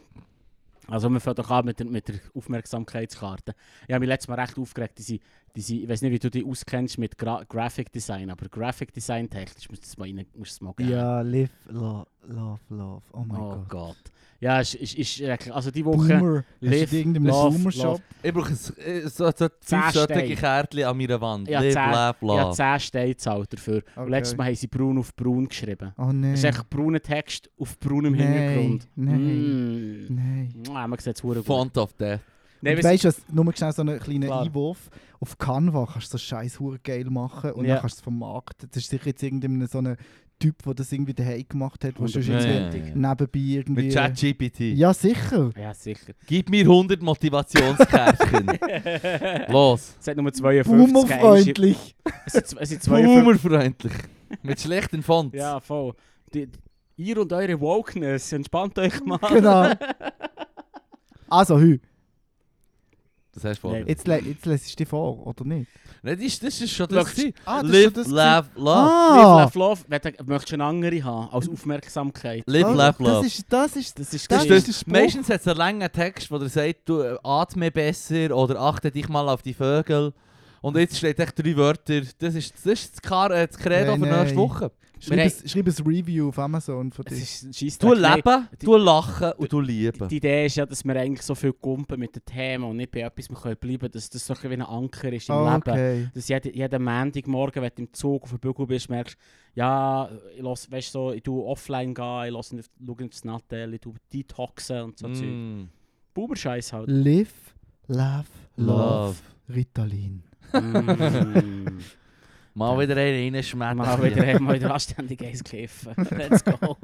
Speaker 1: Also wir fangen doch an mit der, mit der Aufmerksamkeitskarte. Ich habe mich letztes Mal recht aufgeregt, diese, diese, ich weiß nicht, wie du dich auskennst mit Gra Graphic Design, aber Graphic Design technisch musst du es mal, rein- musst du es mal geben.
Speaker 3: ja, live, lo, love, love. Oh mein
Speaker 1: oh
Speaker 3: Gott.
Speaker 1: Gott. Ja, ist, ist, ist schrecklich. Also die Woche...
Speaker 3: Boomer. Hast
Speaker 1: Live,
Speaker 3: du irgendeinen
Speaker 1: love,
Speaker 3: Boomer-Shop?
Speaker 2: Ich brauche ein- äh, so, so fünf
Speaker 1: Zehn
Speaker 2: solche
Speaker 1: Steine.
Speaker 2: Kärtchen an meiner Wand.
Speaker 1: Ja,
Speaker 2: Live,
Speaker 1: zehn-
Speaker 2: laugh,
Speaker 1: Ich habe
Speaker 2: laugh.
Speaker 1: 10 Steine gezahlt dafür.
Speaker 3: Okay.
Speaker 1: Und letztes Mal haben sie braun auf braun geschrieben.
Speaker 3: Oh
Speaker 1: Das ist
Speaker 3: nein.
Speaker 1: echt brauner Text auf braunem
Speaker 3: Nein,
Speaker 1: Hintergrund.
Speaker 3: nein.
Speaker 1: Mm.
Speaker 3: Nein.
Speaker 1: Ah, man sieht es verdammt gut.
Speaker 2: Font of Death.
Speaker 1: Nein,
Speaker 3: und
Speaker 1: weiss-
Speaker 3: weißt du, was, nur schnell so einen kleinen
Speaker 1: Klar.
Speaker 3: Einwurf. Auf Canva kannst du so scheiß Hure geil machen und
Speaker 1: Ja.
Speaker 3: dann kannst du es vermarkten. Das ist sicher jetzt irgendein so ein Typ, der das irgendwie daheim gemacht hat, der schon
Speaker 2: Ja,
Speaker 1: Hundertprozentig.
Speaker 3: irgendwie
Speaker 2: ja, ja.
Speaker 3: nebenbei irgendwie.
Speaker 2: Mit ChatGPT.
Speaker 3: ja, sicher.
Speaker 1: Ja, sicher.
Speaker 2: Gib mir 100 Motivationskärtchen. Los.
Speaker 1: Es hat nur 52 Einschreib-
Speaker 3: Boomerfreundlich.
Speaker 1: Es sind zwei- es sind 52.
Speaker 2: Boomerfreundlich. Mit schlechten Fonts.
Speaker 1: Ja, voll. Die, die- ihr und eure Wokeness, entspannt euch mal.
Speaker 3: Genau. Also, hü,
Speaker 2: Das hast du vorher.
Speaker 1: Nein.
Speaker 3: jetzt, lä jetzt lässt es dir vor, oder nicht?
Speaker 2: Nein, das, ist- das ist schon das.
Speaker 1: Schau,
Speaker 2: gewesen.
Speaker 3: ah, das ist
Speaker 2: live,
Speaker 3: schon das
Speaker 2: laugh, love.
Speaker 3: Ah,
Speaker 1: Live, love, love. Wenn du- Möchtest du eine andere haben als Aufmerksamkeit?
Speaker 2: Live,
Speaker 3: Ah,
Speaker 2: laugh,
Speaker 3: das
Speaker 2: love.
Speaker 3: ist, das ist,
Speaker 1: Das ist
Speaker 3: Das
Speaker 2: ist
Speaker 1: geil.
Speaker 3: ist der Spruch.
Speaker 2: Meistens hat es einen langen Text, wo er sagt, du äh, atme besser oder achte dich mal auf die Vögel. Und jetzt steht echt drei Wörter. Das ist das, ist das, Kar äh, das Credo
Speaker 3: Nein,
Speaker 2: für nächste
Speaker 3: nein.
Speaker 2: Woche.
Speaker 3: schreib,
Speaker 1: Wir
Speaker 3: ein, schreib ein Review auf Amazon für dich.
Speaker 1: Es ist ein Scheissdreck.
Speaker 2: Du
Speaker 1: Nein,
Speaker 2: leben,
Speaker 1: die-
Speaker 2: du lachen und du lieben.
Speaker 1: Die Idee ist ja, dass wir eigentlich so viel kumpen mit den Themen und nicht bei etwas wir können bleiben, dass das so ein bisschen wie ein Anker ist im
Speaker 3: Ah,
Speaker 1: Leben.
Speaker 3: okay.
Speaker 1: Dass jeden, jeden Montagmorgen, wenn du im Zug auf dem Bügel bist, merkst ja, ich lass, weißt, so, ich tu offline gehen, ich lass nicht, schau nicht aufs Nattel, ich tu detoxen und so Zeug.
Speaker 2: Mm,
Speaker 1: Buberscheiß halt.
Speaker 3: Live, laugh, love,
Speaker 2: love.
Speaker 3: Ritalin.
Speaker 1: Mm.
Speaker 2: Mal wieder einen reinschmettern.
Speaker 1: Mal wieder einmal wieder anständig eins gegriffen. Let's go.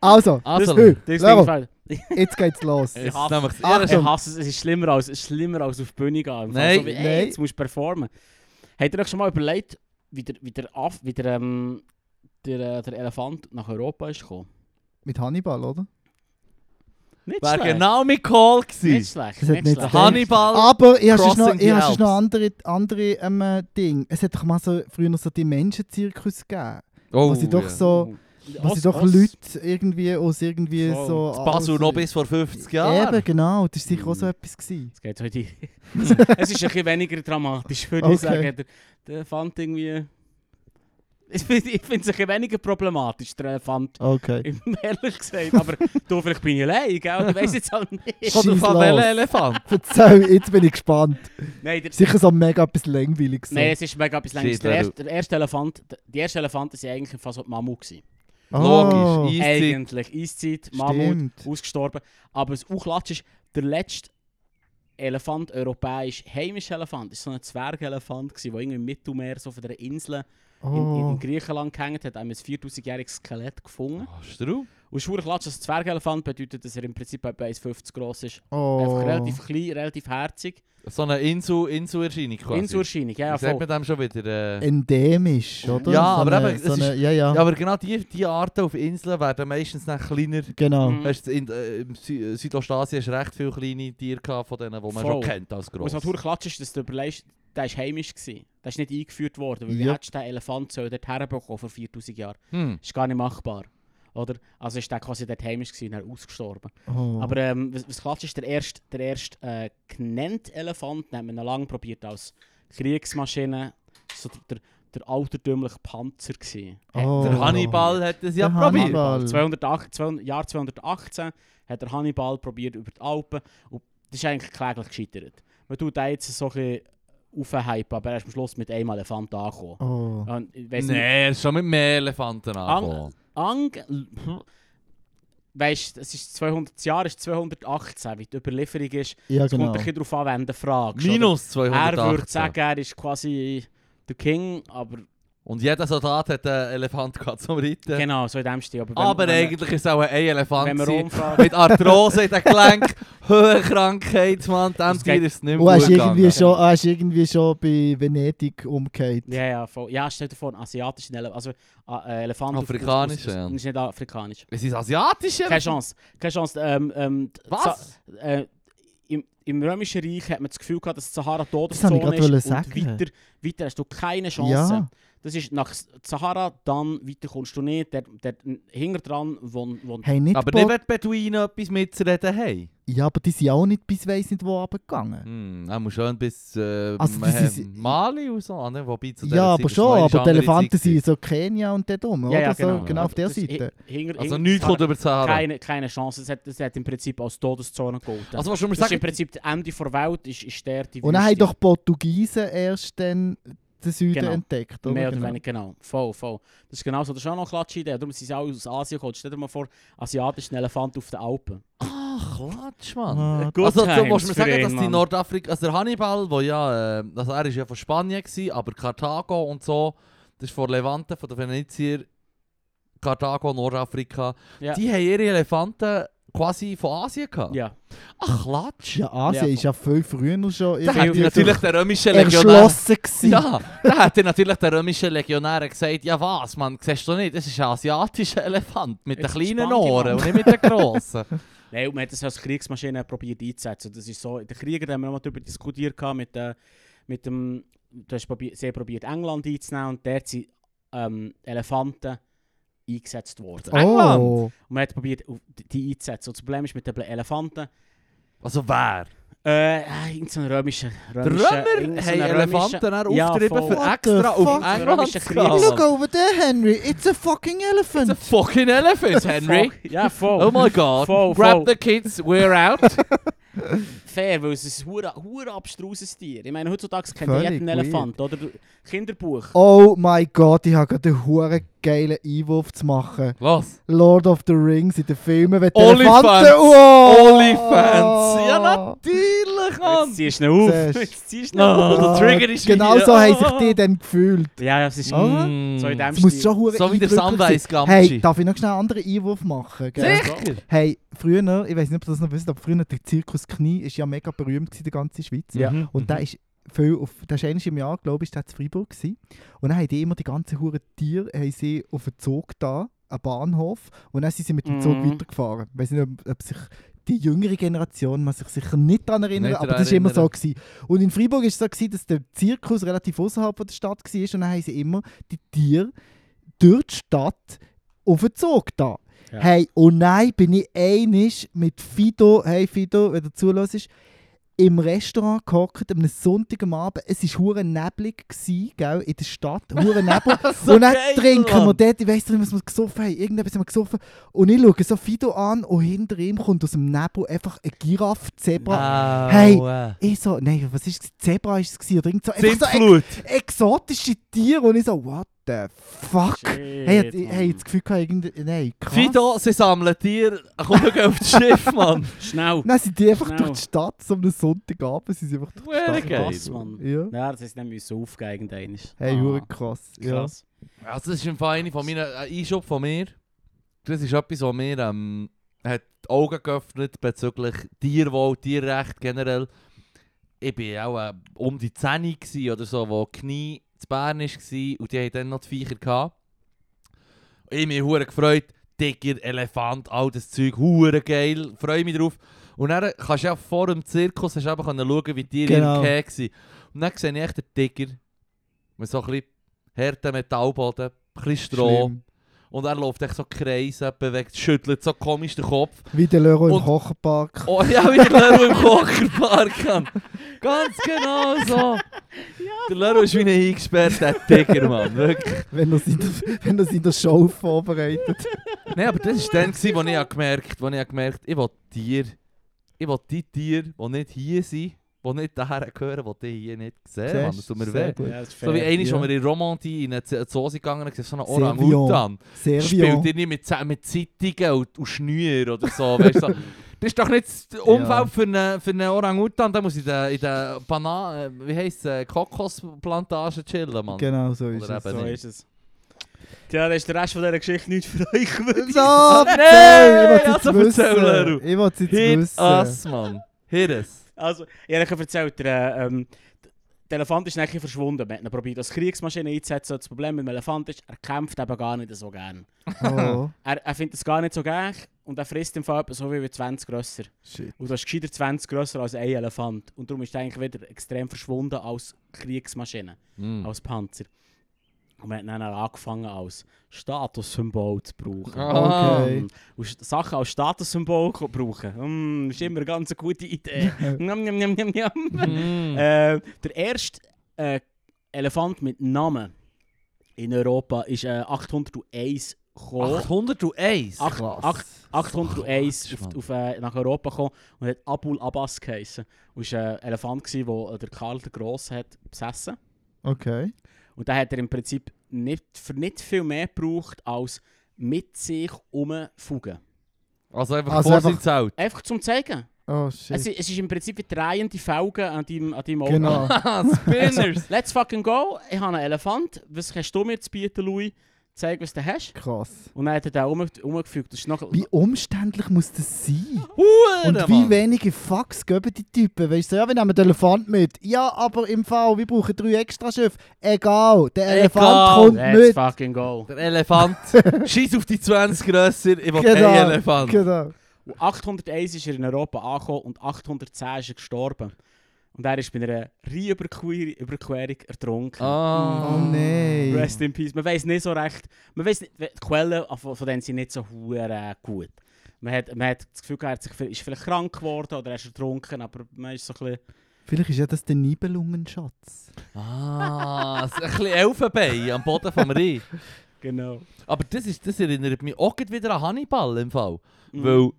Speaker 3: Also,
Speaker 2: Also,
Speaker 3: hü,
Speaker 1: Das
Speaker 3: Laro,
Speaker 1: Fall.
Speaker 3: jetzt geht's los.
Speaker 2: jetzt
Speaker 1: Ja.
Speaker 2: nämlich das
Speaker 3: Ach,
Speaker 2: erste-
Speaker 1: Ich hasse es, es ist schlimmer als, es ist schlimmer als auf die Bühne gehen. Im Fall
Speaker 2: Nein,
Speaker 1: so wie,
Speaker 3: nein.
Speaker 1: Hey, jetzt musst du performen. Habt ihr euch schon mal überlegt, wie der, wie der, Aff, wie der, ähm, der, äh, der Elefant nach Europa ist gekommen?
Speaker 3: Mit Hannibal, oder?
Speaker 1: Nicht
Speaker 2: Wäre
Speaker 1: schlecht.
Speaker 2: genau mein Call
Speaker 1: Nicht
Speaker 2: gewesen.
Speaker 1: schlecht.
Speaker 3: Das
Speaker 1: Nicht
Speaker 3: hat nicht
Speaker 1: schlecht.
Speaker 3: gedacht.
Speaker 2: Hannibal.
Speaker 3: Aber ich habe
Speaker 2: Oh, Crossing
Speaker 3: noch, ich
Speaker 2: the
Speaker 3: hast noch
Speaker 2: Alps.
Speaker 3: andere, andere ähm, äh, Dinge. Es hat doch mal so, früher noch so die Menschenzirkus gegeben.
Speaker 2: Oh,
Speaker 3: wo sie doch
Speaker 2: ja. Oh,
Speaker 3: so, wo sie
Speaker 1: Os-
Speaker 3: doch
Speaker 1: Os-
Speaker 3: Leute irgendwie aus irgendwie
Speaker 1: Voll.
Speaker 3: so...
Speaker 2: Die Basel noch bis Mm. vor 50 Jahren.
Speaker 3: Eben, genau. Das war sicher auch so
Speaker 1: Mhm.
Speaker 3: etwas. Gewesen.
Speaker 1: Es geht heute. es ist ein bisschen weniger dramatisch, würde
Speaker 3: Okay.
Speaker 1: ich sagen. Der, der Elefant irgendwie. Ich finde ich finde es ein bisschen weniger problematisch, der Elefant.
Speaker 3: Okay.
Speaker 1: Ehrlich gesagt. Aber du, vielleicht bin ich allein, gell? Ich weiß jetzt auch nicht.
Speaker 2: Kommt auf
Speaker 3: Scheiss
Speaker 2: an, welchen
Speaker 3: los.
Speaker 2: Elefant.
Speaker 3: Erzähl, jetzt bin ich gespannt.
Speaker 1: Nein, der,
Speaker 3: Sicher so mega etwas langweilig. So.
Speaker 1: Nein, es ist mega etwas längst.
Speaker 2: Shit,
Speaker 1: Der,
Speaker 2: Leru.
Speaker 1: erste, der erste Elefant, die ersten Elefanten waren eigentlich fast so die Mammut. Gewesen.
Speaker 2: Logisch.
Speaker 3: Oh,
Speaker 2: Eiszeit.
Speaker 1: Eigentlich. Eiszeit, Mammut,
Speaker 3: Stimmt.
Speaker 1: ausgestorben. Aber das Auchlatsch ist, der letzte Elefant, europäisch, heimischer Elefant, ist so ein Zwergelefant, gewesen, der irgendwie im Mittelmeer, so von der Insel in, in
Speaker 3: Oh.
Speaker 1: Griechenland gehängt hat, haben wir ein 4000-jähriges Skelett gefunden.
Speaker 2: Hast du?
Speaker 1: Und Schurklatsch als Zwergelefant bedeutet, dass er im Prinzip etwa 1,50 groß ist.
Speaker 3: oh.
Speaker 1: Einfach relativ klein, relativ herzig.
Speaker 2: So eine Insel- Inselerscheinung quasi.
Speaker 1: Insurscheinung, ja, ja,
Speaker 2: Wie sagt
Speaker 1: voll.
Speaker 2: man dem schon wieder? Äh,
Speaker 3: Endemisch, oder?
Speaker 2: Ja, aber
Speaker 3: eine-
Speaker 2: eben, es
Speaker 3: so eine, ja, ja,
Speaker 2: ja, aber genau die, die Arten auf Inseln werden meistens dann kleiner.
Speaker 3: Genau.
Speaker 1: Mhm.
Speaker 2: Weißt du, in, äh, im Sü Südostasien hast du recht viele kleine Tiere gehabt, von denen, die man schon
Speaker 1: Voll.
Speaker 2: kennt als gross.
Speaker 1: Was natürlich klatsch ist, dass du überlegst, der war heimisch. Gewesen. Der ist nicht eingeführt worden, weil
Speaker 3: Ja.
Speaker 1: wie hättest du den Elefant soll dort herbekommen vor 4000 Jahren?
Speaker 2: Hm.
Speaker 1: ist gar nicht machbar. Oder? Also ist der quasi dort heimisch gewesen, dann ausgestorben.
Speaker 3: Oh.
Speaker 1: Aber ähm, was, was klatsch ist, der erste, der erste äh, genannte Elefant, den hat man noch lange probiert als Kriegsmaschine, so der, der, der altertümliche Panzer gewesen. Hat-
Speaker 3: Oh.
Speaker 2: Der Hannibal hat es ja
Speaker 3: Der
Speaker 2: probiert.
Speaker 3: Hannibal.
Speaker 1: 208, 200, Jahr 218 hat der Hannibal probiert über die Alpen. Und das ist eigentlich kläglich gescheitert. Man tut den jetzt so ein bisschen aufhypen, aber er ist am Schluss mit einem Elefant angekommen.
Speaker 3: Oh.
Speaker 1: Und ich weiss nicht-
Speaker 2: Nein, er ist schon mit mehr Elefanten angekommen.
Speaker 1: Ang. Weißt du, es ist 200, das Jahr ist 218, wie die Überlieferung ist.
Speaker 3: Ja,
Speaker 1: Es kommt
Speaker 3: genau.
Speaker 1: ein bisschen darauf an, wenn du fragst. oder?
Speaker 2: Minus
Speaker 1: Er
Speaker 2: 218.
Speaker 1: würde sagen, er ist quasi der King, aber
Speaker 2: Und jeder Soldat hat einen Elefant gehabt zum Reiten.
Speaker 1: genau, so in dem Stil. Aber, wenn,
Speaker 2: Aber
Speaker 1: wenn,
Speaker 2: eigentlich ist es auch ein Elefant.
Speaker 1: wenn wir
Speaker 2: gewesen.
Speaker 1: rumfragen,
Speaker 2: mit Arthrose in den Gelenk, Höhenkrankheit, Mann, dem
Speaker 1: Das geht-
Speaker 2: Tier ist es nicht mehr gut
Speaker 3: Und er ist, Oh, irgendwie
Speaker 2: gegangen.
Speaker 3: schon, er ist irgendwie schon bei Venedig umgekehrt.
Speaker 1: ja, ja, voll. ja, stell dir vor, einen asiatischen Elefant, also äh, Elefant. auf-
Speaker 2: Afrikanisch,
Speaker 1: aus- aus-
Speaker 2: ja.
Speaker 1: Ist nicht afrikanisch.
Speaker 2: Es ist asiatisch,
Speaker 1: Keine Chance, keine Chance. Ähm, ähm, die Sa-
Speaker 2: Was?
Speaker 1: äh, im, Im Römischen Reich hat man das Gefühl gehabt, dass die Sahara
Speaker 3: Das
Speaker 1: Todeszone
Speaker 3: hab ich grad
Speaker 1: ist und
Speaker 3: wollen sagen.
Speaker 1: weiter, weiter hast du keine Chance.
Speaker 3: Ja.
Speaker 1: Das ist nach S- Sahara, dann weiter kommst du nicht, der, der hinter dran, wo, wo
Speaker 3: Hey, nicht
Speaker 2: Aber
Speaker 3: Bo-
Speaker 2: nicht, wenn die Beduinen etwas mitzureden haben.
Speaker 3: Ja, aber die sind auch nicht bis weiss nicht wo runtergegangen.
Speaker 2: Hm, er muss schon bis äh,
Speaker 3: Also
Speaker 2: Ma-
Speaker 3: das ist-
Speaker 2: Mali und so, ne? wobei zu dieser
Speaker 3: Ja,
Speaker 2: Zeit
Speaker 3: aber
Speaker 2: ist noch
Speaker 3: schon,
Speaker 2: eine
Speaker 3: aber die
Speaker 2: andere
Speaker 3: Elefanten
Speaker 2: Zeit
Speaker 3: sind
Speaker 2: gewesen.
Speaker 3: so Kenia und dort oben, oder? so, genau auf der
Speaker 1: Das ist eh-
Speaker 3: Seite.
Speaker 1: Dus hi- hinter-
Speaker 2: Also
Speaker 1: hinter
Speaker 2: nichts
Speaker 1: Sahara.
Speaker 2: kommt über die Sahara.
Speaker 1: keine, keine Chance, das hat, das hat im Prinzip als Todeszone Dus gehalten.
Speaker 2: Also was schon mal
Speaker 1: das ist im
Speaker 2: sagen,
Speaker 1: Prinzip das Ende der Welt, ist, ist der die
Speaker 3: Und dann
Speaker 1: Wüste.
Speaker 3: haben doch die Portugiesen erst dann den Süden
Speaker 1: Genau.
Speaker 3: entdeckt, oder?
Speaker 1: Mehr oder
Speaker 3: Genau.
Speaker 1: weniger, genau. Voll, voll. Das ist genau so. Das ist auch noch eine klatsche Idee. Darum sind sie alle aus Asien gekommen. Stell dir mal vor, asiatischen Elefant auf den Alpen.
Speaker 2: ach, Klatsch, Mann.
Speaker 3: Ah,
Speaker 1: Good
Speaker 2: also du
Speaker 1: times
Speaker 2: musst mir
Speaker 1: für
Speaker 2: sagen,
Speaker 1: ihn,
Speaker 2: dass die
Speaker 1: Mann.
Speaker 2: Nordafrika, also der Hannibal, wo ja, äh, also er ist ja von Spanien gewesen, aber Karthago und so, das ist von Levante, von den Venezier, Karthago, Nordafrika,
Speaker 1: Ja.
Speaker 2: die haben ihre Elefanten quasi von Asien gehabt.
Speaker 1: Ja.
Speaker 2: Ach, Klatsch.
Speaker 3: Ja, Asien
Speaker 1: Ja,
Speaker 3: ist ja viel früher schon
Speaker 2: Da hätte
Speaker 1: Viel-
Speaker 2: natürlich der römische Legionär...
Speaker 3: erschlossen gewesen.
Speaker 2: Ja, da hätte natürlich der römische Legionär gesagt, ja was, man, siehst du nicht, das ist ein asiatischer Elefant mit den
Speaker 1: Jetzt
Speaker 2: kleinen
Speaker 1: spann dich,
Speaker 2: Ohren
Speaker 1: Mann.
Speaker 2: und nicht mit den grossen.
Speaker 1: Nein, und man hat das als Kriegsmaschine probiert einzusetzen. Das ist so, in den Kriegen da haben wir auch mal darüber diskutiert, gehabt mit, äh, mit dem, du hast probi sehr probiert, England einzunehmen und dort sind ähm, Elefanten eingesetzt worden.
Speaker 3: Oh,
Speaker 1: Und man hat probiert, auf- die einzusetzen. Und das Problem ist mit den Elefanten,
Speaker 2: Also wer?
Speaker 1: Äh, irgend so ein römischer.
Speaker 2: Der
Speaker 1: römischer
Speaker 2: Römer
Speaker 1: irgend
Speaker 2: haben
Speaker 1: so ein
Speaker 2: Elefanten dann
Speaker 1: Ja,
Speaker 2: auftrieben
Speaker 1: voll.
Speaker 2: für
Speaker 3: What the
Speaker 2: extra auf
Speaker 3: fuck?
Speaker 2: England
Speaker 1: Römischer
Speaker 2: zu
Speaker 1: Krieg.
Speaker 2: gehen.
Speaker 3: Look over there, Henry. It's a fucking
Speaker 2: Oh. It's a
Speaker 3: elephant.
Speaker 2: fucking elephant, Henry.
Speaker 1: Fuck. Ja, voll.
Speaker 2: Oh my god.
Speaker 1: Voll,
Speaker 2: Grab
Speaker 1: voll.
Speaker 2: the kids, we're out.
Speaker 1: Fair, weil es ist ein hure- hure abstruses Tier. Ich meine, heutzutage kennt
Speaker 3: Völlig
Speaker 1: jeder einen
Speaker 3: weird.
Speaker 1: Elefant, oder? Du- Kinderbuch.
Speaker 3: Oh mein Gott, ich habe gerade einen huere geilen Einwurf zu machen.
Speaker 2: Los.
Speaker 3: Lord of the Rings in den Filmen, wenn die
Speaker 2: Olifants.
Speaker 3: Elefanten... Oh!
Speaker 2: Olifants. Ja, natürlich,
Speaker 1: Jetzt
Speaker 2: Mann.
Speaker 1: ziehst du ihn auf.
Speaker 3: Siehst du.
Speaker 1: Jetzt ziehst du ihn
Speaker 2: Ah.
Speaker 3: Nou.
Speaker 1: auf.
Speaker 2: Der Trigger Oh. ist
Speaker 3: Genau
Speaker 2: wieder-
Speaker 3: so haben sich die dann gefühlt.
Speaker 1: Ja, ja, es ist.
Speaker 2: Hmm.
Speaker 3: Ah.
Speaker 1: So
Speaker 2: Mm.
Speaker 1: in dem
Speaker 3: Es muss
Speaker 1: Stil.
Speaker 3: schon hure
Speaker 2: So wie der
Speaker 3: eindrücklich sein.
Speaker 2: Sunrise Gamchi.
Speaker 3: Hey, darf ich noch schnell einen anderen Einwurf machen? gell?
Speaker 2: Sicher.
Speaker 3: Hey, früher, ich weiß nicht, ob ihr das noch wisst, aber früher der Zirkus Knie ist ja mega berühmt gewesen in der ganzen Schweiz.
Speaker 1: Ja.
Speaker 2: Mhm,
Speaker 3: Und der ist viel auf, der ist einmal im Jahr, glaube ich, ist der zu Freiburg gewesen. Und dann haben die immer die ganzen huren Tiere haben sie auf den Zug da, einen Bahnhof, und dann sind sie mit dem Zug
Speaker 1: Mhm.
Speaker 3: weitergefahren. Ich weiß nicht, ob, ob sich die jüngere Generation man sich sicher nicht daran erinnern,
Speaker 2: Nicht
Speaker 3: aber
Speaker 2: daran
Speaker 3: das war immer so.
Speaker 2: erinnern.
Speaker 3: Gewesen. Und in Freiburg war es so, gewesen, dass der Zirkus relativ außerhalb von der Stadt war und dann haben sie immer die Tiere durch die Stadt auf den Zug da.
Speaker 1: Ja.
Speaker 3: Hey, und nein, bin ich einig mit Fido, hey Fido, wenn du zulässt, im Restaurant gehockt, am Sonntagabend, es war hure neblig, gsi, gell, in der Stadt, hure Nebel.
Speaker 2: So
Speaker 3: und dann
Speaker 2: geil,
Speaker 3: trinken wir
Speaker 2: Mann.
Speaker 3: dort, ich weiss nicht, was wir gesoffen haben, irgendetwas haben wir gesoffen. Und ich schaue so Fido an und hinter ihm kommt aus dem Nebel einfach ein Giraffe,
Speaker 2: Ah.
Speaker 3: Zebra. Hey.
Speaker 2: Wow.
Speaker 3: Ich so, nein, was ist es? Zebra war es gewesen, oder irgend so, einfach so
Speaker 2: Sintflut.
Speaker 3: ex exotische Tiere. Und ich so, what the fuck? Hey, hat- ich habe das Gefühl, gehabt, irgendein, nein, krass.
Speaker 2: Fido, sie sammeln Tier. Komm, wir gehen auf das Schiff, Mann.
Speaker 1: Schnell.
Speaker 3: Nein, sind die einfach
Speaker 1: Genau.
Speaker 3: durch die Stadt, so einem Sonntagabend, sind sie einfach durch
Speaker 2: Hure
Speaker 3: die Stadt.
Speaker 2: geil.
Speaker 1: Krass, Mann.
Speaker 3: Ja.
Speaker 1: Ja, das ist nicht müssen aufgehen, irgendwann.
Speaker 3: Hey,
Speaker 2: Ah.
Speaker 3: hure krass. Ja.
Speaker 1: Krass.
Speaker 2: Also das ist im Fall eine von meinen äh, Einschub von mir. Das ist etwas, was mir ähm, hat die Augen geöffnet bezüglich Tierwohl, Tierrecht generell. Ich war auch äh, um die 10 gsi oder so, wo die dus Knie zu Bern war und die hatten dann noch die Viecher. Gehabt. Und Ich mich hure gefreut, dicker Elefant, all das Zeug, hure geil, freue mich drauf. Und dann kannst du ja vor dem Zirkus hast du eben können schauen, wie die Tiere
Speaker 3: Genau.
Speaker 2: im Käfig waren. Und dann sehe ich echt den Tiger mit so ein bisschen harten Metallboden, ein bisschen Stroh.
Speaker 3: Schlimm.
Speaker 2: Und er läuft echt so Kreise, bewegt, schüttelt so komisch den Kopf.
Speaker 3: Wie der Leroy im
Speaker 2: Und-
Speaker 3: Kocherpark.
Speaker 2: Oh ja, wie der Leru im Kocherpark kann. Ganz genau so. der Leru ist wie ein eingesperrter Tiger, Mann. Wirklich.
Speaker 3: Wenn er sie in der- wenn er sie in der Show vorbereitet.
Speaker 2: Nein, aber das war dann, gewesen, wo ich hab gemerkt wo ich hab gemerkt ich will Tier ich will die Tiere, die nicht hier sind, die nicht daher gehören, die die hier nicht sehen.
Speaker 3: Siehst
Speaker 2: Mann, das tut mir
Speaker 3: sehr
Speaker 2: weh.
Speaker 3: gut.
Speaker 1: das ist
Speaker 2: So wie
Speaker 1: fair.
Speaker 2: eines,
Speaker 3: ja.
Speaker 2: wo wir in Romandie in eine Z- Soße gegangen sind, so einen
Speaker 3: Servion.
Speaker 2: Orang-Utan. Spielt
Speaker 3: Servion.
Speaker 2: ihr nicht mit, Z- mit Zeitungen und, und Schnüren oder so, weißt du? so. Das ist doch nicht das Umfeld
Speaker 3: Ja.
Speaker 2: für einen für eine Orang-Utan, da muss ich in der, in der Banan, wie heisst es, äh, Kokosplantage chillen, Mann.
Speaker 3: Genau, so ist
Speaker 2: Oder
Speaker 3: es.
Speaker 2: eben
Speaker 1: So
Speaker 2: nicht.
Speaker 1: ist es. Tja, dann ist der Rest von dieser Geschichte nicht für euch. gewünscht.
Speaker 3: So,
Speaker 2: Ah, Nee,
Speaker 3: nein, ich
Speaker 2: also
Speaker 3: will es
Speaker 2: erzähl, Leru.
Speaker 3: wissen. Ich will es jetzt
Speaker 2: Hit
Speaker 3: wissen.
Speaker 2: us, Mann. Hit us.
Speaker 1: Also, ich habe euch erzählt, der, äh, ähm, der Elefant ist nachher verschwunden. Man hat ihn probiert, als Kriegsmaschine einzusetzen. Das Problem mit dem Elefant ist, er kämpft eben gar nicht so gern.
Speaker 3: Oh,
Speaker 1: Er, er findet es gar nicht so gern und er frisst im Fall etwa so wie 20 grösser.
Speaker 3: shit.
Speaker 1: Und das ist gescheiter 20 grösser als ein Elefant. Und darum ist er eigentlich wieder extrem verschwunden als Kriegsmaschine,
Speaker 2: Hm. Mm. Also,
Speaker 1: als Panzer. Und man hat dann angefangen, als Statussymbol zu brauchen.
Speaker 2: Ah.
Speaker 3: Okay.
Speaker 1: Mm. Und Sch- Sachen als Statussymbol ko- brauchen. Mm, ist immer eine ganz gute Idee. Njam, njam, njam, njam, njam.
Speaker 2: Mm.
Speaker 1: Äh, der erste äh, Elefant mit Namen in Europa ist äh, 801 gekommen.
Speaker 2: 801?
Speaker 1: Ach,
Speaker 2: Krass.
Speaker 1: ach, 801
Speaker 2: Ach, Quatsch,
Speaker 1: auf,
Speaker 2: Mann.
Speaker 1: auf, äh, nach Europa gekommen und hat Abul Abbas geheißen. Und war ein Elefant, gewesen, wo äh, der Karl der Grosse hat besessen
Speaker 3: Okay.
Speaker 1: Und da hat er im Prinzip nicht, für nicht viel mehr gebraucht als mit sich umfugen.
Speaker 2: Also einfach
Speaker 3: Also
Speaker 2: vor
Speaker 3: einfach-
Speaker 2: sein Zelt.
Speaker 1: Einfach zum zeigen.
Speaker 3: Oh,
Speaker 1: Es,
Speaker 3: shit.
Speaker 1: i- es ist im Prinzip wie drehende Felgen an deinem, an deinem Auto.
Speaker 3: Genau.
Speaker 2: Haha, Ah, Spinners!
Speaker 1: Let's fucking go. Ich habe einen Elefant. Was kannst du mir zu bieten, Louis? Zeig, was du hast.
Speaker 3: Krass.
Speaker 1: Und dann hat er den um, umgefügt. Das ist noch...
Speaker 3: Wie umständlich muss das sein?
Speaker 2: Hure,
Speaker 3: Und
Speaker 2: Mann.
Speaker 3: wie wenige Fax geben die Typen? Weißt du, ja, wir nehmen den Elefant mit. Ja, aber im Fall, wir brauchen drei extra Schiffe. Egal, der Elefant
Speaker 2: Egal.
Speaker 3: kommt
Speaker 1: Ah, Let's
Speaker 3: mit.
Speaker 1: fucking go.
Speaker 2: Der Elefant. Scheiß auf die 20 Grösser, ich will
Speaker 3: Genau,
Speaker 2: einen Elefant.
Speaker 3: Genau.
Speaker 1: Und 801 ist er in Europa angekommen und 810 ist er gestorben. Und er ist bei einer Rheinüberquerung Überquerung ertrunken.
Speaker 2: Ah.
Speaker 3: Oh nein.
Speaker 1: Rest in peace. Man weiß nicht so recht. Man weiß nicht, die Quellen von, von denen sind nicht so hure gut. Man hat, man hat das Gefühl, gehabt, er hat sich, viel- ist vielleicht krank geworden oder er ist ertrunken, aber man ist so ein bisschen...
Speaker 3: Vielleicht ist ja das der Nibelungenschatz.
Speaker 2: Ah, so ein bisschen Elfenbein am Boden vom Rhein.
Speaker 1: Genau.
Speaker 2: Aber das, ist, das erinnert mich auch grad wieder an Hannibal im Fall.
Speaker 1: Mm. Mhm.
Speaker 2: Weil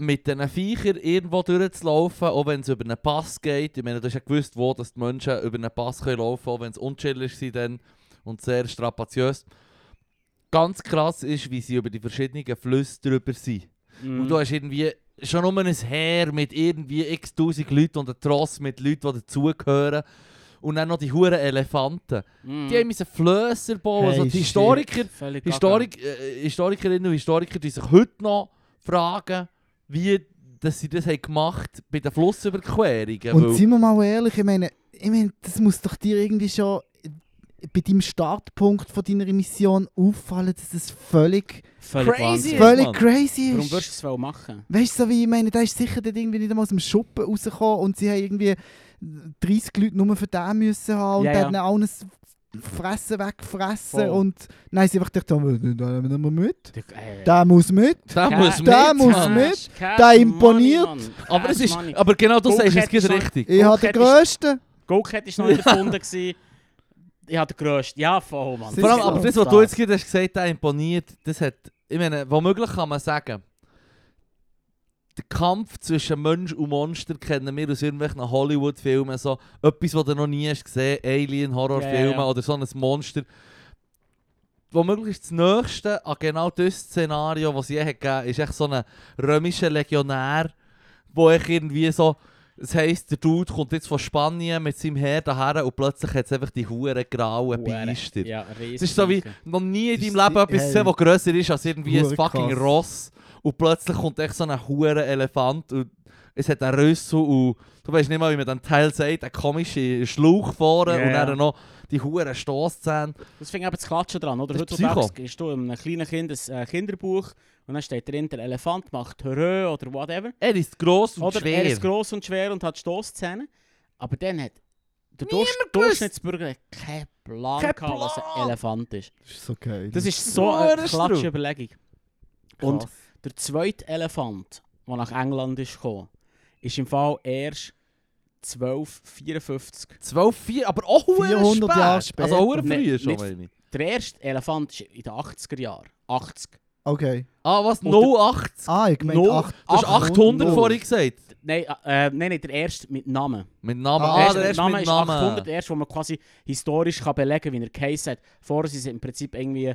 Speaker 2: mit diesen Viechern irgendwo durchzulaufen, auch wenn es über einen Pass geht, ich meine, du hast ja gewusst, wo dass die Menschen über einen Pass können laufen können, auch wenn es unchillig ist dann und sehr strapaziös. Ganz krass ist, wie sie über die verschiedenen Flüsse drüber sind.
Speaker 1: Mhm.
Speaker 2: Und du hast irgendwie schon nur ein Heer mit irgendwie x tausend Leuten und ein Tross mit Leuten, die dazugehören. Und dann noch die huren Elefanten.
Speaker 1: Mhm.
Speaker 2: Die haben müssen Flösser bauen.
Speaker 3: Hey,
Speaker 2: also die
Speaker 3: shit.
Speaker 2: Historiker,
Speaker 1: Völlig
Speaker 2: Historik, äh, Historikerinnen und Historiker die sich heute noch fragen, wie dass sie das haben gemacht haben bei den Flussüberquerungen.
Speaker 3: Und
Speaker 2: weil-
Speaker 3: sind wir mal ehrlich, ich meine, ich meine, das muss doch dir irgendwie schon bei deinem Startpunkt von deiner Mission auffallen, dass das völlig,
Speaker 1: gaga. Völlig
Speaker 2: Crazy.
Speaker 1: Wahnsinn.
Speaker 2: Weil-
Speaker 3: völlig
Speaker 2: Mann.
Speaker 3: crazy
Speaker 1: Warum
Speaker 3: ist.
Speaker 1: würdest du es wollen machen?
Speaker 3: Weißt du, so wie ich meine, da ist sicher dort irgendwie nicht einmal aus dem Schuppen rausgekommen und sie haben irgendwie 30 Leute nur für den müssen haben und
Speaker 1: Ja,
Speaker 3: ja,
Speaker 1: ja.
Speaker 3: dann alles fressen weggefressen
Speaker 1: Voll.
Speaker 3: und nein, sie einfach gedacht, da nehmen wir mit.
Speaker 1: Du- äh,
Speaker 3: Der muss mit.
Speaker 2: Der
Speaker 1: Cash-
Speaker 2: muss mit.
Speaker 3: der muss
Speaker 2: Mann.
Speaker 3: mit.
Speaker 1: Cash, Cash
Speaker 3: der imponiert.
Speaker 1: Money, Mann. Cash
Speaker 2: Aber, es ist,
Speaker 1: Money.
Speaker 2: aber genau du
Speaker 1: Guck,
Speaker 2: sagst es
Speaker 1: hättest
Speaker 2: geht
Speaker 1: du-
Speaker 2: richtig.
Speaker 3: Ich
Speaker 1: Und
Speaker 3: habe den
Speaker 1: hättest-
Speaker 3: grössten.
Speaker 1: Goldcat war noch nicht erfunden. gewesen. Ich habe den grössten. Ja, voll, Mann.
Speaker 3: Sie-
Speaker 2: Vor allem,
Speaker 3: ist
Speaker 2: aber
Speaker 3: so.
Speaker 2: das, was du jetzt gerade hast gesagt hast, imponiert, das hat, ich meine, womöglich kann man sagen, der Kampf zwischen Mensch und Monster kennen wir aus irgendwelchen Hollywood-Filmen, so etwas, was du noch nie hast gesehen, Alien-Horrorfilme
Speaker 1: Ja, ja, ja.
Speaker 2: oder so ein Monster. Womöglich ist das Nächste an genau das Szenario, das es je hat gegeben hat, ist echt so ein römischer Legionär, wo ich irgendwie so, das heisst, der Dude kommt jetzt von Spanien mit seinem Heer daher und plötzlich hat es einfach die huren grauen
Speaker 1: Hure.
Speaker 2: Biester.
Speaker 1: Ja,
Speaker 2: Es ist so wie noch nie in
Speaker 3: Das
Speaker 2: deinem
Speaker 3: ist
Speaker 2: Leben
Speaker 3: die-
Speaker 2: etwas gesehen,
Speaker 3: hey.
Speaker 2: das grösser ist als irgendwie ein
Speaker 3: Hure
Speaker 2: fucking
Speaker 3: krass.
Speaker 2: Ross. Und plötzlich kommt echt so ein hoher Elefant und es hat einen Rüssel und du weißt nicht mal, wie man den Teil sagt, einen komischen Schlauch vorne
Speaker 1: Ja,
Speaker 2: und
Speaker 1: ja.
Speaker 2: dann noch die hohen Stosszähne.
Speaker 1: Das fing eben das Klatschen dran, oder?
Speaker 2: Das ist
Speaker 1: Heutzutage gehst du in einem kleinen kind, ein äh, Kinderbuch und dann steht drin, der Elefant macht Hörö oder whatever.
Speaker 2: Er ist gross und
Speaker 1: Oder
Speaker 2: schwer.
Speaker 1: er ist gross und schwer und hat Stoßzähne. Aber dann hat der Durst
Speaker 2: gewusst.
Speaker 1: Durchschnittsbürger keinen Plan,
Speaker 2: Kein
Speaker 1: gehabt, was ein
Speaker 2: Plan.
Speaker 1: Elefant ist.
Speaker 3: Das ist so geil.
Speaker 1: Das ist so eine
Speaker 2: Hure
Speaker 1: klatsche
Speaker 2: Strau.
Speaker 1: Überlegung.
Speaker 3: Krass.
Speaker 1: Und der zweite Elefant, der nach England ist gekommen, ist im Fall erst 1254
Speaker 2: 12, 4, aber auch hoher
Speaker 3: 400 Jahre später.
Speaker 2: Also hoher
Speaker 1: Nicht-
Speaker 2: früh schon,
Speaker 1: nicht-
Speaker 2: meine ich.
Speaker 1: Der erste Elefant ist in den 80er Jahren. 80.
Speaker 3: Okay.
Speaker 2: Ah, was?
Speaker 1: Und
Speaker 2: 080?
Speaker 3: Ah, ich
Speaker 1: Null.
Speaker 3: meinte 8.
Speaker 2: Du hast 800
Speaker 3: null.
Speaker 2: vorhin gesagt.
Speaker 1: Nein, äh, nein, nein, der erste mit Namen.
Speaker 2: Mit Namen.
Speaker 3: Ah,
Speaker 2: Ah,
Speaker 1: erste
Speaker 2: der erste mit
Speaker 1: ist
Speaker 2: Namen.
Speaker 1: 800, der erste, wo man quasi historisch kann belegen kann, wie er geheißen hat. Vorher sind es im Prinzip irgendwie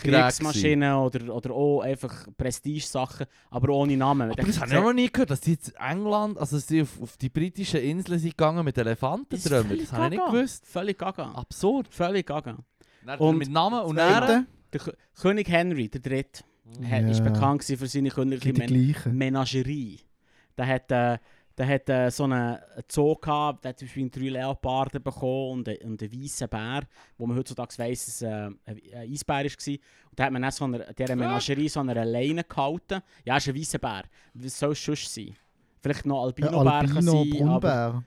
Speaker 2: Kriegsmaschine.
Speaker 1: Kriegsmaschinen oder, oder auch einfach Prestigesachen, aber ohne Namen. Man
Speaker 2: Aber das
Speaker 1: denkt,
Speaker 2: habe ich auch noch nie gehört, dass die jetzt England, also dass die auf, auf die britischen Inseln sind gegangen mit Elefanten
Speaker 1: ist
Speaker 2: drüber.
Speaker 1: völlig
Speaker 2: Das habe ich nicht
Speaker 1: gaga.
Speaker 2: gewusst. Ah.
Speaker 1: Völlig gaga.
Speaker 2: Absurd.
Speaker 1: Völlig gaga.
Speaker 2: und
Speaker 1: Und-
Speaker 2: mit Namen und Ehren.
Speaker 1: Der K- König Henry der Dritte
Speaker 3: Ja.
Speaker 1: ja. ist bekannt gewesen für seine
Speaker 3: Die
Speaker 1: königliche Men
Speaker 3: gleichen.
Speaker 1: Menagerie. Der hat, äh, der hat äh, so einen Zoo gehabt, der hat zum Beispiel drei Leoparden bekommen und, einen- und einen weißen Bär, wo man heutzutage weiss, dass es äh, ein ein Eisbär war. Und da hat man dann so einer, dieser Menagerie so einer Leine gehalten. Ja, ist ein weißer Bär. Was soll es sonst sein? Vielleicht noch
Speaker 3: Ja,
Speaker 1: Albino-Bär kann
Speaker 3: Albino,
Speaker 1: sein, aber...
Speaker 3: Brunbär.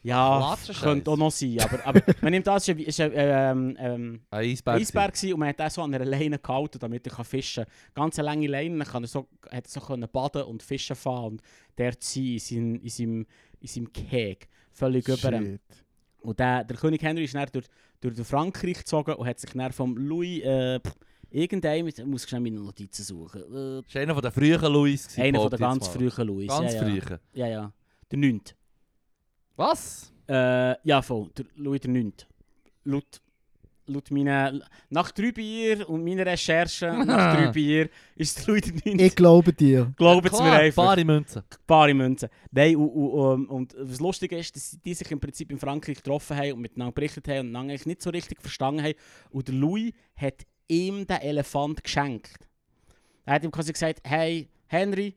Speaker 1: Ja,
Speaker 2: Schwarzer Scheiß.
Speaker 1: könnte auch noch sein, aber, aber man nimmt das, ist ein, ist ein ähm, ähm,
Speaker 2: Ein Eisberg.
Speaker 1: Eisberg gsi und man hat auch so an einer Leine gehalten, damit er kann fischen kann. Ganz eine lange Leine, dann kann er so, hat er so können baden und fischen fahren und der sein in seinem, in seinem, in seinem Keg. Völlig über
Speaker 3: Shit.
Speaker 1: Und der, der König Henry ist dann durch, durch den Frankreich gezogen und hat sich dann vom Louis, äh, pff, irgendeinem, ich muss schnell meine Notizen suchen,
Speaker 2: Das war einer von den frühen
Speaker 1: äh,
Speaker 2: Louis. gewesen,
Speaker 1: einer von der ganz
Speaker 2: behaupte ich jetzt mal.
Speaker 1: frühen Louis.
Speaker 2: Ganz
Speaker 1: ja, ja.
Speaker 2: frühen.
Speaker 1: ja, ja. Der Neunte.
Speaker 2: Was?
Speaker 1: Äh, ja, voll. Der Louis IX. Laut, laut meinen, nach drei Bier und meiner Recherche, nach drei Bier, ist der Louis
Speaker 3: Ich
Speaker 1: IX.
Speaker 3: glaube dir.
Speaker 1: Glauben Sie mir
Speaker 2: Klar,
Speaker 1: einfach.
Speaker 2: Bare Münzen.
Speaker 1: Paar Münzen. Nein, und, und, und, und was lustig ist, dass die sich im Prinzip in Frankreich getroffen haben und miteinander berichtet haben und lange eigentlich nicht so richtig verstanden haben. Und der Louis hat ihm den Elefant geschenkt. Er hat ihm quasi gesagt, hey, Henry,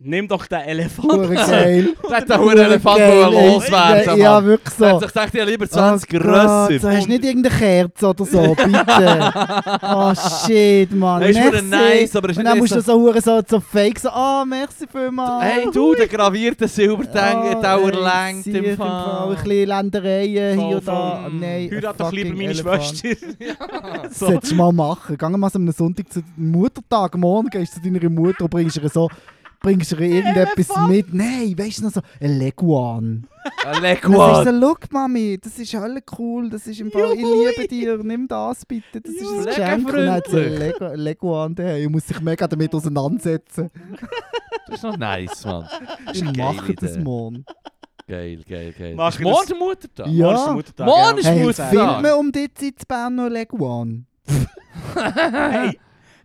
Speaker 1: nimm doch den
Speaker 3: Hure
Speaker 1: Elefant.
Speaker 3: geil.
Speaker 2: Der hat den Huren Elefant wollen
Speaker 3: Geil,
Speaker 2: loswerden.
Speaker 3: Ja,
Speaker 2: Mann.
Speaker 3: ja, wirklich
Speaker 2: Der hat
Speaker 3: so.
Speaker 2: sich gedacht, ich habe lieber
Speaker 3: Oh
Speaker 2: 20
Speaker 3: Gott,
Speaker 2: grösser.
Speaker 3: So hast du nicht irgendeine Kerze oder so, bitte. oh shit, Mann.
Speaker 2: Hey, ist
Speaker 3: Merci.
Speaker 2: verdammt nice, aber ist
Speaker 3: Und
Speaker 2: nicht
Speaker 3: dann musst du
Speaker 2: so-
Speaker 3: so hure so, so fake so, ah, Ah, merci Oh, vielmals.
Speaker 2: Hey du, der gravierte Silbertang hat auch
Speaker 3: ey,
Speaker 2: erlangt
Speaker 3: sieh,
Speaker 2: im
Speaker 3: Ein
Speaker 2: Fall.
Speaker 3: bisschen Ländereien
Speaker 1: Voll,
Speaker 3: hier und da.
Speaker 2: voll.
Speaker 3: Nein, ein
Speaker 1: Heirat doch lieber
Speaker 3: fucking
Speaker 1: meine
Speaker 3: Elefant.
Speaker 1: Schwester.
Speaker 3: Das solltest du mal machen. Geh mal so am Sonntag zu Muttertag, morgen gehst du zu deiner Mutter und bringst ihr so... Bringst du ihr irgendetwas
Speaker 1: Elefant.
Speaker 3: mit? Nein, weißt du noch so, ein nou Leguan.
Speaker 2: Ein
Speaker 3: Das ist
Speaker 2: Leguan.
Speaker 3: so, look, Mami, das ist hölle cool, das ist im Fall, ich liebe dir, nimm das bitte, das ist ein
Speaker 2: Juhu.
Speaker 3: Geschenk. Und hat sie
Speaker 2: Lecker,
Speaker 3: Lego, Lego an daheim und muss sich mega damit auseinandersetzen.
Speaker 2: Das ist noch nice, Mann. Das ist
Speaker 3: Ich
Speaker 2: eine
Speaker 3: mache
Speaker 2: geile
Speaker 3: das
Speaker 2: Idee.
Speaker 3: morgen.
Speaker 2: Geil, geil, geil.
Speaker 1: Mach
Speaker 2: Ist
Speaker 1: ich
Speaker 2: morgen
Speaker 1: das-
Speaker 2: der Muttertag?
Speaker 3: Ja.
Speaker 1: Morgen ist der Muttertag,
Speaker 2: Morgen
Speaker 1: ja.
Speaker 2: ist-
Speaker 3: Hey,
Speaker 2: Schmutztag.
Speaker 3: filmen um die Zeit zu Bern noch Lego an.
Speaker 1: Hey,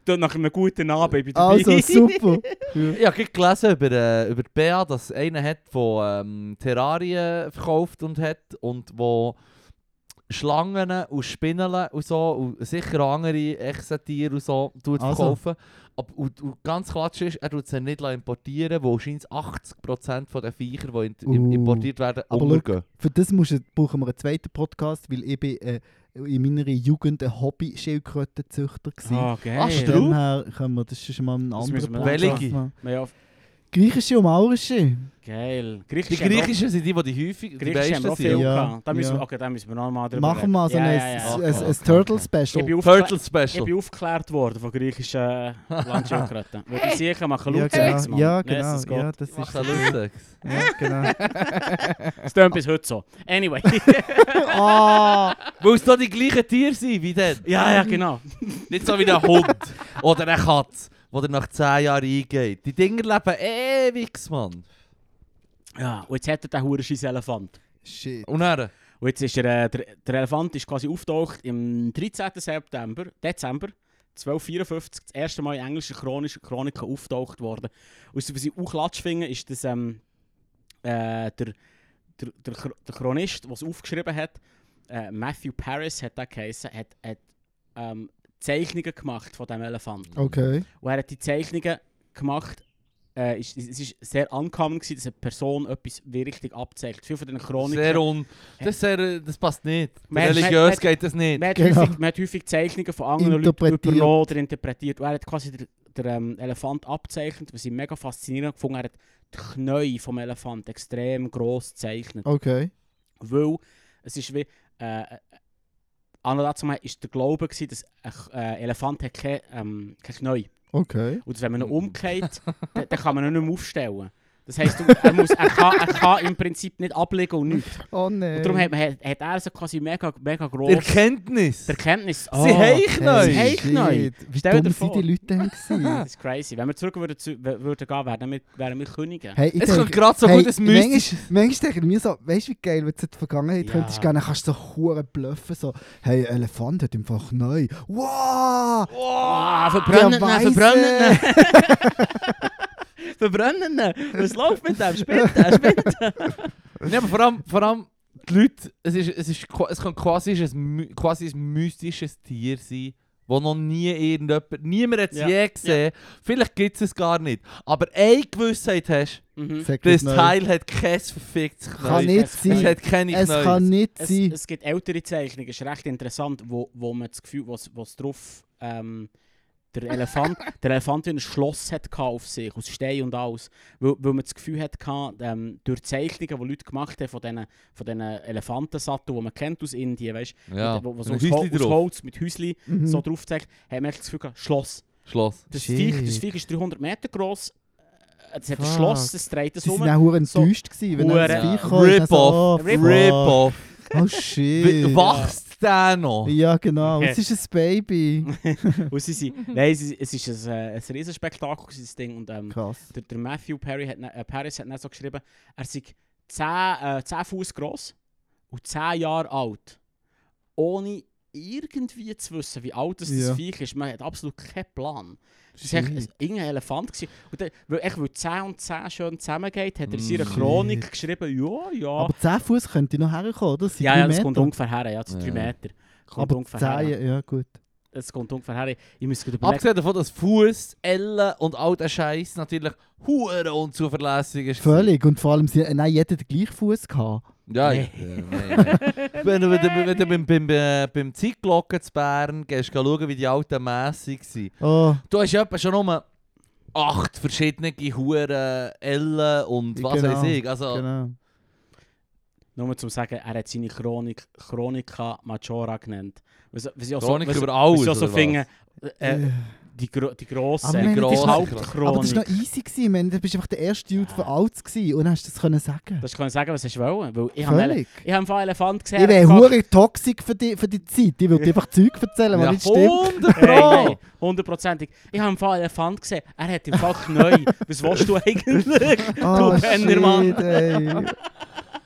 Speaker 1: tut nach einem guten Abend, ich bin
Speaker 3: Also,
Speaker 1: dabei.
Speaker 3: super.
Speaker 2: Ich habe gerade gelesen über, äh, über die Bea, dass einer hat, der ähm, Terrarien verkauft und hat und wo Schlangen und Spinnen und so und sicher andere Echsentiere und so tut
Speaker 3: Also.
Speaker 2: verkaufen. Ab, und, und ganz klatsch ist, er tut sie nicht importieren, wo scheint 80% von den Viechern, die in, im-
Speaker 3: Uh.
Speaker 2: importiert werden,
Speaker 3: Aber
Speaker 2: untergehen.
Speaker 3: Für das musst du, brauchen wir einen zweiten Podcast, weil ich bin, äh, in meiner Jugend ein Hobby-Schildkrötenzüchter war.
Speaker 1: Ah, geil.
Speaker 2: Ah,
Speaker 3: Von
Speaker 2: stimmt.
Speaker 3: dem her können wir das schon mal einen
Speaker 1: Das
Speaker 3: anderen
Speaker 1: müssen wir-
Speaker 3: Podcast
Speaker 2: Welche?
Speaker 3: machen.
Speaker 1: Ja,
Speaker 3: Griechische und maurische.
Speaker 1: geil.
Speaker 2: Die
Speaker 1: Griechisch haben wir auch-
Speaker 2: Griechischen sind die, die die häufig, die
Speaker 1: Griechisch haben wir
Speaker 2: meisten
Speaker 1: auch viel
Speaker 2: sind.
Speaker 3: Ja,
Speaker 1: gehabt. Da müssen wir,
Speaker 3: ja.
Speaker 1: okay, da müssen wir noch mal drüber
Speaker 3: Machen wir mal so
Speaker 1: reden.
Speaker 3: ein,
Speaker 1: Ja, ja, ja.
Speaker 3: ein,
Speaker 2: Okay,
Speaker 3: ein,
Speaker 2: okay,
Speaker 3: ein Turtle-Special.
Speaker 1: Ich bin, aufgeklärt,
Speaker 2: Turtle
Speaker 1: ich
Speaker 2: Special.
Speaker 1: bin aufgeklärt worden eh, von griechischen Landschildkröten. Würde ich sicher machen,
Speaker 3: Ja,
Speaker 1: Lautsex, ja,
Speaker 3: genau.
Speaker 1: Mann.
Speaker 3: Ja, genau.
Speaker 1: Jesus Gott.
Speaker 3: Ja, das ist
Speaker 2: Mach einen Lutzex.
Speaker 3: ja, genau.
Speaker 1: Das klingt bis heute so. Anyway.
Speaker 3: Ah,
Speaker 2: Weil es doch die gleichen Tiere sind wie dort.
Speaker 1: ja, ja, genau.
Speaker 2: Nicht so wie ein Hund oder eine Katze, der nach 10 Jahren eingeht. Die Dinger leben ewig, Mann.
Speaker 1: Ja, und jetzt hat er den hurenscheiss Elefant.
Speaker 3: shit.
Speaker 2: Und dann,
Speaker 1: Und jetzt ist er, äh, der, der Elefant ist quasi auftaucht im 13. September, Dezember 1254, das erste Mal in englischer Chronisch Chronik auftaucht worden. Und was ich auch klatsch finde, ist, dass ähm, äh, der, der, der, Chro- der Chronist, der es aufgeschrieben hat, äh, Matthew Paris hat er geheissen, hat, hat ähm, Zeichnungen gemacht von diesem Elefant.
Speaker 2: Mhm.
Speaker 3: Okay.
Speaker 1: Und er hat die Zeichnungen gemacht. Äh, ist, es war sehr uncommon, gewesen, dass eine Person etwas wie richtig abzeichnet. Viele von den Chroniken...
Speaker 2: sehr un... Das, ist sehr, das passt nicht.
Speaker 1: Man- man-
Speaker 2: Religiös
Speaker 1: man-
Speaker 2: geht das nicht.
Speaker 1: Man hat,
Speaker 3: Genau.
Speaker 1: häufig, man hat häufig Zeichnungen von anderen Leuten
Speaker 3: Interpretiert.
Speaker 1: übernommen oder interpretiert. Und er hat quasi den, den ähm, Elefant abzeichnet, was ich mega faszinierend gefunden habe. Er hat die Knie vom Elefant extrem gross gezeichnet.
Speaker 3: Okay.
Speaker 1: Weil es ist wie... Äh, Anno dazu war der Glaube, gewesen, dass ein K- äh, Elefant hat keine, ähm, keine Knie hat.
Speaker 3: Okay.
Speaker 1: Und dass, wenn man ihn
Speaker 2: Mhm.
Speaker 1: umkehrt, dann, dann kann man ihn nicht mehr aufstellen. Das heisst, du- er, muss, er, kann, er kann im Prinzip nicht ablegen und nichts.
Speaker 3: Oh nein.
Speaker 1: Und darum hat, man- hat, hat er so quasi mega, mega groß
Speaker 2: Erkenntnis.
Speaker 1: der Kenntnis.
Speaker 2: Sie heichen
Speaker 1: Sie
Speaker 2: euch.
Speaker 1: haben- neu.
Speaker 3: Wie
Speaker 1: Stell dir
Speaker 3: dumm
Speaker 1: vor.
Speaker 3: sind die Leute denn gewesen?
Speaker 1: Das ist crazy. Wenn wir zurück würden, zu, w- würden gehen, wären wir, wären wir Könige.
Speaker 3: Hey, ich
Speaker 2: Es kommt
Speaker 3: denke-
Speaker 2: gerade so
Speaker 3: hey,
Speaker 2: gut, es müsste...
Speaker 3: manchmal, manchmal denke ich mir so, weißt du wie geil, wenn du in die Vergangenheit
Speaker 1: Ja.
Speaker 3: könntest gehen, dann kannst du so hure bluffen, so, hey, Elefant hat im Fach neu. Wow!
Speaker 1: Ah,
Speaker 3: Ja,
Speaker 1: verbrennen,
Speaker 3: weise.
Speaker 1: verbrennen! verbrennen! Was läuft mit dem? Spinnt er, spinnt er.
Speaker 2: Nee, aber vor allem, vor allem die Leute, es, ist, es, ist, qua- es kann quasi ein, my- quasi ein mystisches Tier sein, wo noch nie irgendjemand, niemand hat es
Speaker 1: Ja,
Speaker 2: je gesehen. Vielleicht gibt es es gar nicht. Aber eine Gewissheit hast,
Speaker 1: Mhm.
Speaker 3: Sag
Speaker 2: das
Speaker 3: das neu.
Speaker 2: Teil hat kein verficktes Knäuel.
Speaker 3: Kann nicht
Speaker 1: Es
Speaker 2: Es
Speaker 3: sein.
Speaker 2: hat keine
Speaker 3: Es
Speaker 2: Knäuel.
Speaker 3: kann nicht
Speaker 1: Es,
Speaker 3: sein.
Speaker 1: es gibt ältere Zeichnungen, ist recht interessant, wo, wo man das Gefühl, was was drauf ähm, der Elefant, der Elefant wie ein Schloss hat gehabt auf sich, aus Stein und alles, weil, weil man das Gefühl hat gehabt, ähm, durch Zeichnungen, die Leute gemacht haben von diesen von diesen Elefantensatteln, die man kennt aus Indien, weißt,
Speaker 2: Ja,
Speaker 1: mit, wo, wo so
Speaker 2: ein
Speaker 1: aus,
Speaker 2: Häuschen
Speaker 1: Hol- aus
Speaker 2: drauf.
Speaker 1: Holz mit Häusli
Speaker 3: Mhm.
Speaker 1: so drauf zeigt, hat man echt das Gefühl gehabt, Schloss.
Speaker 2: Schloss.
Speaker 1: Das
Speaker 3: Shit.
Speaker 1: Viech, das Viech ist 300 Meter groß, es hat ein
Speaker 2: Fuck.
Speaker 1: Schloss, es dreht es
Speaker 3: Sie
Speaker 1: um.
Speaker 3: waren auch hure
Speaker 1: so-
Speaker 3: enttäuscht, gewesen, wenn er
Speaker 1: Hure-
Speaker 3: ins Viech kam.
Speaker 2: Rip-off. Rip-off.
Speaker 3: Oh shit.
Speaker 2: Wie- Wachst der noch?
Speaker 3: Ja, genau.
Speaker 1: Okay.
Speaker 3: Es ist ein Baby.
Speaker 1: Und sie sind, nein, sie, es ist ein, äh, ein riesen Spektakel, gewesen, das Ding. Und, ähm,
Speaker 3: Krass.
Speaker 1: der, der Matthew Perry hat, na- äh, Paris hat dann so geschrieben, er sei 10, äh, 10 Fuß groß und 10 Jahre alt. Ohne irgendwie zu wissen, wie alt das,
Speaker 3: Ja.
Speaker 1: das Viech ist. Man hat absolut keinen Plan. Es war echt ein- irgendein Elefant. Gewesen. Und der, weil, echt, weil 10 und 10 schön zusammengeht, hat er in seiner
Speaker 2: Mm.
Speaker 1: Chronik geschrieben, ja, ja.
Speaker 3: Aber 10 Fuß könnte ich noch herkommen, oder? Das sind
Speaker 1: ja,
Speaker 3: drei
Speaker 1: ja, das
Speaker 3: Meter.
Speaker 1: kommt ungefähr her, ja, zu 3
Speaker 2: Ja.
Speaker 1: Meter. Kommt
Speaker 3: Aber
Speaker 1: ungefähr her.
Speaker 3: 10, ja gut.
Speaker 1: Es kommt ungefähr her. Ich muss gerade überlegen.
Speaker 2: Abgesehen davon, dass Fuß, Ellen und all der Scheiß natürlich hure unzuverlässig ist.
Speaker 3: Völlig. Und vor allem, sie, nein, jeder hat den gleichen Fuß gehabt.
Speaker 2: Ja,
Speaker 1: Nee.
Speaker 2: ja, ja, nee, nee. wenn du, wenn du, wenn du beim, beim, äh, beim Zeitglocken zu Bern gehst, geh schauen, wie die alten Mässig waren.
Speaker 3: Oh,
Speaker 2: Du hast etwa schon nur acht verschiedene Huren, Ellen und was
Speaker 3: Genau,
Speaker 2: weiß ich.
Speaker 1: Oh.
Speaker 2: Also,
Speaker 3: genau.
Speaker 1: Nur zum sagen, er hat seine Chronik Chronica Majora genannt. Was, was ich auch
Speaker 2: Chronik
Speaker 1: so, was,
Speaker 2: über alles,
Speaker 1: Was ich auch so
Speaker 2: oder
Speaker 1: finde, äh,
Speaker 3: Äh,
Speaker 1: die, gro die grosse,
Speaker 3: Aber meine,
Speaker 1: die
Speaker 2: das ist-
Speaker 3: aber das
Speaker 1: Hauptchronik.
Speaker 3: war noch easy. Gewesen. Man, du bist einfach der erste Dude
Speaker 1: Ja.
Speaker 3: von alt gewesen und hast das können sagen.
Speaker 1: Das kann ich sagen, was ich wollen. Weil ich habe einen, Ele-
Speaker 3: Völlig.
Speaker 1: ich habe einen Elefant gesehen.
Speaker 3: Ich
Speaker 1: er
Speaker 3: wäre
Speaker 1: hat
Speaker 3: hure toxisch für die, für die Zeit. Ich würde einfach Zeug erzählen, was
Speaker 2: ja,
Speaker 3: nicht stimmt.
Speaker 2: 100
Speaker 1: Hey,
Speaker 2: Pro!
Speaker 1: nein, hundertprozentig. Ich habe einen Fall Elefant gesehen. Er hat im Fall neu. Was willst du eigentlich?
Speaker 3: Oh,
Speaker 1: Du Pennermann.
Speaker 3: shit, ey.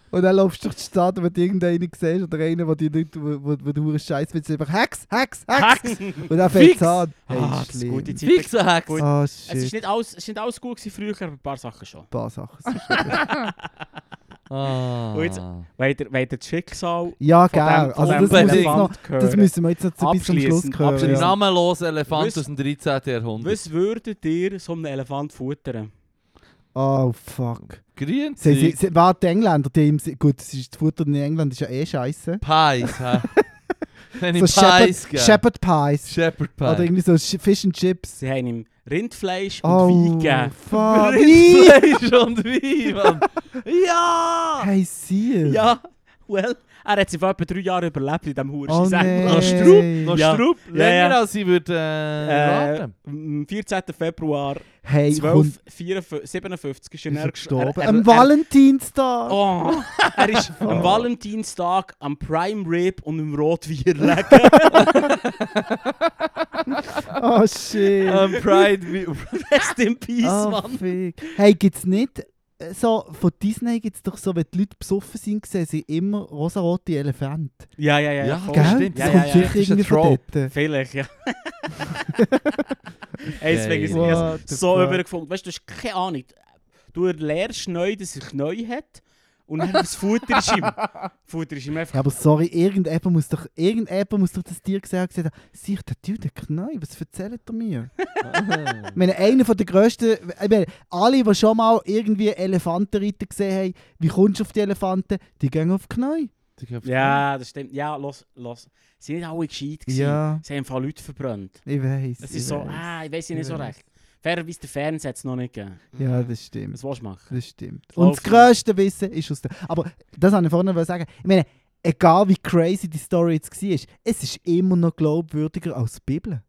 Speaker 3: Und dann laufst du durch die Stadt und wenn du irgendeinen siehst oder einen, der dir nicht, wo, wo, wo du Scheiß willst, einfach Hex, Hex, Hex.
Speaker 2: Hacks!
Speaker 3: Und dann fängt es
Speaker 2: Fix.
Speaker 3: an. Hey,
Speaker 1: ah, das ist
Speaker 3: schlimm.
Speaker 1: gute Zeit.
Speaker 2: Fixer Hacks!
Speaker 1: Gut.
Speaker 3: Oh, shit.
Speaker 1: Es ist nicht alles, es ist nicht alles gut gewesen früher, aber ein paar Sachen schon.
Speaker 3: ein paar Sachen.
Speaker 2: Ah.
Speaker 1: Und jetzt- Weil ihr, weil ihr das Schicksal
Speaker 3: Ja,
Speaker 1: von
Speaker 3: gell.
Speaker 1: dem, von
Speaker 3: Also
Speaker 1: dem
Speaker 3: das, muss jetzt noch,
Speaker 1: Elefant
Speaker 3: das
Speaker 1: gehört.
Speaker 3: müssen wir jetzt noch zu- bis zum Schluss
Speaker 1: Abschliessend,
Speaker 3: hören.
Speaker 2: Der
Speaker 1: abschliessend.
Speaker 3: Ja.
Speaker 2: namenlose Elefant
Speaker 1: Wisst-
Speaker 2: aus dem 13. Jahrhundert.
Speaker 1: Was würdet ihr so einem Elefant futtern?
Speaker 3: Oh, fuck.
Speaker 2: Grün
Speaker 3: Sie, sie, sie, warte, die Engländer, die ihm, gut, das, ist, das Futter in England ist ja eh scheiße.
Speaker 2: Pies, hä? Wenn ich
Speaker 3: So
Speaker 2: Pies
Speaker 3: Shepherd,
Speaker 2: gebe.
Speaker 3: Shepherd Pies.
Speaker 2: Shepherd Pie.
Speaker 3: Oder irgendwie so Sch- Fish and Chips.
Speaker 1: Sie haben ihm Rindfleisch
Speaker 3: Oh,
Speaker 1: und Wein gegeben. Oh,
Speaker 3: fuck. Ih!
Speaker 2: Rindfleisch und Wein, Mann. Ja!
Speaker 3: Hey, sie.
Speaker 1: Ja, well, er hat sich vor etwa drei Jahren überlebt in diesem Hursch.
Speaker 3: Oh,
Speaker 2: Noch
Speaker 3: Hey.
Speaker 2: Strupp, noch
Speaker 1: Ja.
Speaker 2: Strupp.
Speaker 1: Ja,
Speaker 2: Länger
Speaker 1: ja.
Speaker 2: als ich würde äh,
Speaker 1: Äh,
Speaker 2: raten.
Speaker 1: am 14. Februar
Speaker 3: Hey, komm,
Speaker 1: 1257 ist er
Speaker 3: ist er
Speaker 1: dann
Speaker 3: gestorben.
Speaker 1: Er, er,
Speaker 3: Am
Speaker 1: er,
Speaker 3: Valentinstag.
Speaker 1: oh, er ist am Valentinstag am Prime Rib und im Rotwein lecker.
Speaker 3: Oh, shit.
Speaker 2: Ähm, Pride wie-
Speaker 1: Rest in Peace,
Speaker 3: oh,
Speaker 1: Mann.
Speaker 3: fick. Hey, gibt's nicht äh, so, von Disney gibt's doch so, wenn die Leute besoffen sind, sehen sie immer rosarote Elefanten.
Speaker 1: Ja, ja, ja.
Speaker 2: Ja,
Speaker 1: voll.
Speaker 2: Oh,
Speaker 3: Gell?
Speaker 2: stimmt.
Speaker 3: Das
Speaker 1: Ja, ja,
Speaker 3: kommt
Speaker 1: ja.
Speaker 3: sicher
Speaker 2: Das ist ein
Speaker 3: irgendwie von
Speaker 2: Trope.
Speaker 3: dort.
Speaker 1: Vielleicht, ja. Ey, deswegen ist
Speaker 2: What
Speaker 1: es
Speaker 3: the
Speaker 1: so
Speaker 3: fuck?
Speaker 1: übergefunden. Weißt du, du hast keine dus Ahnung. Du erlernst neu, dass er Knie hat und dann das Futter ist ihm. Futter ist ihm
Speaker 3: Ja,
Speaker 1: einfach.
Speaker 3: aber sorry, irgendjemand muss doch, irgendjemand muss doch das Tier gesehen haben, gesagt haben, sich der Dude der Knall, was erzählt er mir? ich meine, einer von der grössten, ich meine, alle, die schon mal irgendwie Elefantenreiter gesehen haben, wie kommst du auf die Elefanten? Die gehen auf Knall.
Speaker 1: Ja, das stimmt. Ja, los, los. Sie sind nicht alle gescheit gewesen. Sie haben vor Leute verbrannt.
Speaker 3: Ich weiß.
Speaker 1: Es ist so, ah, ich weiß ja nicht
Speaker 3: Ich
Speaker 1: so
Speaker 3: weiss.
Speaker 1: recht. Fairerweise der Fernseher hat es noch nicht gegeben.
Speaker 3: Ja, das stimmt.
Speaker 1: Was willst du machen?
Speaker 3: Das stimmt.
Speaker 1: Lauf
Speaker 3: Und das grösste Wissen ist aus der. Aber das wollte ich vorhin noch sagen. Ich meine, egal wie crazy die Story jetzt war, es ist immer noch glaubwürdiger als die Bibel.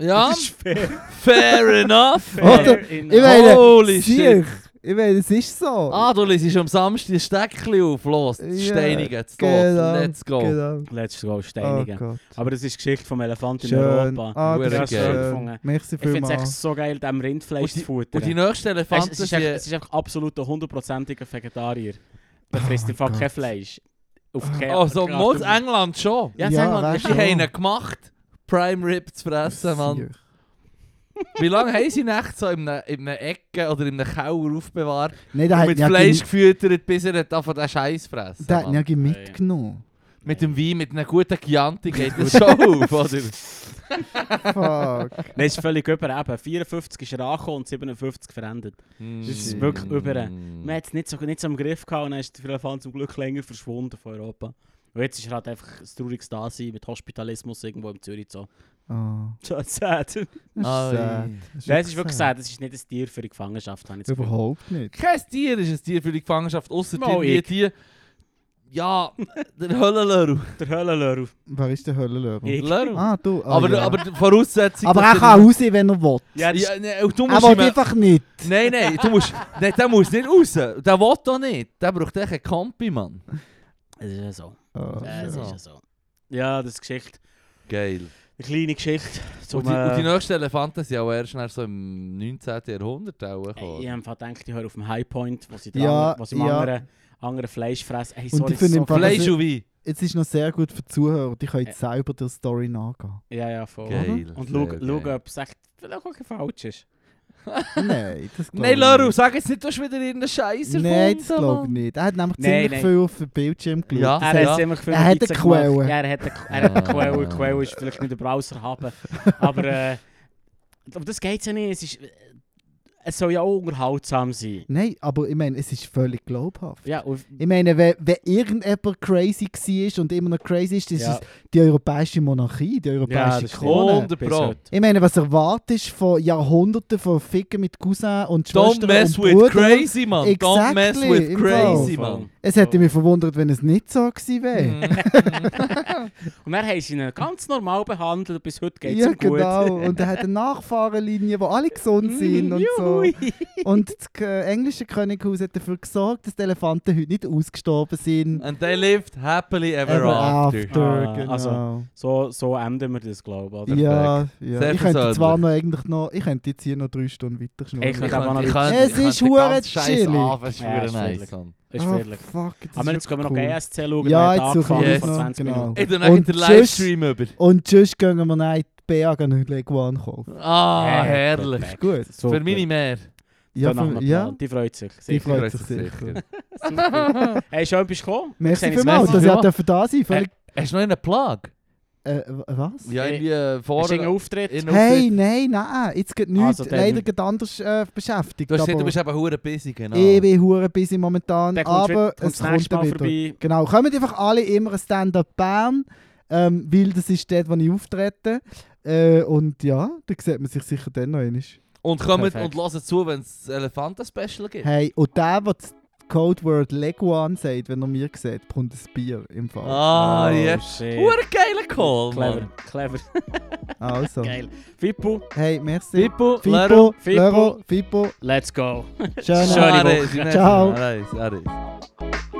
Speaker 2: Ja,
Speaker 1: Das ist fair.
Speaker 2: fair enough.
Speaker 1: fair
Speaker 3: Oder?
Speaker 1: enough.
Speaker 3: Ich meine,
Speaker 2: Holy
Speaker 3: sieh, Ich meine, es ist so.
Speaker 2: Ah, du liest am Samstag ein Steckchen auf, los,
Speaker 3: Ja,
Speaker 2: steinigen, es
Speaker 3: Genau,
Speaker 2: geht, let's go.
Speaker 3: Genau.
Speaker 1: Letztes Mal
Speaker 3: Oh
Speaker 1: steinigen.
Speaker 3: Gott.
Speaker 1: Aber das ist die Geschichte vom Elefanten in
Speaker 3: Schön.
Speaker 1: Europa.
Speaker 3: Ah,
Speaker 2: Huere
Speaker 3: das ist
Speaker 1: geil.
Speaker 3: schön. Merci
Speaker 1: Ich finde es echt
Speaker 3: vielmals.
Speaker 1: so geil, dem Rindfleisch zu futtern.
Speaker 2: Und die nächsten
Speaker 1: es,
Speaker 2: Elefanten
Speaker 1: es, ist
Speaker 2: sind-
Speaker 1: echt, es ist einfach absolut ein hundertprozentiger Vegetarier. Der
Speaker 3: Oh
Speaker 1: frisst
Speaker 3: mein
Speaker 1: einfach kein
Speaker 3: Gott.
Speaker 1: Fleisch. Auf kein
Speaker 2: Oh, so
Speaker 1: kein-
Speaker 2: muss England schon.
Speaker 1: Ja,
Speaker 3: Ja,
Speaker 1: sag mal,
Speaker 3: weißt
Speaker 2: Die
Speaker 3: Ja.
Speaker 2: haben ihn gemacht, Prime Rib zu fressen, Mann. Wie lange haben sie nachts so nou in einer, in einer Ecke oder in einem Keller aufbewahrt
Speaker 3: Nein, da
Speaker 2: und
Speaker 3: hat
Speaker 2: mit
Speaker 3: ja
Speaker 2: Fleisch
Speaker 3: gemi-
Speaker 2: gefüttert, bis er davon den Scheiß fressen
Speaker 3: Da hat
Speaker 2: Mann.
Speaker 3: ja mitgenommen.
Speaker 2: Mit dem Wein, mit einer guten Chianti geht das schon auf, oder?
Speaker 3: Fuck.
Speaker 1: Nein, es ist völlig über. Eben, 54 ist er angekommen und 57 verendet.
Speaker 2: Das
Speaker 1: ist wirklich über.
Speaker 2: Hm.
Speaker 1: Man hat es nicht so, nicht so im Griff gehabt und dann ist der Elefant zum Glück länger verschwunden von Europa. Und jetzt ist er halt einfach ein trauriges Dasein mit Hospitalismus irgendwo im Zürich. So.
Speaker 3: Oh.
Speaker 1: So sad.
Speaker 3: Das ist sad.
Speaker 1: Nein, es ist wirklich sad. Es ist nicht ein Tier für die Gefangenschaft, habe ich das Gefühl.
Speaker 3: Überhaupt nicht.
Speaker 2: Kein Tier ist ein Tier für die Gefangenschaft, außer
Speaker 1: Mal
Speaker 2: die,
Speaker 1: ich.
Speaker 2: die. Ja, der Höllenlöhr.
Speaker 1: Der Höllenlöhr.
Speaker 3: Wer ist der Höllenlehrer?
Speaker 1: Ich-
Speaker 3: Ah, du. ah,
Speaker 2: aber,
Speaker 3: ja. Ah,
Speaker 2: aber die Voraussetzung.
Speaker 3: aber
Speaker 2: dass der-
Speaker 3: er kann raus, wenn er will.
Speaker 1: Ja, das ist-
Speaker 2: Ja, nee, oh, und du musst
Speaker 3: Er
Speaker 2: ihm-
Speaker 3: will einfach nicht.
Speaker 2: Nein, nein, du musst. Nein, der muss nicht raus. Der will doch nicht. Der braucht echt einen Kampi, Mann.
Speaker 1: es ist ja so.
Speaker 3: Oh.
Speaker 1: Ja, Es ist
Speaker 2: so.
Speaker 1: ja so. Ja, dus das ist Geschichte.
Speaker 2: Geil.
Speaker 1: Eine kleine Geschichte. Zum,
Speaker 2: und, die, und die nou-
Speaker 1: äh,
Speaker 2: nächsten Elefanten sind auch erst nach so im 19. Jahrhundert auch gekommen.
Speaker 1: ich habe gedacht, ich höre auf dem Highpoint, wo sie,
Speaker 3: Ja,
Speaker 1: dran, wo sie
Speaker 3: ja.
Speaker 1: anderen, anderen Fleisch fressen. Hey,
Speaker 3: Und
Speaker 1: sorry,
Speaker 3: ich finde
Speaker 1: so
Speaker 3: im Fall-
Speaker 2: Fleisch und Wein.
Speaker 3: Jetzt ist noch sehr gut für die Zuhörer. Die können
Speaker 1: Ja.
Speaker 3: selber der Story nachgehen.
Speaker 1: Ja, ja, voll.
Speaker 2: Geil.
Speaker 1: Und
Speaker 2: sehr
Speaker 1: schau,
Speaker 2: geil.
Speaker 1: schau ob es echt vielleicht auch ein falsch ist.
Speaker 3: Nein, das glaube
Speaker 2: Nein, Laru, sag jetzt nicht, du hast wieder irgendeinen Scheiß erfunden.
Speaker 3: Nein, das glaube ich
Speaker 2: Mann.
Speaker 3: nicht. Er hat nämlich
Speaker 1: Nein,
Speaker 3: ziemlich
Speaker 1: nein.
Speaker 3: viel auf den Bildschirm geschaut.
Speaker 2: Ja.
Speaker 1: Er
Speaker 2: ja.
Speaker 1: hat ziemlich viel
Speaker 3: Er hat
Speaker 1: Notizen
Speaker 3: eine Quelle.
Speaker 1: gemacht. Ja, er hat eine, er hat eine
Speaker 2: Ah.
Speaker 1: Quelle. Die Quelle ist vielleicht nicht der Browser haben. Aber äh, um das geht es ja nicht. Es, ist, es soll ja auch unterhaltsam sein.
Speaker 3: Nein, aber ich meine, es ist völlig glaubhaft.
Speaker 1: Ja, und,
Speaker 3: Ich meine, wenn, wenn irgendjemand crazy war und immer noch crazy ist, das
Speaker 1: ja,
Speaker 3: ist die europäische Monarchie, die
Speaker 1: ja,
Speaker 3: europäische
Speaker 1: das
Speaker 3: Krone.
Speaker 2: Hundert
Speaker 1: bis
Speaker 2: Pro.
Speaker 1: heute.
Speaker 3: Ich meine, was erwartest du von Jahrhunderten von Ficken mit Cousin und
Speaker 2: Don't
Speaker 3: Schwestern
Speaker 2: mess
Speaker 3: und
Speaker 2: with
Speaker 3: Brüdern?
Speaker 2: crazy, Mann. Don't mess
Speaker 3: Exactly,
Speaker 2: with
Speaker 3: im
Speaker 2: crazy,
Speaker 1: Fall.
Speaker 2: Mann.
Speaker 3: Es hätte mich verwundert, wenn es nicht so gewesen wäre.
Speaker 1: Mhm. Und dann haben sie ihn ganz normal behandelt. Bis heute geht es
Speaker 3: Ja,
Speaker 1: ihm gut. Mhm,
Speaker 3: genau. Und er hat eine Nachfahrenlinie, wo alle gesund sind und so.
Speaker 1: Juhui.
Speaker 3: Und das K- äh, englische Könighaus hat dafür gesorgt, dass die Elefanten heute nicht ausgestorben sind.
Speaker 2: And they lived happily ever,
Speaker 3: Ever
Speaker 2: after.
Speaker 1: Ah,
Speaker 3: genau.
Speaker 1: also, So, so enden wir das, glaube ich. oder?
Speaker 3: ja, ja.
Speaker 2: Sehr
Speaker 3: Ich könnte
Speaker 2: versöhnlich.
Speaker 3: zwar noch eigentlich noch, ich könnte jetzt hier noch drei Stunden weiter schnurren.
Speaker 1: Ich könnte-
Speaker 2: kann-
Speaker 1: Es
Speaker 2: kann-
Speaker 3: ist
Speaker 2: ich kann den
Speaker 3: hure
Speaker 2: ganzen Scheiß
Speaker 3: chillig.
Speaker 2: anfangen, Es ist
Speaker 1: Ja,
Speaker 2: hure
Speaker 1: ist
Speaker 2: nice.
Speaker 1: wirklich. Ist
Speaker 3: Ah,
Speaker 1: ehrlich.
Speaker 3: fuck, das
Speaker 1: Aber
Speaker 3: ist
Speaker 1: jetzt können wir noch
Speaker 3: cool.
Speaker 1: GSC schauen.
Speaker 3: Ja,
Speaker 1: der
Speaker 3: jetzt
Speaker 1: hat
Speaker 3: suchen
Speaker 1: angefangen
Speaker 2: wir
Speaker 1: vor
Speaker 3: noch,
Speaker 1: 20
Speaker 3: genau.
Speaker 1: Minuten.
Speaker 2: Ich tu
Speaker 3: Und
Speaker 2: dann den
Speaker 3: tschüss.
Speaker 2: Livestream über.
Speaker 3: Und sonst gehen wir noch in die BA und Leguan kaufen.
Speaker 2: Ah,
Speaker 1: Ja,
Speaker 2: herrlich.
Speaker 1: perfekt.
Speaker 3: Gut.
Speaker 1: So
Speaker 2: Für meine mehr.
Speaker 3: Ja,
Speaker 1: Dann machen
Speaker 3: für,
Speaker 1: wir
Speaker 3: ja.
Speaker 1: Plan. Die freut sich.
Speaker 3: Die
Speaker 1: Sicher.
Speaker 3: freut sich sicher.
Speaker 1: Super. hey, schön bist du gekommen.
Speaker 3: Merci
Speaker 1: Wir sehen uns
Speaker 3: vielmals,
Speaker 1: nächstes
Speaker 3: dass
Speaker 2: Mal.
Speaker 3: ihr dürfen da sein völlig,
Speaker 2: Hast du noch einen Plug?
Speaker 3: äh, w- Was?
Speaker 2: Ja,
Speaker 1: Äh,
Speaker 2: irgendwie äh,
Speaker 1: Hast du
Speaker 2: vorher.
Speaker 1: einen Auftritt?
Speaker 2: in-
Speaker 3: Hey, nou, ah, nein, nein, jetzt geht nichts.
Speaker 1: Also, dann-
Speaker 3: Leider geht anders äh, beschäftigt.
Speaker 2: Du hast gesagt,
Speaker 3: aber-
Speaker 2: du bist eben hure busy, genau.
Speaker 3: Ich bin hure busy momentan,
Speaker 1: Dann kommst du
Speaker 3: aber
Speaker 1: wieder- kommst
Speaker 3: es
Speaker 1: das nächste
Speaker 3: kommt dann
Speaker 1: Mal
Speaker 3: wieder.
Speaker 1: vorbei.
Speaker 3: Genau, kommen einfach alle immer ein Stand-up Bern, ähm, weil das ist dort, wo ich auftrete. Äh, und ja, da sieht man sich sicher dann noch einmal.
Speaker 2: und kommt
Speaker 1: Perfekt.
Speaker 2: und lasst zu, wenn es Elefanten-Special gibt.
Speaker 3: Hey, und der, der das Codeword Leguan sagt, wenn er mir sieht, bekommt ein Bier im Fall.
Speaker 2: Ah,
Speaker 1: Oh,
Speaker 2: ja.
Speaker 1: shit.
Speaker 2: Hure geiler Call,
Speaker 1: Clever,
Speaker 2: Mann.
Speaker 1: clever.
Speaker 3: Also,
Speaker 1: Ah. Geil. Fippo,
Speaker 3: hey, merci.
Speaker 2: Pippo, Lero.
Speaker 3: Fippo, Lero, Fippo,
Speaker 1: let's go.
Speaker 3: schönen
Speaker 1: Schöne
Speaker 2: Ah, Reis,
Speaker 1: Woche.
Speaker 2: Reis,
Speaker 3: Ciao.
Speaker 2: Reis, Reis.